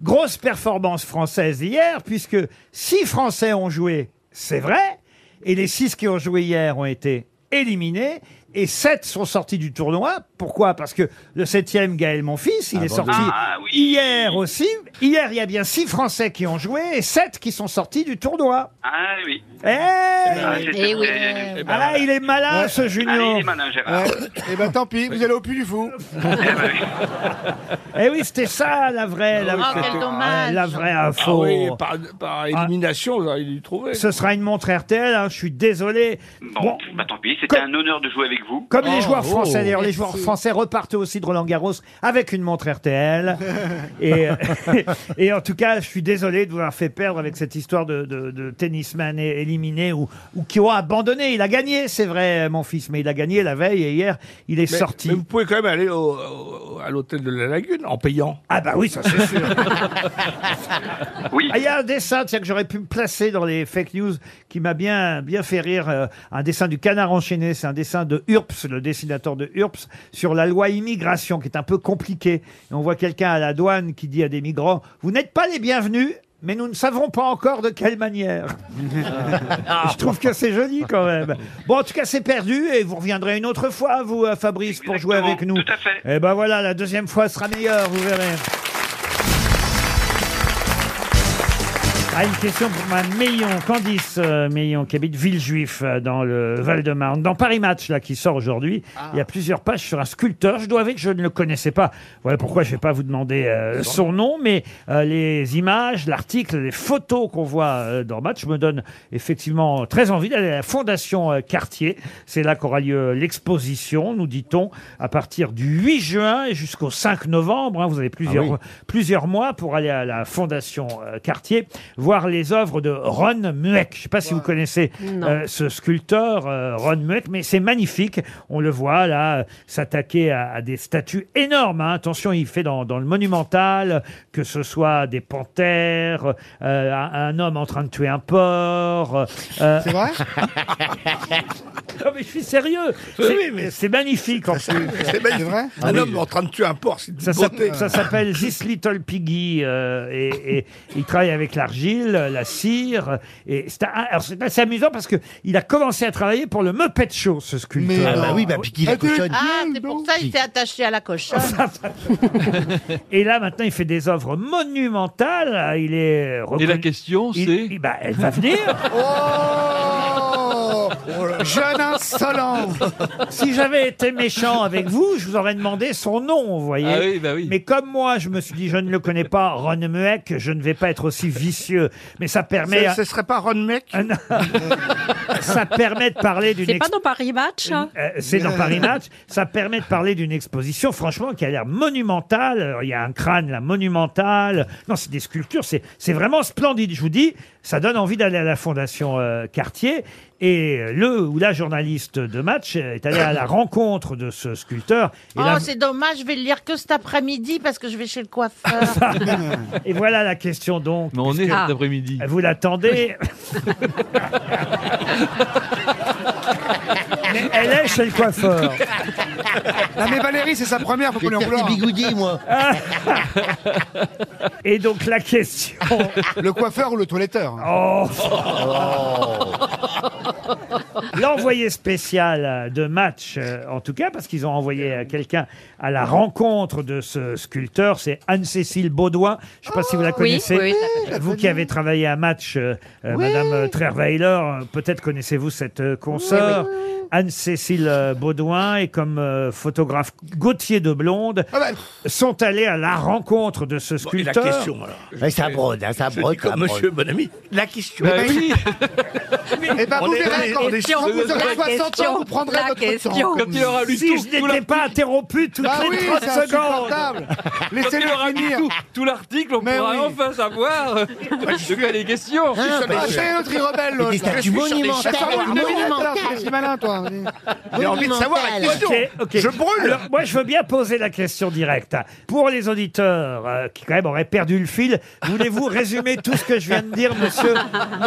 S2: Grosse performance française hier, puisque six Français ont joué, c'est vrai, et les six qui ont joué hier ont été éliminés. Et sept sont sortis du tournoi. Pourquoi Parce que le septième, Gaël Monfils, il est sorti
S11: Ah,
S2: hier aussi. Hier, il y a bien six Français qui ont joué et sept qui sont sortis du tournoi.
S11: ah oui.
S2: Eh
S11: Ah, c'est-
S2: Eh
S11: oui. Eh ben,
S2: Ah là, il est malin,
S6: Ouais.
S2: ce Junior.
S11: Ah, il est malin, Gérard.
S6: Et ben tant pis, vous allez au puits du fou.
S2: Eh oui, c'était ça la vraie, la,
S6: Ah, quel dommage.
S2: la vraie
S8: Ah
S2: info. Ah,
S8: oui, par, par élimination, vous auriez dû trouver.
S2: Ce sera une montre RTL, hein, je suis désolé.
S11: Bon, bah tant pis, c'était un honneur de jouer avec vous.
S2: Comme
S8: Oh.
S2: les joueurs français, d'ailleurs,
S11: Oh.
S2: les joueurs français repartent aussi de Roland Garros avec une montre RTL. et, euh, et en tout cas, je suis désolé de vous avoir fait perdre avec cette histoire de, de, de tennisman é- éliminé ou, ou qui ont abandonné. Il a gagné, c'est vrai, mon fils, mais il a gagné la veille et hier, il est
S8: Mais-
S2: sorti.
S8: mais vous pouvez quand même aller au- au- à l'hôtel de la Lagune en payant.
S2: Ah bah oui, ça c'est sûr. Ah, Il y a un dessin, tiens, que j'aurais pu me placer dans les fake news qui m'a bien, bien fait rire. euh, un dessin du canard enchaîné. C'est un dessin de Urps, le dessinateur de Urps, sur la loi immigration qui est un peu compliquée. Et on voit quelqu'un à la douane qui dit à des migrants Vous n'êtes pas les bienvenus, mais nous ne savons pas encore de quelle manière. Je trouve que c'est joli quand même. Bon, en tout cas, c'est perdu et vous reviendrez une autre fois, vous, euh, Fabrice, pour jouer avec nous. Tout à fait. Et ben voilà, la deuxième fois sera meilleure, vous verrez. Ah, une question pour ma Meillon, Candice euh, Meillon, qui habite Villejuif, euh, dans le Val-de-Marne. Dans Paris Match, là, qui sort aujourd'hui, il y a plusieurs pages sur un sculpteur. Je dois avouer que je ne le connaissais pas. Voilà pourquoi je ne vais pas vous demander euh, son nom, mais euh, les images, l'article, les photos qu'on voit euh, dans Match me donnent effectivement très envie d'aller à la Fondation euh, Cartier. C'est là qu'aura lieu euh, l'exposition, nous dit-on, à partir du 8 juin et jusqu'au 5 novembre. hein. vous avez plusieurs,
S13: oui.
S2: plusieurs mois pour aller à la Fondation euh, Cartier voir les œuvres de Ron Mueck. Je ne sais pas si vous connaissez
S13: Non.
S2: euh, ce sculpteur, euh, Ron Mueck, mais c'est magnifique. On le voit là euh, s'attaquer à, à des statues énormes. hein. Attention, il fait dans, dans le monumental, que ce soit des panthères, euh, un, un homme en train de tuer un porc. c'est
S6: vrai
S2: Non mais je suis sérieux. C'est c'est magnifique en plus.
S8: C'est magnifique. Un homme en train de tuer un porc, c'est une
S2: Ça
S8: beauté.
S2: s'appelle- ça s'appelle This Little Piggy euh, et, et il travaille avec l'argile, euh, la cire. euh, Et c'est un- alors, c'est assez amusant parce que il a commencé à travailler pour le Muppet Show, ce sculpteur.
S4: Mais Ah non. bah oui, bah, Piggy la cochonne.
S3: Ah, c'est pour ça il s'est attaché à la cochonne.
S2: Et là, maintenant, il fait des œuvres monumentales. Il est
S7: Et la question, c'est
S2: bah, Elle va venir.
S6: Oh Jeune insolent
S2: Si j'avais été méchant avec vous, je vous aurais demandé son nom, vous voyez.
S7: Ah oui, bah oui.
S2: Mais comme moi, je me suis dit, je ne le connais pas, Ron Mueck, je ne vais pas être aussi vicieux. Mais ça permet. Ah
S8: Ce- ce serait pas Ron Mec
S2: ça permet de parler d'une
S5: C'est pas
S2: expo-
S5: dans Paris Match hein
S2: euh, c'est dans Paris Match. Ça permet de parler d'une exposition, franchement, qui a l'air monumentale. Alors, Il y a un crâne, là, monumental. Non, c'est des sculptures. C'est, c'est vraiment splendide. Je vous dis, ça donne envie d'aller à la Fondation euh, Cartier. Et le ou la journaliste de match est allée à la rencontre de ce sculpteur. Et
S3: oh,
S2: là-
S3: c'est dommage, je vais le lire que cet après-midi parce que je vais chez le coiffeur.
S2: et voilà la question donc.
S7: Mais on est
S2: puisque Ah,
S7: cet après-midi.
S2: Vous l'attendez. Mais elle est chez le coiffeur.
S6: Non mais Valérie, c'est sa première, faut qu'on lui en vouloir.
S4: bigoudis, moi.
S2: Et donc la question.
S6: Le coiffeur ou le toiletteur
S2: Oh. l'envoyé spécial de match, euh, en tout cas, parce qu'ils ont envoyé euh, quelqu'un à la rencontre de ce sculpteur, c'est Anne-Cécile Baudouin. Je ne sais pas si vous la
S13: Oui,
S2: connaissez. Euh,
S13: oui, je la
S2: vous qui
S13: connais.
S2: avez travaillé à match, euh, euh,
S13: Oui.
S2: Madame euh, Trerweiler, euh, peut-être connaissez-vous cette euh, consoeur. Anne-Cécile euh, Baudouin et comme euh, photographe Gauthier de Blonde
S8: Ah ben.
S2: sont allés à la rencontre de ce
S8: et la
S2: sculpteur.
S8: question, alors Mais ça brode, hein, ça Je brode, dis comme ça brode. monsieur Bonamy.
S2: La question.
S8: Bah oui.
S6: Eh ben, vous
S2: On est-
S6: verrez,
S2: on
S6: quand
S2: est- on est sûr
S6: quand
S2: de
S6: vous aurez
S2: notre-
S6: 60 ans, vous prendrez
S2: La
S6: votre
S2: question.
S6: temps.
S2: Quand il aura lu Si tout- je tout n'étais l'article. pas interrompu toutes
S6: ah
S2: les
S6: oui,
S2: 30
S6: c'est
S2: secondes.
S6: insupportable. Laissez-le
S7: Quand il aura lu
S6: finir.
S7: Tout, tout l'article, on
S6: Mais
S7: pourra
S6: oui.
S7: enfin savoir euh, de quoi les questions.
S6: Ah, bah, c'est l'autre, il rebelle, l'autre.
S7: Ah,
S6: C'est malin, toi.
S2: J'ai envie de savoir la question. Je brûle. Alors, moi, je veux bien poser la question directe. Pour les auditeurs euh, qui, quand même, auraient perdu le fil, voulez-vous résumer tout ce que je viens de dire, monsieur,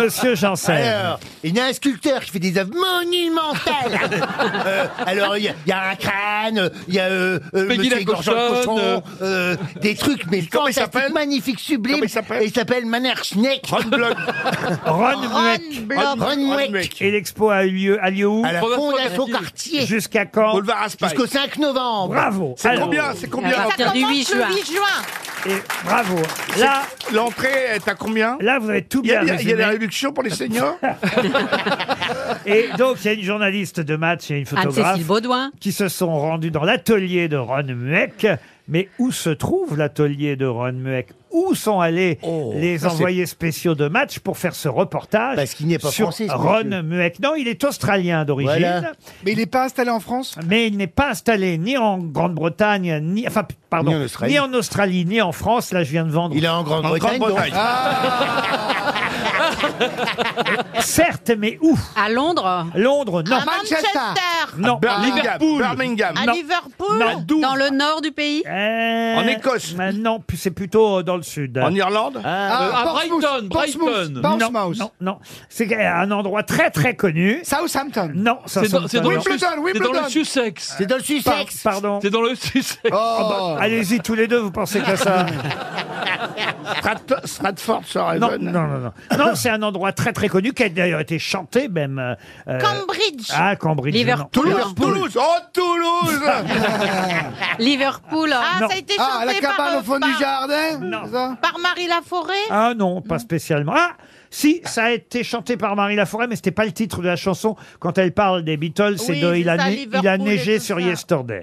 S2: monsieur Janssen
S4: Alors, il y a un sculpteur qui fait des œuvres monumentales. Euh, alors, il y, a- il y a un crâne, il y a euh, euh,
S8: Peggy
S4: Monsieur
S8: la
S4: Égorgeant le
S8: cochonne,
S4: cochon,
S8: euh,
S4: euh, des trucs mais fantastiques, magnifiques, sublimes. Et Il s'appelle Maner Schneck. Ron Block.
S2: Ron Mueck. Et l'expo a eu lieu à lieu où
S4: À la Fondation Cartier.
S2: Jusqu'à quand
S4: Jusqu'au 5 novembre.
S2: Bravo. Alors- Et bravo. Là,
S8: l'entrée est à combien
S2: Là, vous avez tout bien
S8: Il y a, il y a des
S2: résumé.
S8: réductions pour les seniors
S2: Et donc, il y a une journaliste de match et une photographe
S5: Anne-Cécile Baudouin.
S2: qui se sont rendus dans l'atelier de Ron Mueck. Mais où se trouve l'atelier de Ron Mueck Où sont allés les
S4: Oh, ça,
S2: envoyés spéciaux de match pour faire ce reportage
S4: Parce qu'il n'est pas
S2: sur
S4: français, ce
S2: Ron
S4: monsieur.
S2: Mueck. Non, il est australien d'origine.
S4: Voilà.
S2: Mais il n'est pas installé en France Mais il n'est pas installé ni en Grande-Bretagne, ni, enfin, p- pardon,
S4: Ni en Australie.
S2: ni en Australie, ni en France. Là, je viens de vendre.
S4: Il est en Grande-Bretagne, donc. Ah.
S2: Certes, mais où
S5: À Londres
S2: Londres, non.
S5: À Manchester.
S2: Non.
S5: À Birmingham.
S8: Birmingham.
S5: À
S2: Non.
S5: Liverpool.
S2: Non.
S5: Dans le nord du pays
S2: Euh,
S8: En Écosse.
S2: euh, Non, puis c'est plutôt euh, dans le sud.
S8: En Irlande
S2: Ah,
S8: Ah,
S2: euh,
S8: Brighton, Brighton.
S2: Non, non, non. C'est un endroit très très connu.
S6: Southampton.
S2: Non,
S7: C'est dans, c'est dans le Sus- c'est dans le
S2: Sussex.
S7: Sussex. Oh.
S4: C'est dans le
S2: Sussex. Par- pardon.
S7: C'est dans le Sussex.
S8: Oh.
S2: Ah bah, Allez-y tous les deux, vous pensez qu'à ça
S8: Strat- Stratford, sur
S2: non, non, non, non. Non, c'est un endroit très très connu qui a d'ailleurs été chanté même. euh, euh,
S5: Cambridge.
S2: Ah, Cambridge. non.
S5: Liverpool. Toulouse,
S8: Toulouse. Oh, Toulouse
S5: Liverpool.
S3: Ah, ça a été
S6: Ah,
S3: chanté
S6: la cabane
S3: par,
S6: au fond du
S3: par-
S6: jardin
S3: Par Marie Laforêt
S2: Ah non, pas spécialement. Ah si, ça a été chanté par Marie Laforêt, mais c'était pas le titre de la chanson. Quand elle parle des Beatles, c'est
S3: Oui,
S2: de
S3: c'est
S2: il, a
S3: ça,
S2: ne-
S3: Liverpool
S2: il a
S3: et
S2: neigé
S3: tout
S2: sur
S3: ça.
S2: Yesterday.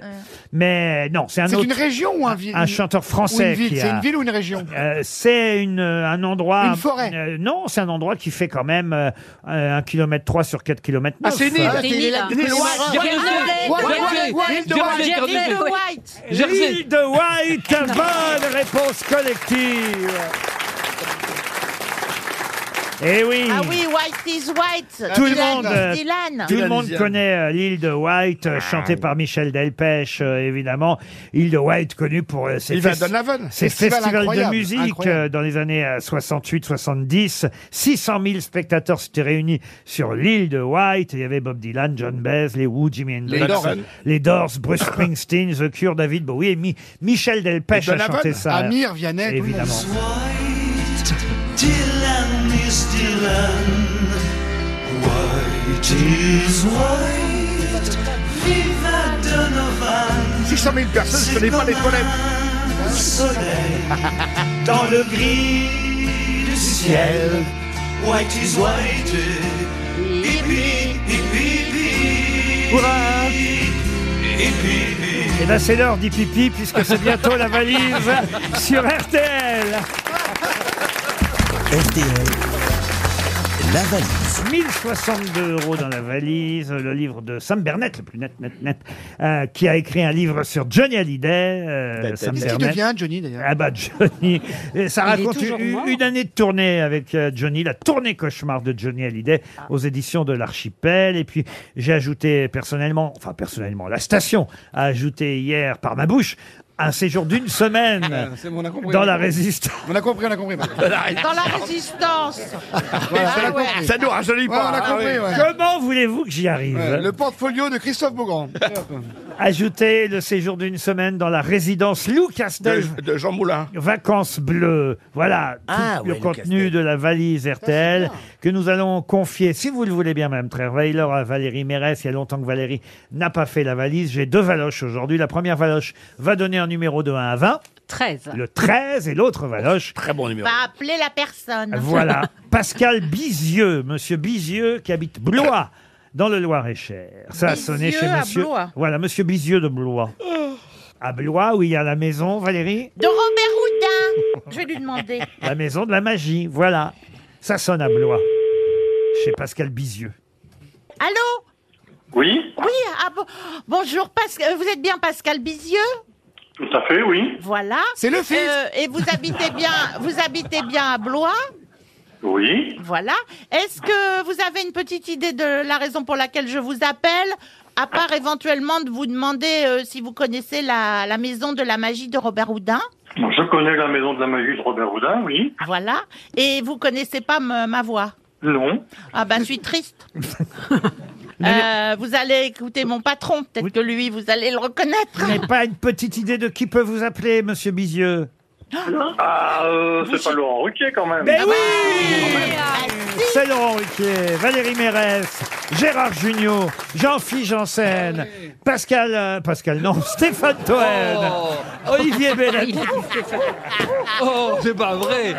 S2: Mais euh, non, c'est un
S6: C'est
S2: autre-
S6: une région ou un ville
S2: un chanteur français
S6: Une ville,
S2: qui
S6: c'est
S2: a-
S6: une ville ou une région
S2: Euh, c'est une euh, un endroit
S6: Une forêt.
S2: euh, non c'est un endroit qui fait quand même euh, euh, un kilomètre trois sur 4 kilomètres
S6: Ah, c'est une île. C'est une île. Une île.
S3: White.
S2: Jersey. L'île de White, bonne réponse collective. Eh oui.
S3: Ah oui, White is White.
S2: Tout le
S3: Dylan,
S2: monde, euh,
S3: Dylan.
S2: tout le monde connaît euh, l'île de White, euh, chantée par Michel Delpech, euh, évidemment. Île de White connue pour euh, ses,
S8: Il va à
S2: festi-
S8: Donavon.
S2: ses
S8: Festival
S2: festivals de
S8: incroyable,
S2: musique
S8: incroyable.
S2: euh, dans les années 68-70. 600 000 spectateurs s'étaient réunis sur l'île de White. Il y avait Bob Dylan, John Baez, les Who, Jimi Hendrix,
S8: Les Doors.
S2: les Doors, Bruce Springsteen, The Cure, David Bowie et Mi- Michel Delpech
S6: Et
S2: a
S6: Donovan.
S2: chanté ça.
S6: Amir, Vianney, tout le monde.
S2: évidemment.
S16: White, Dylan is Dylan. White is white. Viva Donovan.
S8: 600 000 personnes, je connais pas les toilettes.
S16: Un soleil dans le gris du ciel. White is white. Hippie, hippie, hippie. Hippie, hippie.
S2: Et ben c'est l'heure d'Ipipi puisque c'est bientôt la valise sur RTL.
S1: RTL, la valise.
S2: 1062 euros dans la valise, le livre de Sam Bernet, le plus net, net, net, euh, qui a écrit un livre sur Johnny Hallyday. euh, Sam
S6: Qu'est-ce qu'il
S2: Bernet.
S6: devient, Johnny, d'ailleurs
S2: Ah bah Johnny, Et ça
S6: Il est
S2: raconte
S6: toujours
S2: une,
S6: mort.
S2: une année de tournée avec euh, Johnny, la tournée cauchemar de Johnny Hallyday
S3: Ah.
S2: aux éditions de l'Archipel. Et puis j'ai ajouté personnellement, enfin personnellement, la station a ajouté hier par ma bouche un séjour d'une semaine
S6: Ah, c'est bon, on a compris.
S2: dans la résistance.
S6: On a compris, on a compris. maintenant.
S3: Dans la résistance.
S6: Voilà,
S3: Ah
S6: on a
S3: ouais.
S6: compris.
S8: Ça nous rajeunit
S6: Ouais,
S8: pas,
S6: On a
S8: hein,
S6: compris,
S8: oui.
S6: ouais.
S2: Comment voulez-vous que j'y arrive
S6: Ouais, Le portfolio de Christophe Beaugrand.
S2: Ajoutez le séjour d'une semaine dans la résidence Lou Castel.
S8: De Jean Moulin.
S2: Vacances bleues. Voilà tout
S8: Ah, ouais,
S2: le
S8: Lou
S2: contenu de la valise RTL que nous allons confier, si vous le voulez bien, Madame Trierweiler, à Valérie Mérès. Il y a longtemps que Valérie n'a pas fait la valise. J'ai deux valoches aujourd'hui. La première valoche va donner un numéro de 1 à 20.
S5: 13.
S2: Le 13 et l'autre valoche.
S8: Oh, Très bon numéro.
S3: Pas appeler la personne.
S2: Voilà. Pascal Bizieux, monsieur Bizieux, qui habite Blois, dans le Loir-et-Cher. Ça a sonné
S3: Bizieux
S2: chez
S3: à
S2: monsieur.
S3: Blois.
S2: Voilà, monsieur Bizieux de Blois. À Blois, où il y a la maison, Valérie
S3: De Robert Houdin. Je vais lui demander.
S2: La maison de la magie, voilà. Ça sonne à Blois. Chez Pascal Bizieux.
S3: Allô
S2: Oui
S3: Oui, ah bon- bonjour, Pascal. vous êtes bien Pascal Bizieux
S13: Tout à fait, oui.
S3: Voilà.
S13: C'est le fils.
S3: Euh, et vous habitez bien, vous habitez bien à Blois
S13: Oui.
S3: Voilà. Est-ce que vous avez une petite idée de la raison pour laquelle je vous appelle À part éventuellement de vous demander euh, si vous connaissez la, la maison de la magie de Robert Houdin.
S13: Je connais la maison de la magie de Robert Houdin, oui.
S3: Voilà. Et vous connaissez pas me- ma voix
S13: Non.
S3: Ah ben, je suis triste. Euh, vous allez écouter mon patron, peut-être que lui, vous allez le reconnaître.
S2: Vous n'avez pas une petite idée de qui peut vous appeler, monsieur Bizieux
S13: Ah, euh, c'est pas Laurent Ruquier quand même.
S2: Mais Ah Ben oui C'est Laurent Ruquier, Valérie Mérès, Gérard Junior, Jean-Philippe Janssen, Pascal... euh, Pascal, non, Stéphane Toen,
S7: Oh.
S2: Olivier Bellamy.
S7: Oh, c'est pas vrai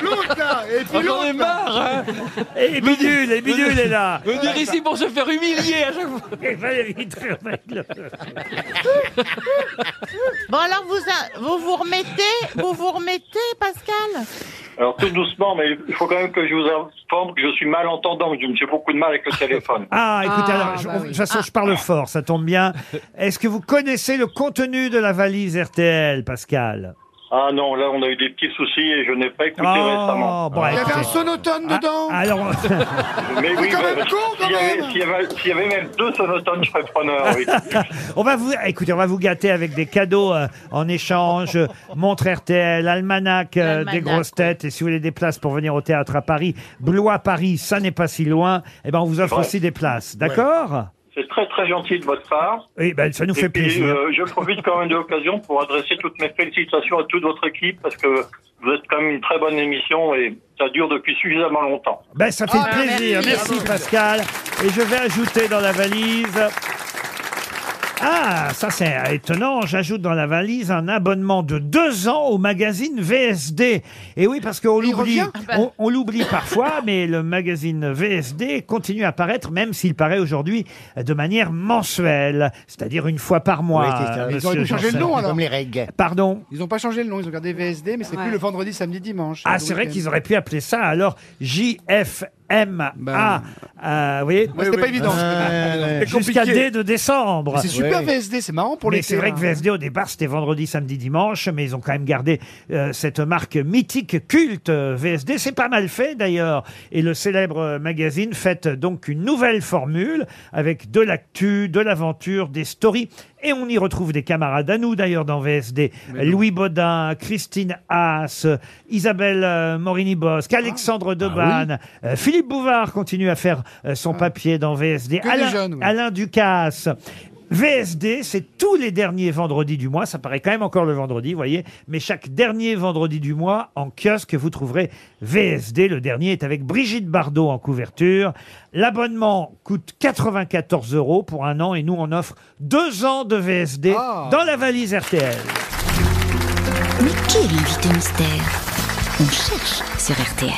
S6: L'autre, là, et puis
S7: Oh. Ah, J'en ai
S6: l'autre,
S7: marre
S6: là.
S7: hein.
S2: Et Bidule, et Bidule est là
S6: Ah,
S7: Venir ici pour se faire humilier à chaque fois
S2: Et Valérie Trierweiler.
S3: Bon alors vous a- vous vous remettez, vous vous remettez Pascal.
S13: Alors tout doucement, mais il faut quand même que je vous informe que je suis malentendant, que je me fais beaucoup de mal avec le téléphone.
S2: Ah, écoutez,
S13: Ah,
S2: alors, je-
S13: bah oui.
S2: de toute façon, je parle fort, ça tombe bien. Est-ce que vous connaissez le contenu de la valise RTL, Pascal
S13: Ah non, là on a eu des petits soucis et je n'ai pas écouté récemment.
S2: Oh, bon,
S6: Il y avait un
S2: écoutez.
S6: sonotone dedans.
S2: Ah, alors.
S13: Mais oui,
S6: quand
S13: bah,
S6: même con, quand
S13: s'il y avait-
S6: même.
S13: s'il y, avait- s'il y avait même deux sonotones, je serais preneur, oui.
S2: on va vous, écoutez, on va vous gâter avec des cadeaux euh, en échange, euh, montre RTL, almanach, euh,
S17: L'almanach,
S2: des grosses têtes, et si vous voulez des places pour venir au théâtre à Paris, Blois, Paris, ça n'est pas si loin. Eh ben, on vous offre
S13: Ouais.
S2: aussi des places, d'accord
S13: C'est très très gentil de votre part.
S2: Eh ben, ça nous
S13: Et
S2: fait
S13: puis,
S2: plaisir.
S13: euh, je profite quand même de l'occasion pour adresser toutes mes félicitations à toute votre équipe parce que vous êtes quand même une très bonne émission et ça dure depuis suffisamment longtemps.
S2: Ben, ça fait
S13: Ah,
S2: plaisir.
S13: merci.
S2: Merci, Pascal. Et je vais ajouter dans la valise. Ah, ça c'est étonnant. J'ajoute dans la valise un abonnement de deux ans au magazine VSD. Et oui, parce qu'on l'oublie,
S6: revient
S2: on, on l'oublie parfois, mais le magazine VSD continue à paraître, même s'il paraît aujourd'hui de manière mensuelle, c'est-à-dire une fois par mois. euh,
S6: Mais ils
S2: monsieur
S6: auraient dû changer le nom
S2: Janssen.
S6: alors.
S2: règles. Pardon.
S6: Ils n'ont pas changé le nom, ils ont gardé VSD, mais c'est plus le vendredi, samedi, dimanche. hein, euh,
S2: Ah, c'est vrai qu'ils auraient pu appeler ça alors JFMA. Euh, vous voyez
S6: Bah. Ouais, c'était pas évident.
S2: Euh,
S6: C'était
S2: Jusqu'à
S6: compliqué.
S2: D de décembre.
S6: Mais c'est super Ouais. VSD, c'est marrant pour
S2: Mais
S6: l'été, hein.
S2: C'est vrai
S6: là.
S2: que VSD au départ c'était vendredi, samedi, dimanche, mais ils ont quand même gardé euh, cette marque mythique, culte euh, VSD. C'est pas mal fait d'ailleurs. Et le célèbre euh, magazine fête donc une nouvelle formule avec de l'actu, de l'aventure, des stories. Et on y retrouve des camarades à nous d'ailleurs dans VSD. Louis Baudin, Christine Haas, Isabelle euh, Morini-Bosque, Alexandre Debanne, euh, Philippe Bouvard continue à faire euh, son papier dans VSD.
S6: Que des
S2: Alain,
S6: jeunes, oui.
S2: Alain Ducasse. VSD, c'est tous les derniers vendredis du mois. Ça paraît quand même encore le vendredi, vous voyez. Mais chaque dernier vendredi du mois, en kiosque, vous trouverez VSD. Le dernier est avec Brigitte Bardot en couverture. L'abonnement coûte 94 euros pour un an et nous, on offre deux ans de VSD
S6: Ah.
S2: dans la valise RTL.
S14: Mais qui est l'invité mystère On cherche sur RTL.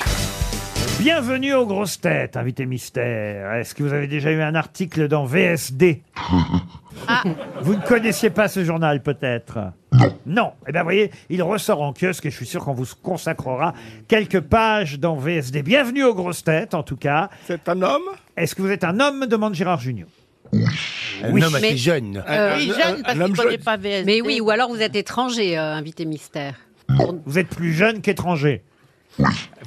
S2: Bienvenue aux grosses têtes, invité mystère. Est-ce que vous avez déjà eu un article dans VSD Vous ne connaissiez pas ce journal, peut-être Non. Eh bien, voyez, il ressort en kiosque et je suis sûr qu'on vous consacrera quelques pages dans VSD. Bienvenue aux grosses têtes, en tout cas. C'est un homme Est-ce que vous êtes un homme demande Gérard Junior.
S4: Un homme assez Mais- jeune.
S5: Euh,
S3: oui, jeune parce qu'il connaît pas VSD.
S5: Mais oui, ou alors vous êtes étranger, euh, invité mystère.
S2: Vous êtes plus jeune qu'étranger.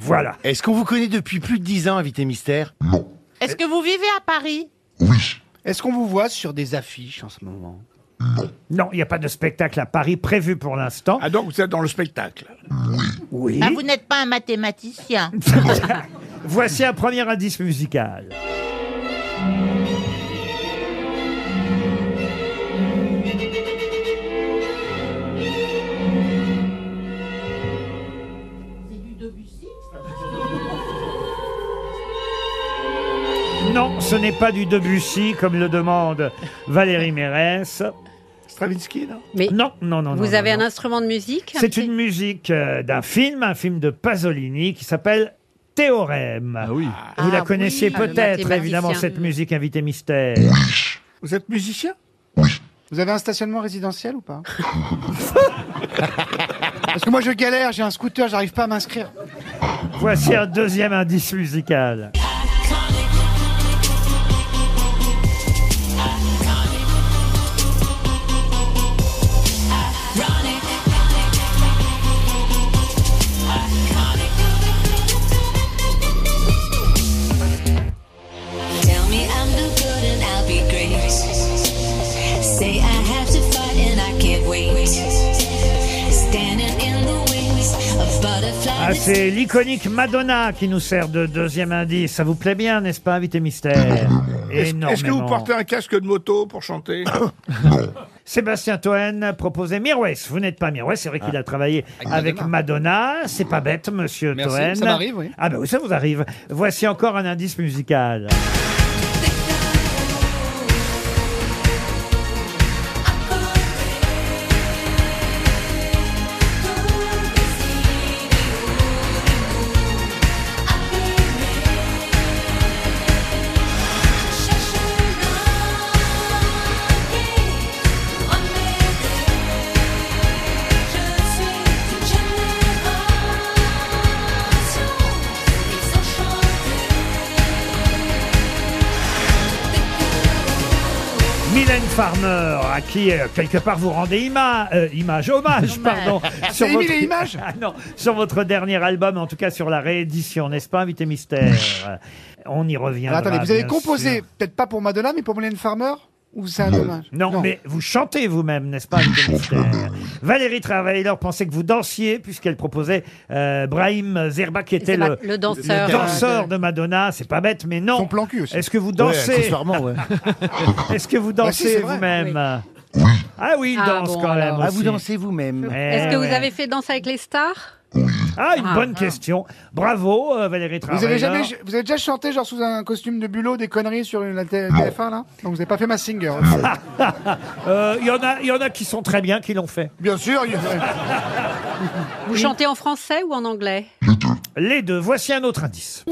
S2: Voilà.
S4: Est-ce qu'on vous connaît depuis plus de 10 ans, invité mystère
S3: Est-ce que vous vivez à Paris
S6: Est-ce qu'on vous voit sur des affiches en ce moment
S2: Non, il n'y a pas de spectacle à Paris prévu pour l'instant. Ah donc vous êtes dans le spectacle Oui.
S3: Ah, vous n'êtes pas un mathématicien.
S2: Voici un premier indice musical. Non, ce n'est pas du Debussy, comme le demande Valérie Mérès.
S8: Stravinsky, non
S2: Non, non, non.
S5: Vous
S2: non,
S5: avez
S2: non,
S5: un instrument de musique
S2: C'est une musique euh, d'un film, un film de Pasolini qui s'appelle Théorème. Vous la
S5: Ah
S2: connaissiez
S5: oui, le
S2: peut-être,
S5: mathématicien.
S2: évidemment, cette musique invité mystère.
S6: Vous êtes musicien Vous avez un stationnement résidentiel ou pas Parce que moi je galère, j'ai un scooter, j'arrive pas à m'inscrire.
S2: Ah Voici un deuxième indice musical.
S16: Tell me I'm no good and I'll be great. Say I have to fight and I can't wait. Standing in the wings of
S2: Ah,
S16: butterflies.
S2: c'est l'iconique Madonna qui nous sert de deuxième indice. Ça vous plaît bien, n'est-ce pas, invité mystère
S8: Est-ce
S2: Énormément.
S8: est-ce que vous portez un casque de moto pour chanter
S2: Sébastien Toen proposait Mirwes. Vous n'êtes pas Mirwes, c'est vrai
S6: Ah.
S2: qu'il a travaillé avec, Madonna. C'est pas bête, monsieur
S6: Merci,
S2: Toen.
S6: ça m'arrive, oui.
S2: Ah ben oui, ça vous arrive. Voici encore un indice musical. Mylène Farmer, à qui euh, quelque part vous rendez ima- euh, image, hommage, pardon,
S6: C'est Émile et Images
S2: Ah non, sur votre dernier album, en tout cas sur la réédition, n'est-ce pas, invité mystère On y revient.
S6: Alors, attendez, vous avez composé, peut-être pas pour Madonna, mais pour Mylène Farmer Ou c'est un hommage
S2: Non, mais vous chantez vous-même, n'est-ce pas Michel Mystère Valérie Travailleur pensait que vous dansiez, puisqu'elle proposait euh, Brahim Zerba, qui était
S5: C'est
S2: le,
S5: ma- le danseur,
S2: le danseur
S5: euh,
S2: de Madonna. C'est pas bête, mais non. Son plan cul aussi. Est-ce que vous dansez
S15: accessoirement, ouais.
S2: Est-ce que vous
S15: Bah si,
S2: dansez
S15: c'est vrai.
S2: vous-même Ah oui, il
S5: Ah
S2: danse
S5: bon,
S2: quand même.
S5: alors. Ah, vous
S15: dansez
S2: vous-même.
S5: Est-ce que vous avez fait danser avec les stars
S2: Ah, une
S5: Ah,
S2: bonne
S5: ah.
S2: question. Bravo, euh, Valérie Travailleur.
S6: Vous avez, jamais, vous avez déjà chanté genre sous un costume de bulot des conneries sur une- la T- TF1 là Donc vous n'avez pas fait ma singer.
S2: Euh, Il y, en a- il y en a qui sont très bien, qui l'ont fait.
S6: Bien sûr.
S5: Vous chantez en français ou en anglais
S2: Les deux. Voici un autre indice.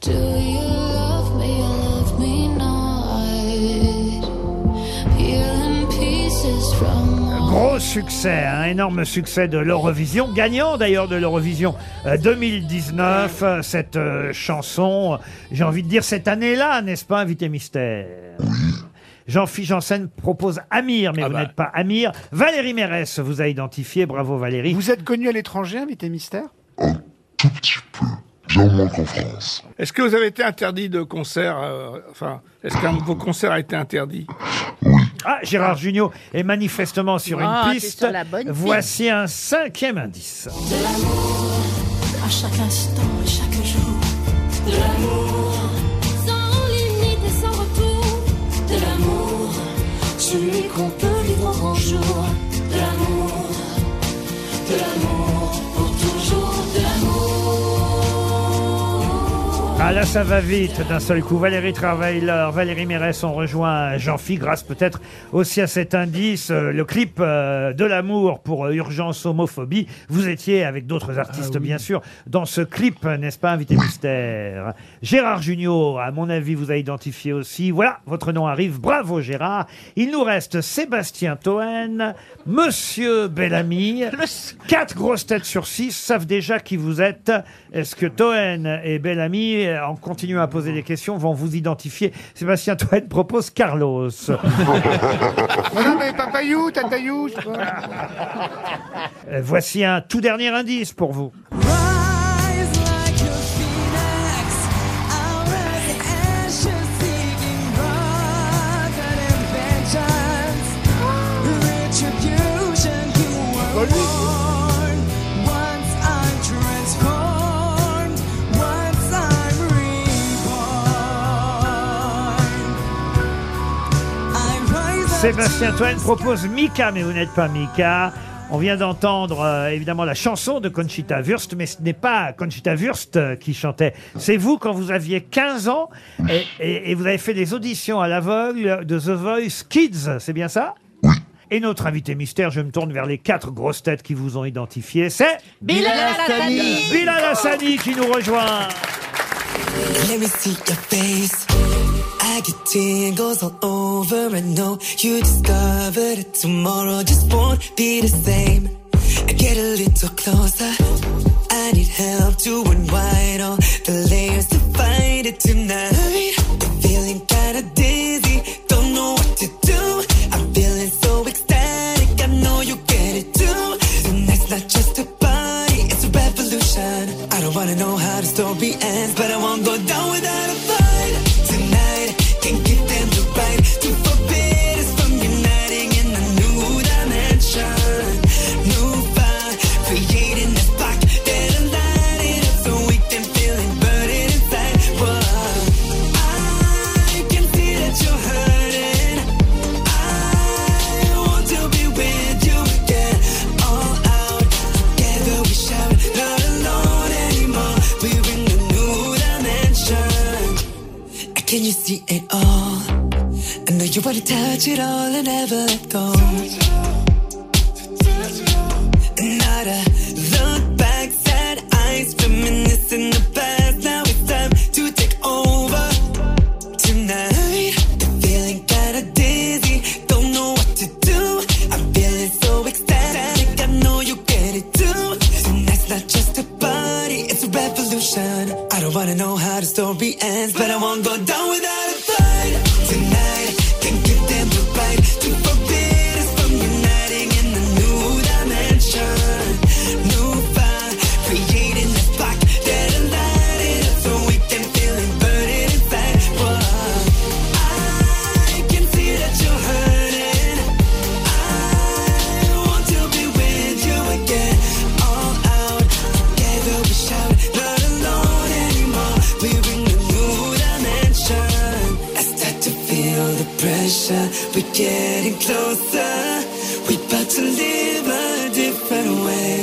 S16: Do you love me or love me not? Peeling pieces from
S2: Gros succès, un énorme succès de l'Eurovision, gagnant d'ailleurs de l'Eurovision euh, 2019, euh, cette euh, chanson, euh, j'ai envie de dire cette année-là, n'est-ce pas, invité mystère Jean-Philippe Janssen propose Amir, mais vous n'êtes pas Amir. Valérie Mérès vous a identifié, bravo Valérie.
S6: Vous êtes connu à l'étranger, invité mystère
S17: Bien moins qu'en France.
S8: Est-ce que vous avez été interdit de concert euh, Enfin, est-ce qu'un de vos concerts a été interdit
S2: Ah, Gérard Jugnot est manifestement sur
S8: Ah,
S2: une
S8: t'es
S2: piste.
S8: sur la bonne piste.
S2: Voici un cinquième indice.
S16: De l'amour à chaque instant et chaque jour. De l'amour sans limite et sans retour. De l'amour, celui qu'on peut vivre au grand jour. De l'amour, de l'amour pour toujours. De l'amour.
S2: Ah là, ça va vite d'un seul coup. Valérie Travailleur, Valérie Mérès ont rejoint Jean-Phi grâce peut-être aussi à cet indice, euh, le clip euh, de l'amour pour euh, Urgence Homophobie. Vous étiez avec d'autres artistes, bien sûr, dans ce clip, euh, n'est-ce pas, invité mystère Gérard Junior, à mon avis, vous a identifié aussi. Voilà, votre nom arrive. Bravo Gérard. Il nous reste Sébastien Toen, Monsieur Bellamy. Quatre grosses têtes sur six savent déjà qui vous êtes. Est-ce que Toen et Bellamy, euh, en continuant à poser des questions, vont vous identifier Sébastien Toen propose Carlos. Euh,
S6: Non, non, mais papayou, tatayou, je sais pas.
S2: Euh, Voici un tout dernier indice pour vous. Sébastien Toen propose Mika, mais vous n'êtes pas Mika. On vient d'entendre euh, évidemment la chanson de Conchita Wurst, mais ce n'est pas Conchita Wurst euh, qui chantait. C'est vous quand vous aviez 15 ans et, et- et vous avez fait des auditions à l'aveugle de The Voice Kids, c'est bien ça Et notre invité mystère, je me tourne vers les quatre grosses têtes qui vous ont identifié, c'est
S16: Bilal Hassani.
S2: Bilal Hassani qui nous rejoint
S16: Let me see your face. I get tingles all over. I know you discovered it tomorrow. Just won't be the same. I get a little closer. I need help to unwind all the layers to find it tonight. I'm feeling kinda dizzy. Don't know what to do. I'm feeling so ecstatic. I know you get it too. Tonight's not just a party, it's a revolution. I don't wanna know how the story ends, but I won't go down without a fight. Tonight, can give them the right to forbid us from uniting in a new dimension. New vibe, creating the spark that'll light it up so we can feel it burning inside. Whoa. I can see that you're hurting. I want to be with you again, all out. Together we shout, not alone anymore. We're in a new dimension. Can you see it all? I know you wanna touch it all and never let go. Not a look back, sad eyes, reminiscing the past. Now it's time to take over tonight. I'm feeling kinda dizzy, don't know what to do. I'm feeling so ecstatic, I know you get it too. Tonight's not just a party, it's a revolution. I don't wanna know how the story ends, but I won't go down without a fight. Tonight, can give them the right to forbid us from uniting in a new dimension. New vibe, creating a spark that'll light it up so we can feel it burning inside. Whoa. I can see that you're hurting. I want to be with you again, all out. Together we shout, not alone anymore. We're in a new dimension. I start to feel the pressure. We're getting closer. We're about to live a different way.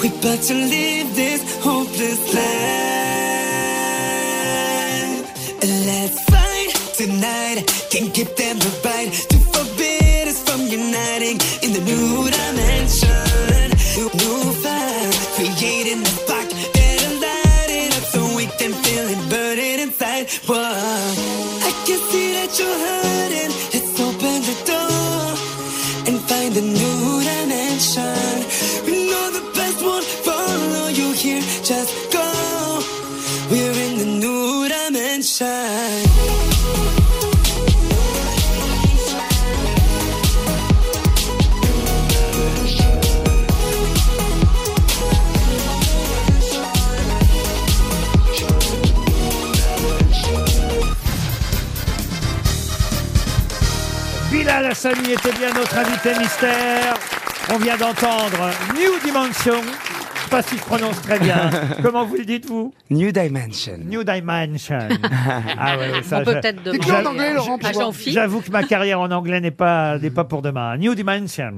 S16: We're about to live this hopeless life. Let's fight tonight. Can't give them the right to forbid us from uniting in the new dimension. New, new vibe, creating a spark that'll light it up so we can feel it burning inside. Whoa. I can see that you're hurting. Let's open the door and find a new dimension. We know the best won't follow you here. Just go. We're in the new dimension.
S2: Bilal Hassani était bien notre invité mystère. On vient d'entendre New Dimension. Je sais pas si je prononce très bien. Comment vous le dites-vous
S17: New Dimension.
S2: New Dimension. Ah ouais, ouais, ça,
S5: On
S2: je-
S5: peut peut-être
S2: j'a-
S5: demander
S2: j'a-
S5: en anglais, Laurent, pour
S2: j'a-
S5: voir. Jean-Phi.
S2: J'avoue que ma carrière en anglais n'est pas, n'est pas pour demain. New Dimension.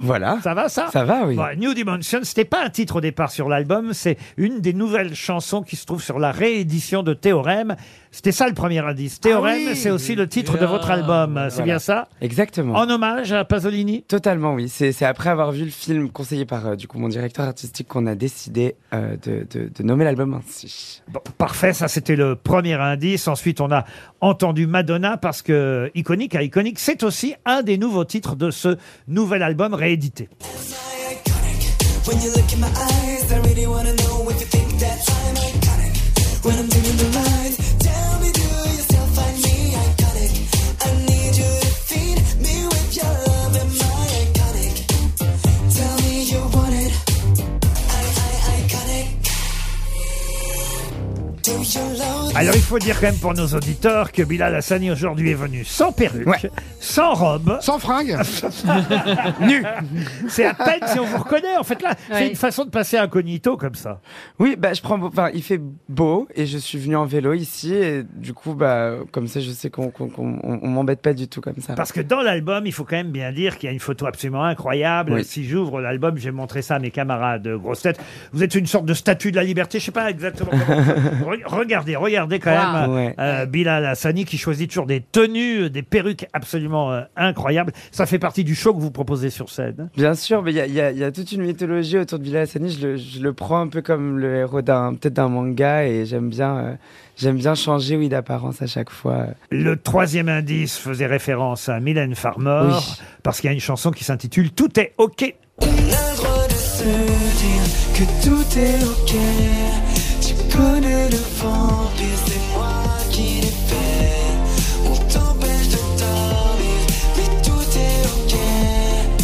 S17: Voilà.
S2: Ça va, ça
S17: Ça va, oui.
S2: Bon, New Dimension, c'était pas un titre au départ sur l'album, c'est une des nouvelles chansons qui se trouve sur la réédition de Théorème. C'était ça le premier indice. Théorème,
S17: Ah oui. Ah,
S2: c'est aussi le titre de votre album. C'est
S17: Voilà.
S2: bien ça
S17: Exactement.
S2: En hommage à Pasolini
S17: Totalement, oui. C'est c'est après avoir vu le film conseillé par euh, du coup, mon directeur artistique qu'on a décidé euh, de, de- de nommer l'album ainsi.
S2: Bon, parfait, ça c'était le premier indice. Ensuite, on a entendu Madonna parce que Iconique à Iconique, c'est aussi un des nouveaux titres de ce nouvel album réédité.
S16: When you look in my eyes, I really wanna know if you think that I'm iconic. When I'm doing the right, tell me do you still find me iconic? I need you to feed me with your love. Am I iconic? Tell me you want it. I, I, iconic. Do you love
S2: Alors il faut dire quand même pour nos auditeurs que Bilal Hassani aujourd'hui est venu sans perruque, sans robe, sans fringue, nu. C'est à peine si on vous reconnaît. En fait là, c'est
S17: Ouais.
S2: une façon de passer incognito comme ça.
S17: Oui, bah, je prends. Enfin, il fait beau et je suis venu en vélo ici et du coup, bah, comme ça, je sais qu'on qu'on- qu'on- on- on m'embête pas du tout comme ça.
S2: Parce que dans l'album, il faut quand même bien dire qu'il y a une photo absolument incroyable.
S17: Oui.
S2: Si j'ouvre l'album, j'ai montré ça à mes camarades euh, grosses têtes. Vous êtes une sorte de statue de la liberté. Je sais pas exactement comment. Re- regardez, regardez quand
S17: Wow.
S2: même euh,
S17: Ouais.
S2: euh, Bilal Hassani qui choisit toujours des tenues, euh, des perruques absolument euh, incroyables. Ça fait partie du show que vous proposez sur scène.
S17: Bien sûr, mais il y a- il y, a- il y a toute une mythologie autour de Bilal Hassani. Je le, je le prends un peu comme le héros d'un peut-être d'un manga et j'aime bien, euh, j'aime bien changer oui d'apparence à chaque fois.
S2: Le troisième indice faisait référence à Mylène Farmer
S17: Oui.
S2: parce qu'il y a une chanson qui s'intitule Tout est OK.
S16: droit de se dire que tout est ok. Tu connais le vampire, c'est moi qui l'ai fait. On t'empêche de dormir, mais tout est ok.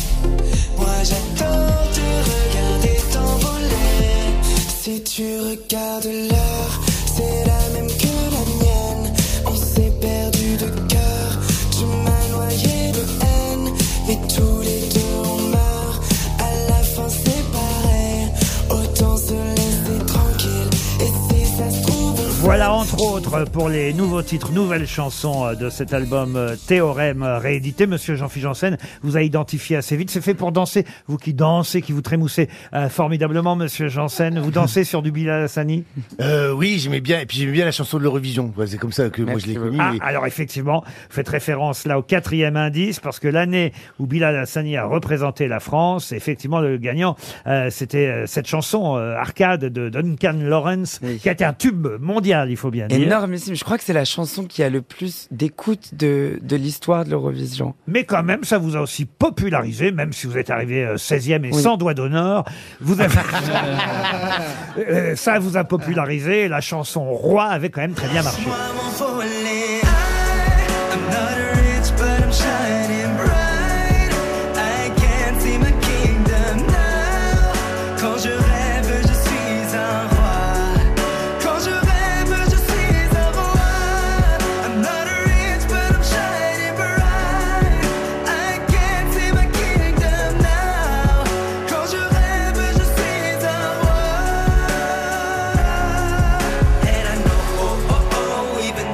S16: Moi j'attends de regarder t'envoler. Si tu regardes l'heure, c'est la même que la mienne. On s'est perdu de cœur, tu m'as noyé de haine. Mais tous les deux on meurt, à la fin c'est pareil. Autant se laisser tranquille, et si ça se trouve, on
S2: Voilà entre autres pour les nouveaux titres, nouvelles chansons euh, de cet album euh, Théorème euh, réédité. Monsieur Jean-Philippe Janssen vous a identifié assez vite. C'est fait pour danser. Vous qui dansez, qui vous trémoussez euh, formidablement, Monsieur Janssen. Vous dansez sur du Bilal Hassani
S4: Euh, oui, j'aimais bien, et puis j'aimais bien la chanson de l'Eurovision. Ouais, C'est comme ça que moi je l'ai connue.
S2: Ah,
S4: et-
S2: alors effectivement, vous faites référence là au quatrième indice, parce que l'année où Bilal Hassani a représenté la France, effectivement, le gagnant, euh, c'était euh, cette chanson euh, arcade de Duncan Lawrence, qui a été un tube mondial, il faut bien dire.
S17: Énormissime. Je crois que c'est la chanson qui a le plus d'écoute de, de l'histoire de l'Eurovision.
S2: Mais quand même, ça vous a aussi popularisé, même si vous êtes arrivé euh, 16e et
S17: Oui.
S2: sans doigt d'honneur. Vous avez... Euh, ça vous a popularisé. La chanson Roi avait quand même très bien marché.
S16: Volé. I- I'm not rich, but I'm shining bright. I can see my kingdom now. Quand je rêve, je suis un roi. Quand je rêve, je suis un roi. I'm not rich, but I'm shining bright. I can see my kingdom now. Quand je rêve, je suis un roi. And I know, oh, oh, oh, even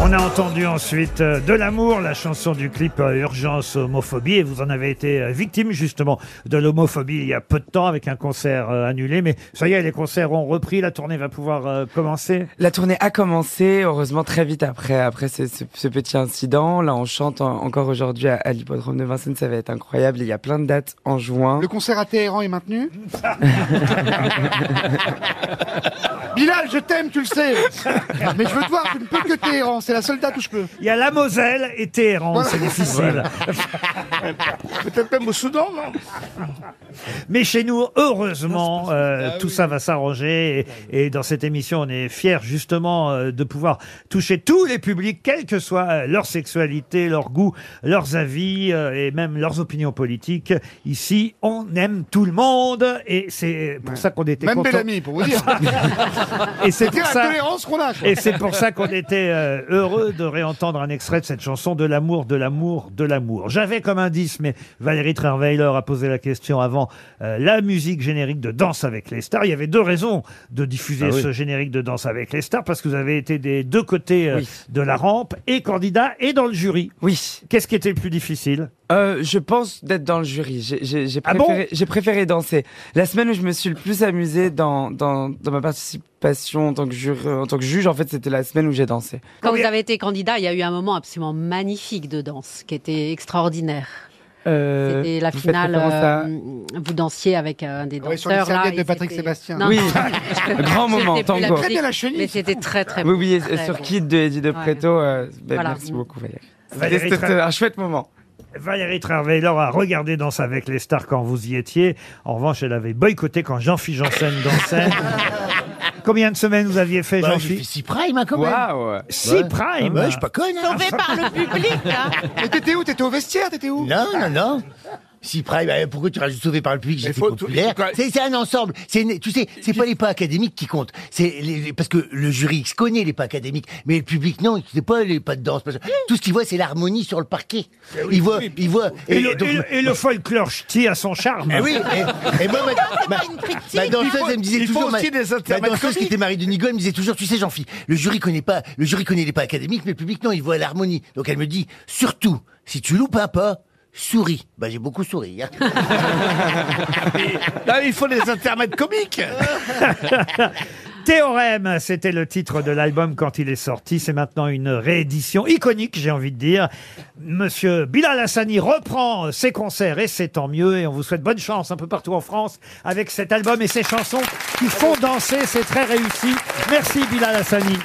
S2: On a entendu ensuite euh, De l'amour, la chanson du clip euh, Urgence homophobie, et vous en avez été euh, victime justement de l'homophobie il y a peu de temps avec un concert euh, annulé. Mais ça y est, les concerts ont repris, la tournée va pouvoir euh, commencer.
S17: La tournée a commencé, heureusement très vite après, après ce, ce- ce petit incident. Là, on chante en- encore aujourd'hui à, à l'hippodrome de Vincennes, ça va être incroyable. Il y a plein de dates en juin.
S6: Le concert à Téhéran est maintenu. Bilal, je t'aime, tu le sais. Mais je veux te voir, tu ne peux que Téhéran. C'est la seule date où je peux.
S2: Il y a la Moselle et Téhéran,
S6: Voilà.
S2: c'est difficile.
S6: Voilà.
S8: Peut-être même au Soudan, non
S2: Mais chez nous, heureusement, euh, tout ça va s'arranger. Et, et dans cette émission, on est fiers justement euh, de pouvoir toucher tous les publics, quelle que soit euh, leur sexualité, leur goût, leurs avis euh, et même leurs opinions politiques. Ici, on aime tout le monde. Et c'est pour ça qu'on était
S6: Même
S2: contents.
S6: Bellamy, pour vous dire.
S2: Et c'est
S6: Dire
S2: pour
S6: la
S2: ça.
S6: tolérance qu'on a. quoi.
S2: Et c'est pour ça qu'on était euh, heureux de réentendre un extrait de cette chanson De l'amour, de l'amour, de l'amour. J'avais comme indice, mais Valérie Trierweiler a posé la question avant euh, la musique générique de Danse avec les stars. Il y avait deux raisons de diffuser
S18: Ah oui.
S2: ce générique de Danse avec les stars parce que vous avez été des deux côtés euh,
S17: Oui.
S2: de la rampe et candidat et dans le jury.
S17: Oui.
S2: Qu'est-ce qui était le plus difficile
S17: Euh, je pense d'être dans le jury. J'ai- J'ai j'ai
S2: Ah bon
S17: préféré, j'ai préféré danser. La semaine où je me suis le plus amusé dans, dans, dans ma participation en tant, que jure- en tant que juge, en fait, c'était la semaine où j'ai dansé.
S5: Quand vous avez été candidat, il y a eu un moment absolument magnifique de danse qui était extraordinaire.
S17: Euh,
S5: C'était la
S17: vous faites
S5: finale.
S17: référence à-
S5: euh, vous dansiez avec euh, un des danseurs.
S6: Ouais, sur les
S5: là,
S6: serviettes de
S5: et
S6: Patrick
S5: c'était-
S6: Sébastien.
S5: Non,
S17: Oui.
S5: non,
S17: Un grand moment,
S5: c'était plus
S17: tango.
S5: musique,
S17: Très bien la
S5: Mais c'était très très
S17: oui,
S5: beau,
S17: oui, et-
S5: très
S17: et sur
S5: beau.
S17: Kid de Eddie de
S5: Ouais.
S17: Preto. euh, ben,
S5: Voilà.
S17: Merci beaucoup, Valérie.
S2: Valérie
S17: C'était
S2: Tre-
S17: un chouette moment.
S2: Valérie Trierweiler a regardé Danse avec les stars quand vous y étiez. En revanche, elle avait boycotté quand Jean-Philippe Janssen dansait. Combien de semaines vous aviez fait,
S4: Bah, j'ai
S2: Jean-Philippe
S4: fait six primes, hein, quand même.
S17: Waouh.
S2: Six
S4: Ouais.
S2: primes.
S4: Ouais, je suis pas conne. hein.
S6: Mais t'étais où T'étais au vestiaire T'étais où
S4: Non, non, non. Si Prime, eh, pourquoi tu rajoutes sauvé par le public,
S8: Mais
S4: j'étais
S8: faut tout-
S4: populaire.
S8: faut-
S4: C'est c'est un ensemble. C'est une- tu sais, c'est pas les pas académiques qui comptent. C'est les- les- parce que le jury se connaît les pas académiques, mais le public non. C'est pas les pas de danse. parce que Tout ce qu'il voit, c'est l'harmonie sur le parquet. Il voit, il voit.
S2: Et, le,
S4: donc-
S2: et le- et le folklore ch'ti a son charme.
S4: Eh oui, et, et moi, ma, ma- ma danseuse, elle me disait
S2: Il faut
S4: toujours, ma,
S2: aussi des intermèdes
S4: ma danseuse qui
S2: comiques.
S4: était Marie de Nigol, elle me disait toujours, tu sais, Jean-Phi, le jury connaît pas, le jury connaît les pas académiques, mais le public, non, il voit l'harmonie. Donc elle me dit, surtout, si tu loupes un pas, souris. Bah, j'ai beaucoup souri, hein.
S8: il faut des intermèdes comiques.
S2: Théorème, c'était le titre de l'album quand il est sorti. C'est maintenant une réédition iconique, j'ai envie de dire. Monsieur Bilal Hassani reprend ses concerts et c'est tant mieux. Et on vous souhaite bonne chance un peu partout en France avec cet album et ses chansons qui font danser. C'est très réussi. Merci Bilal Hassani.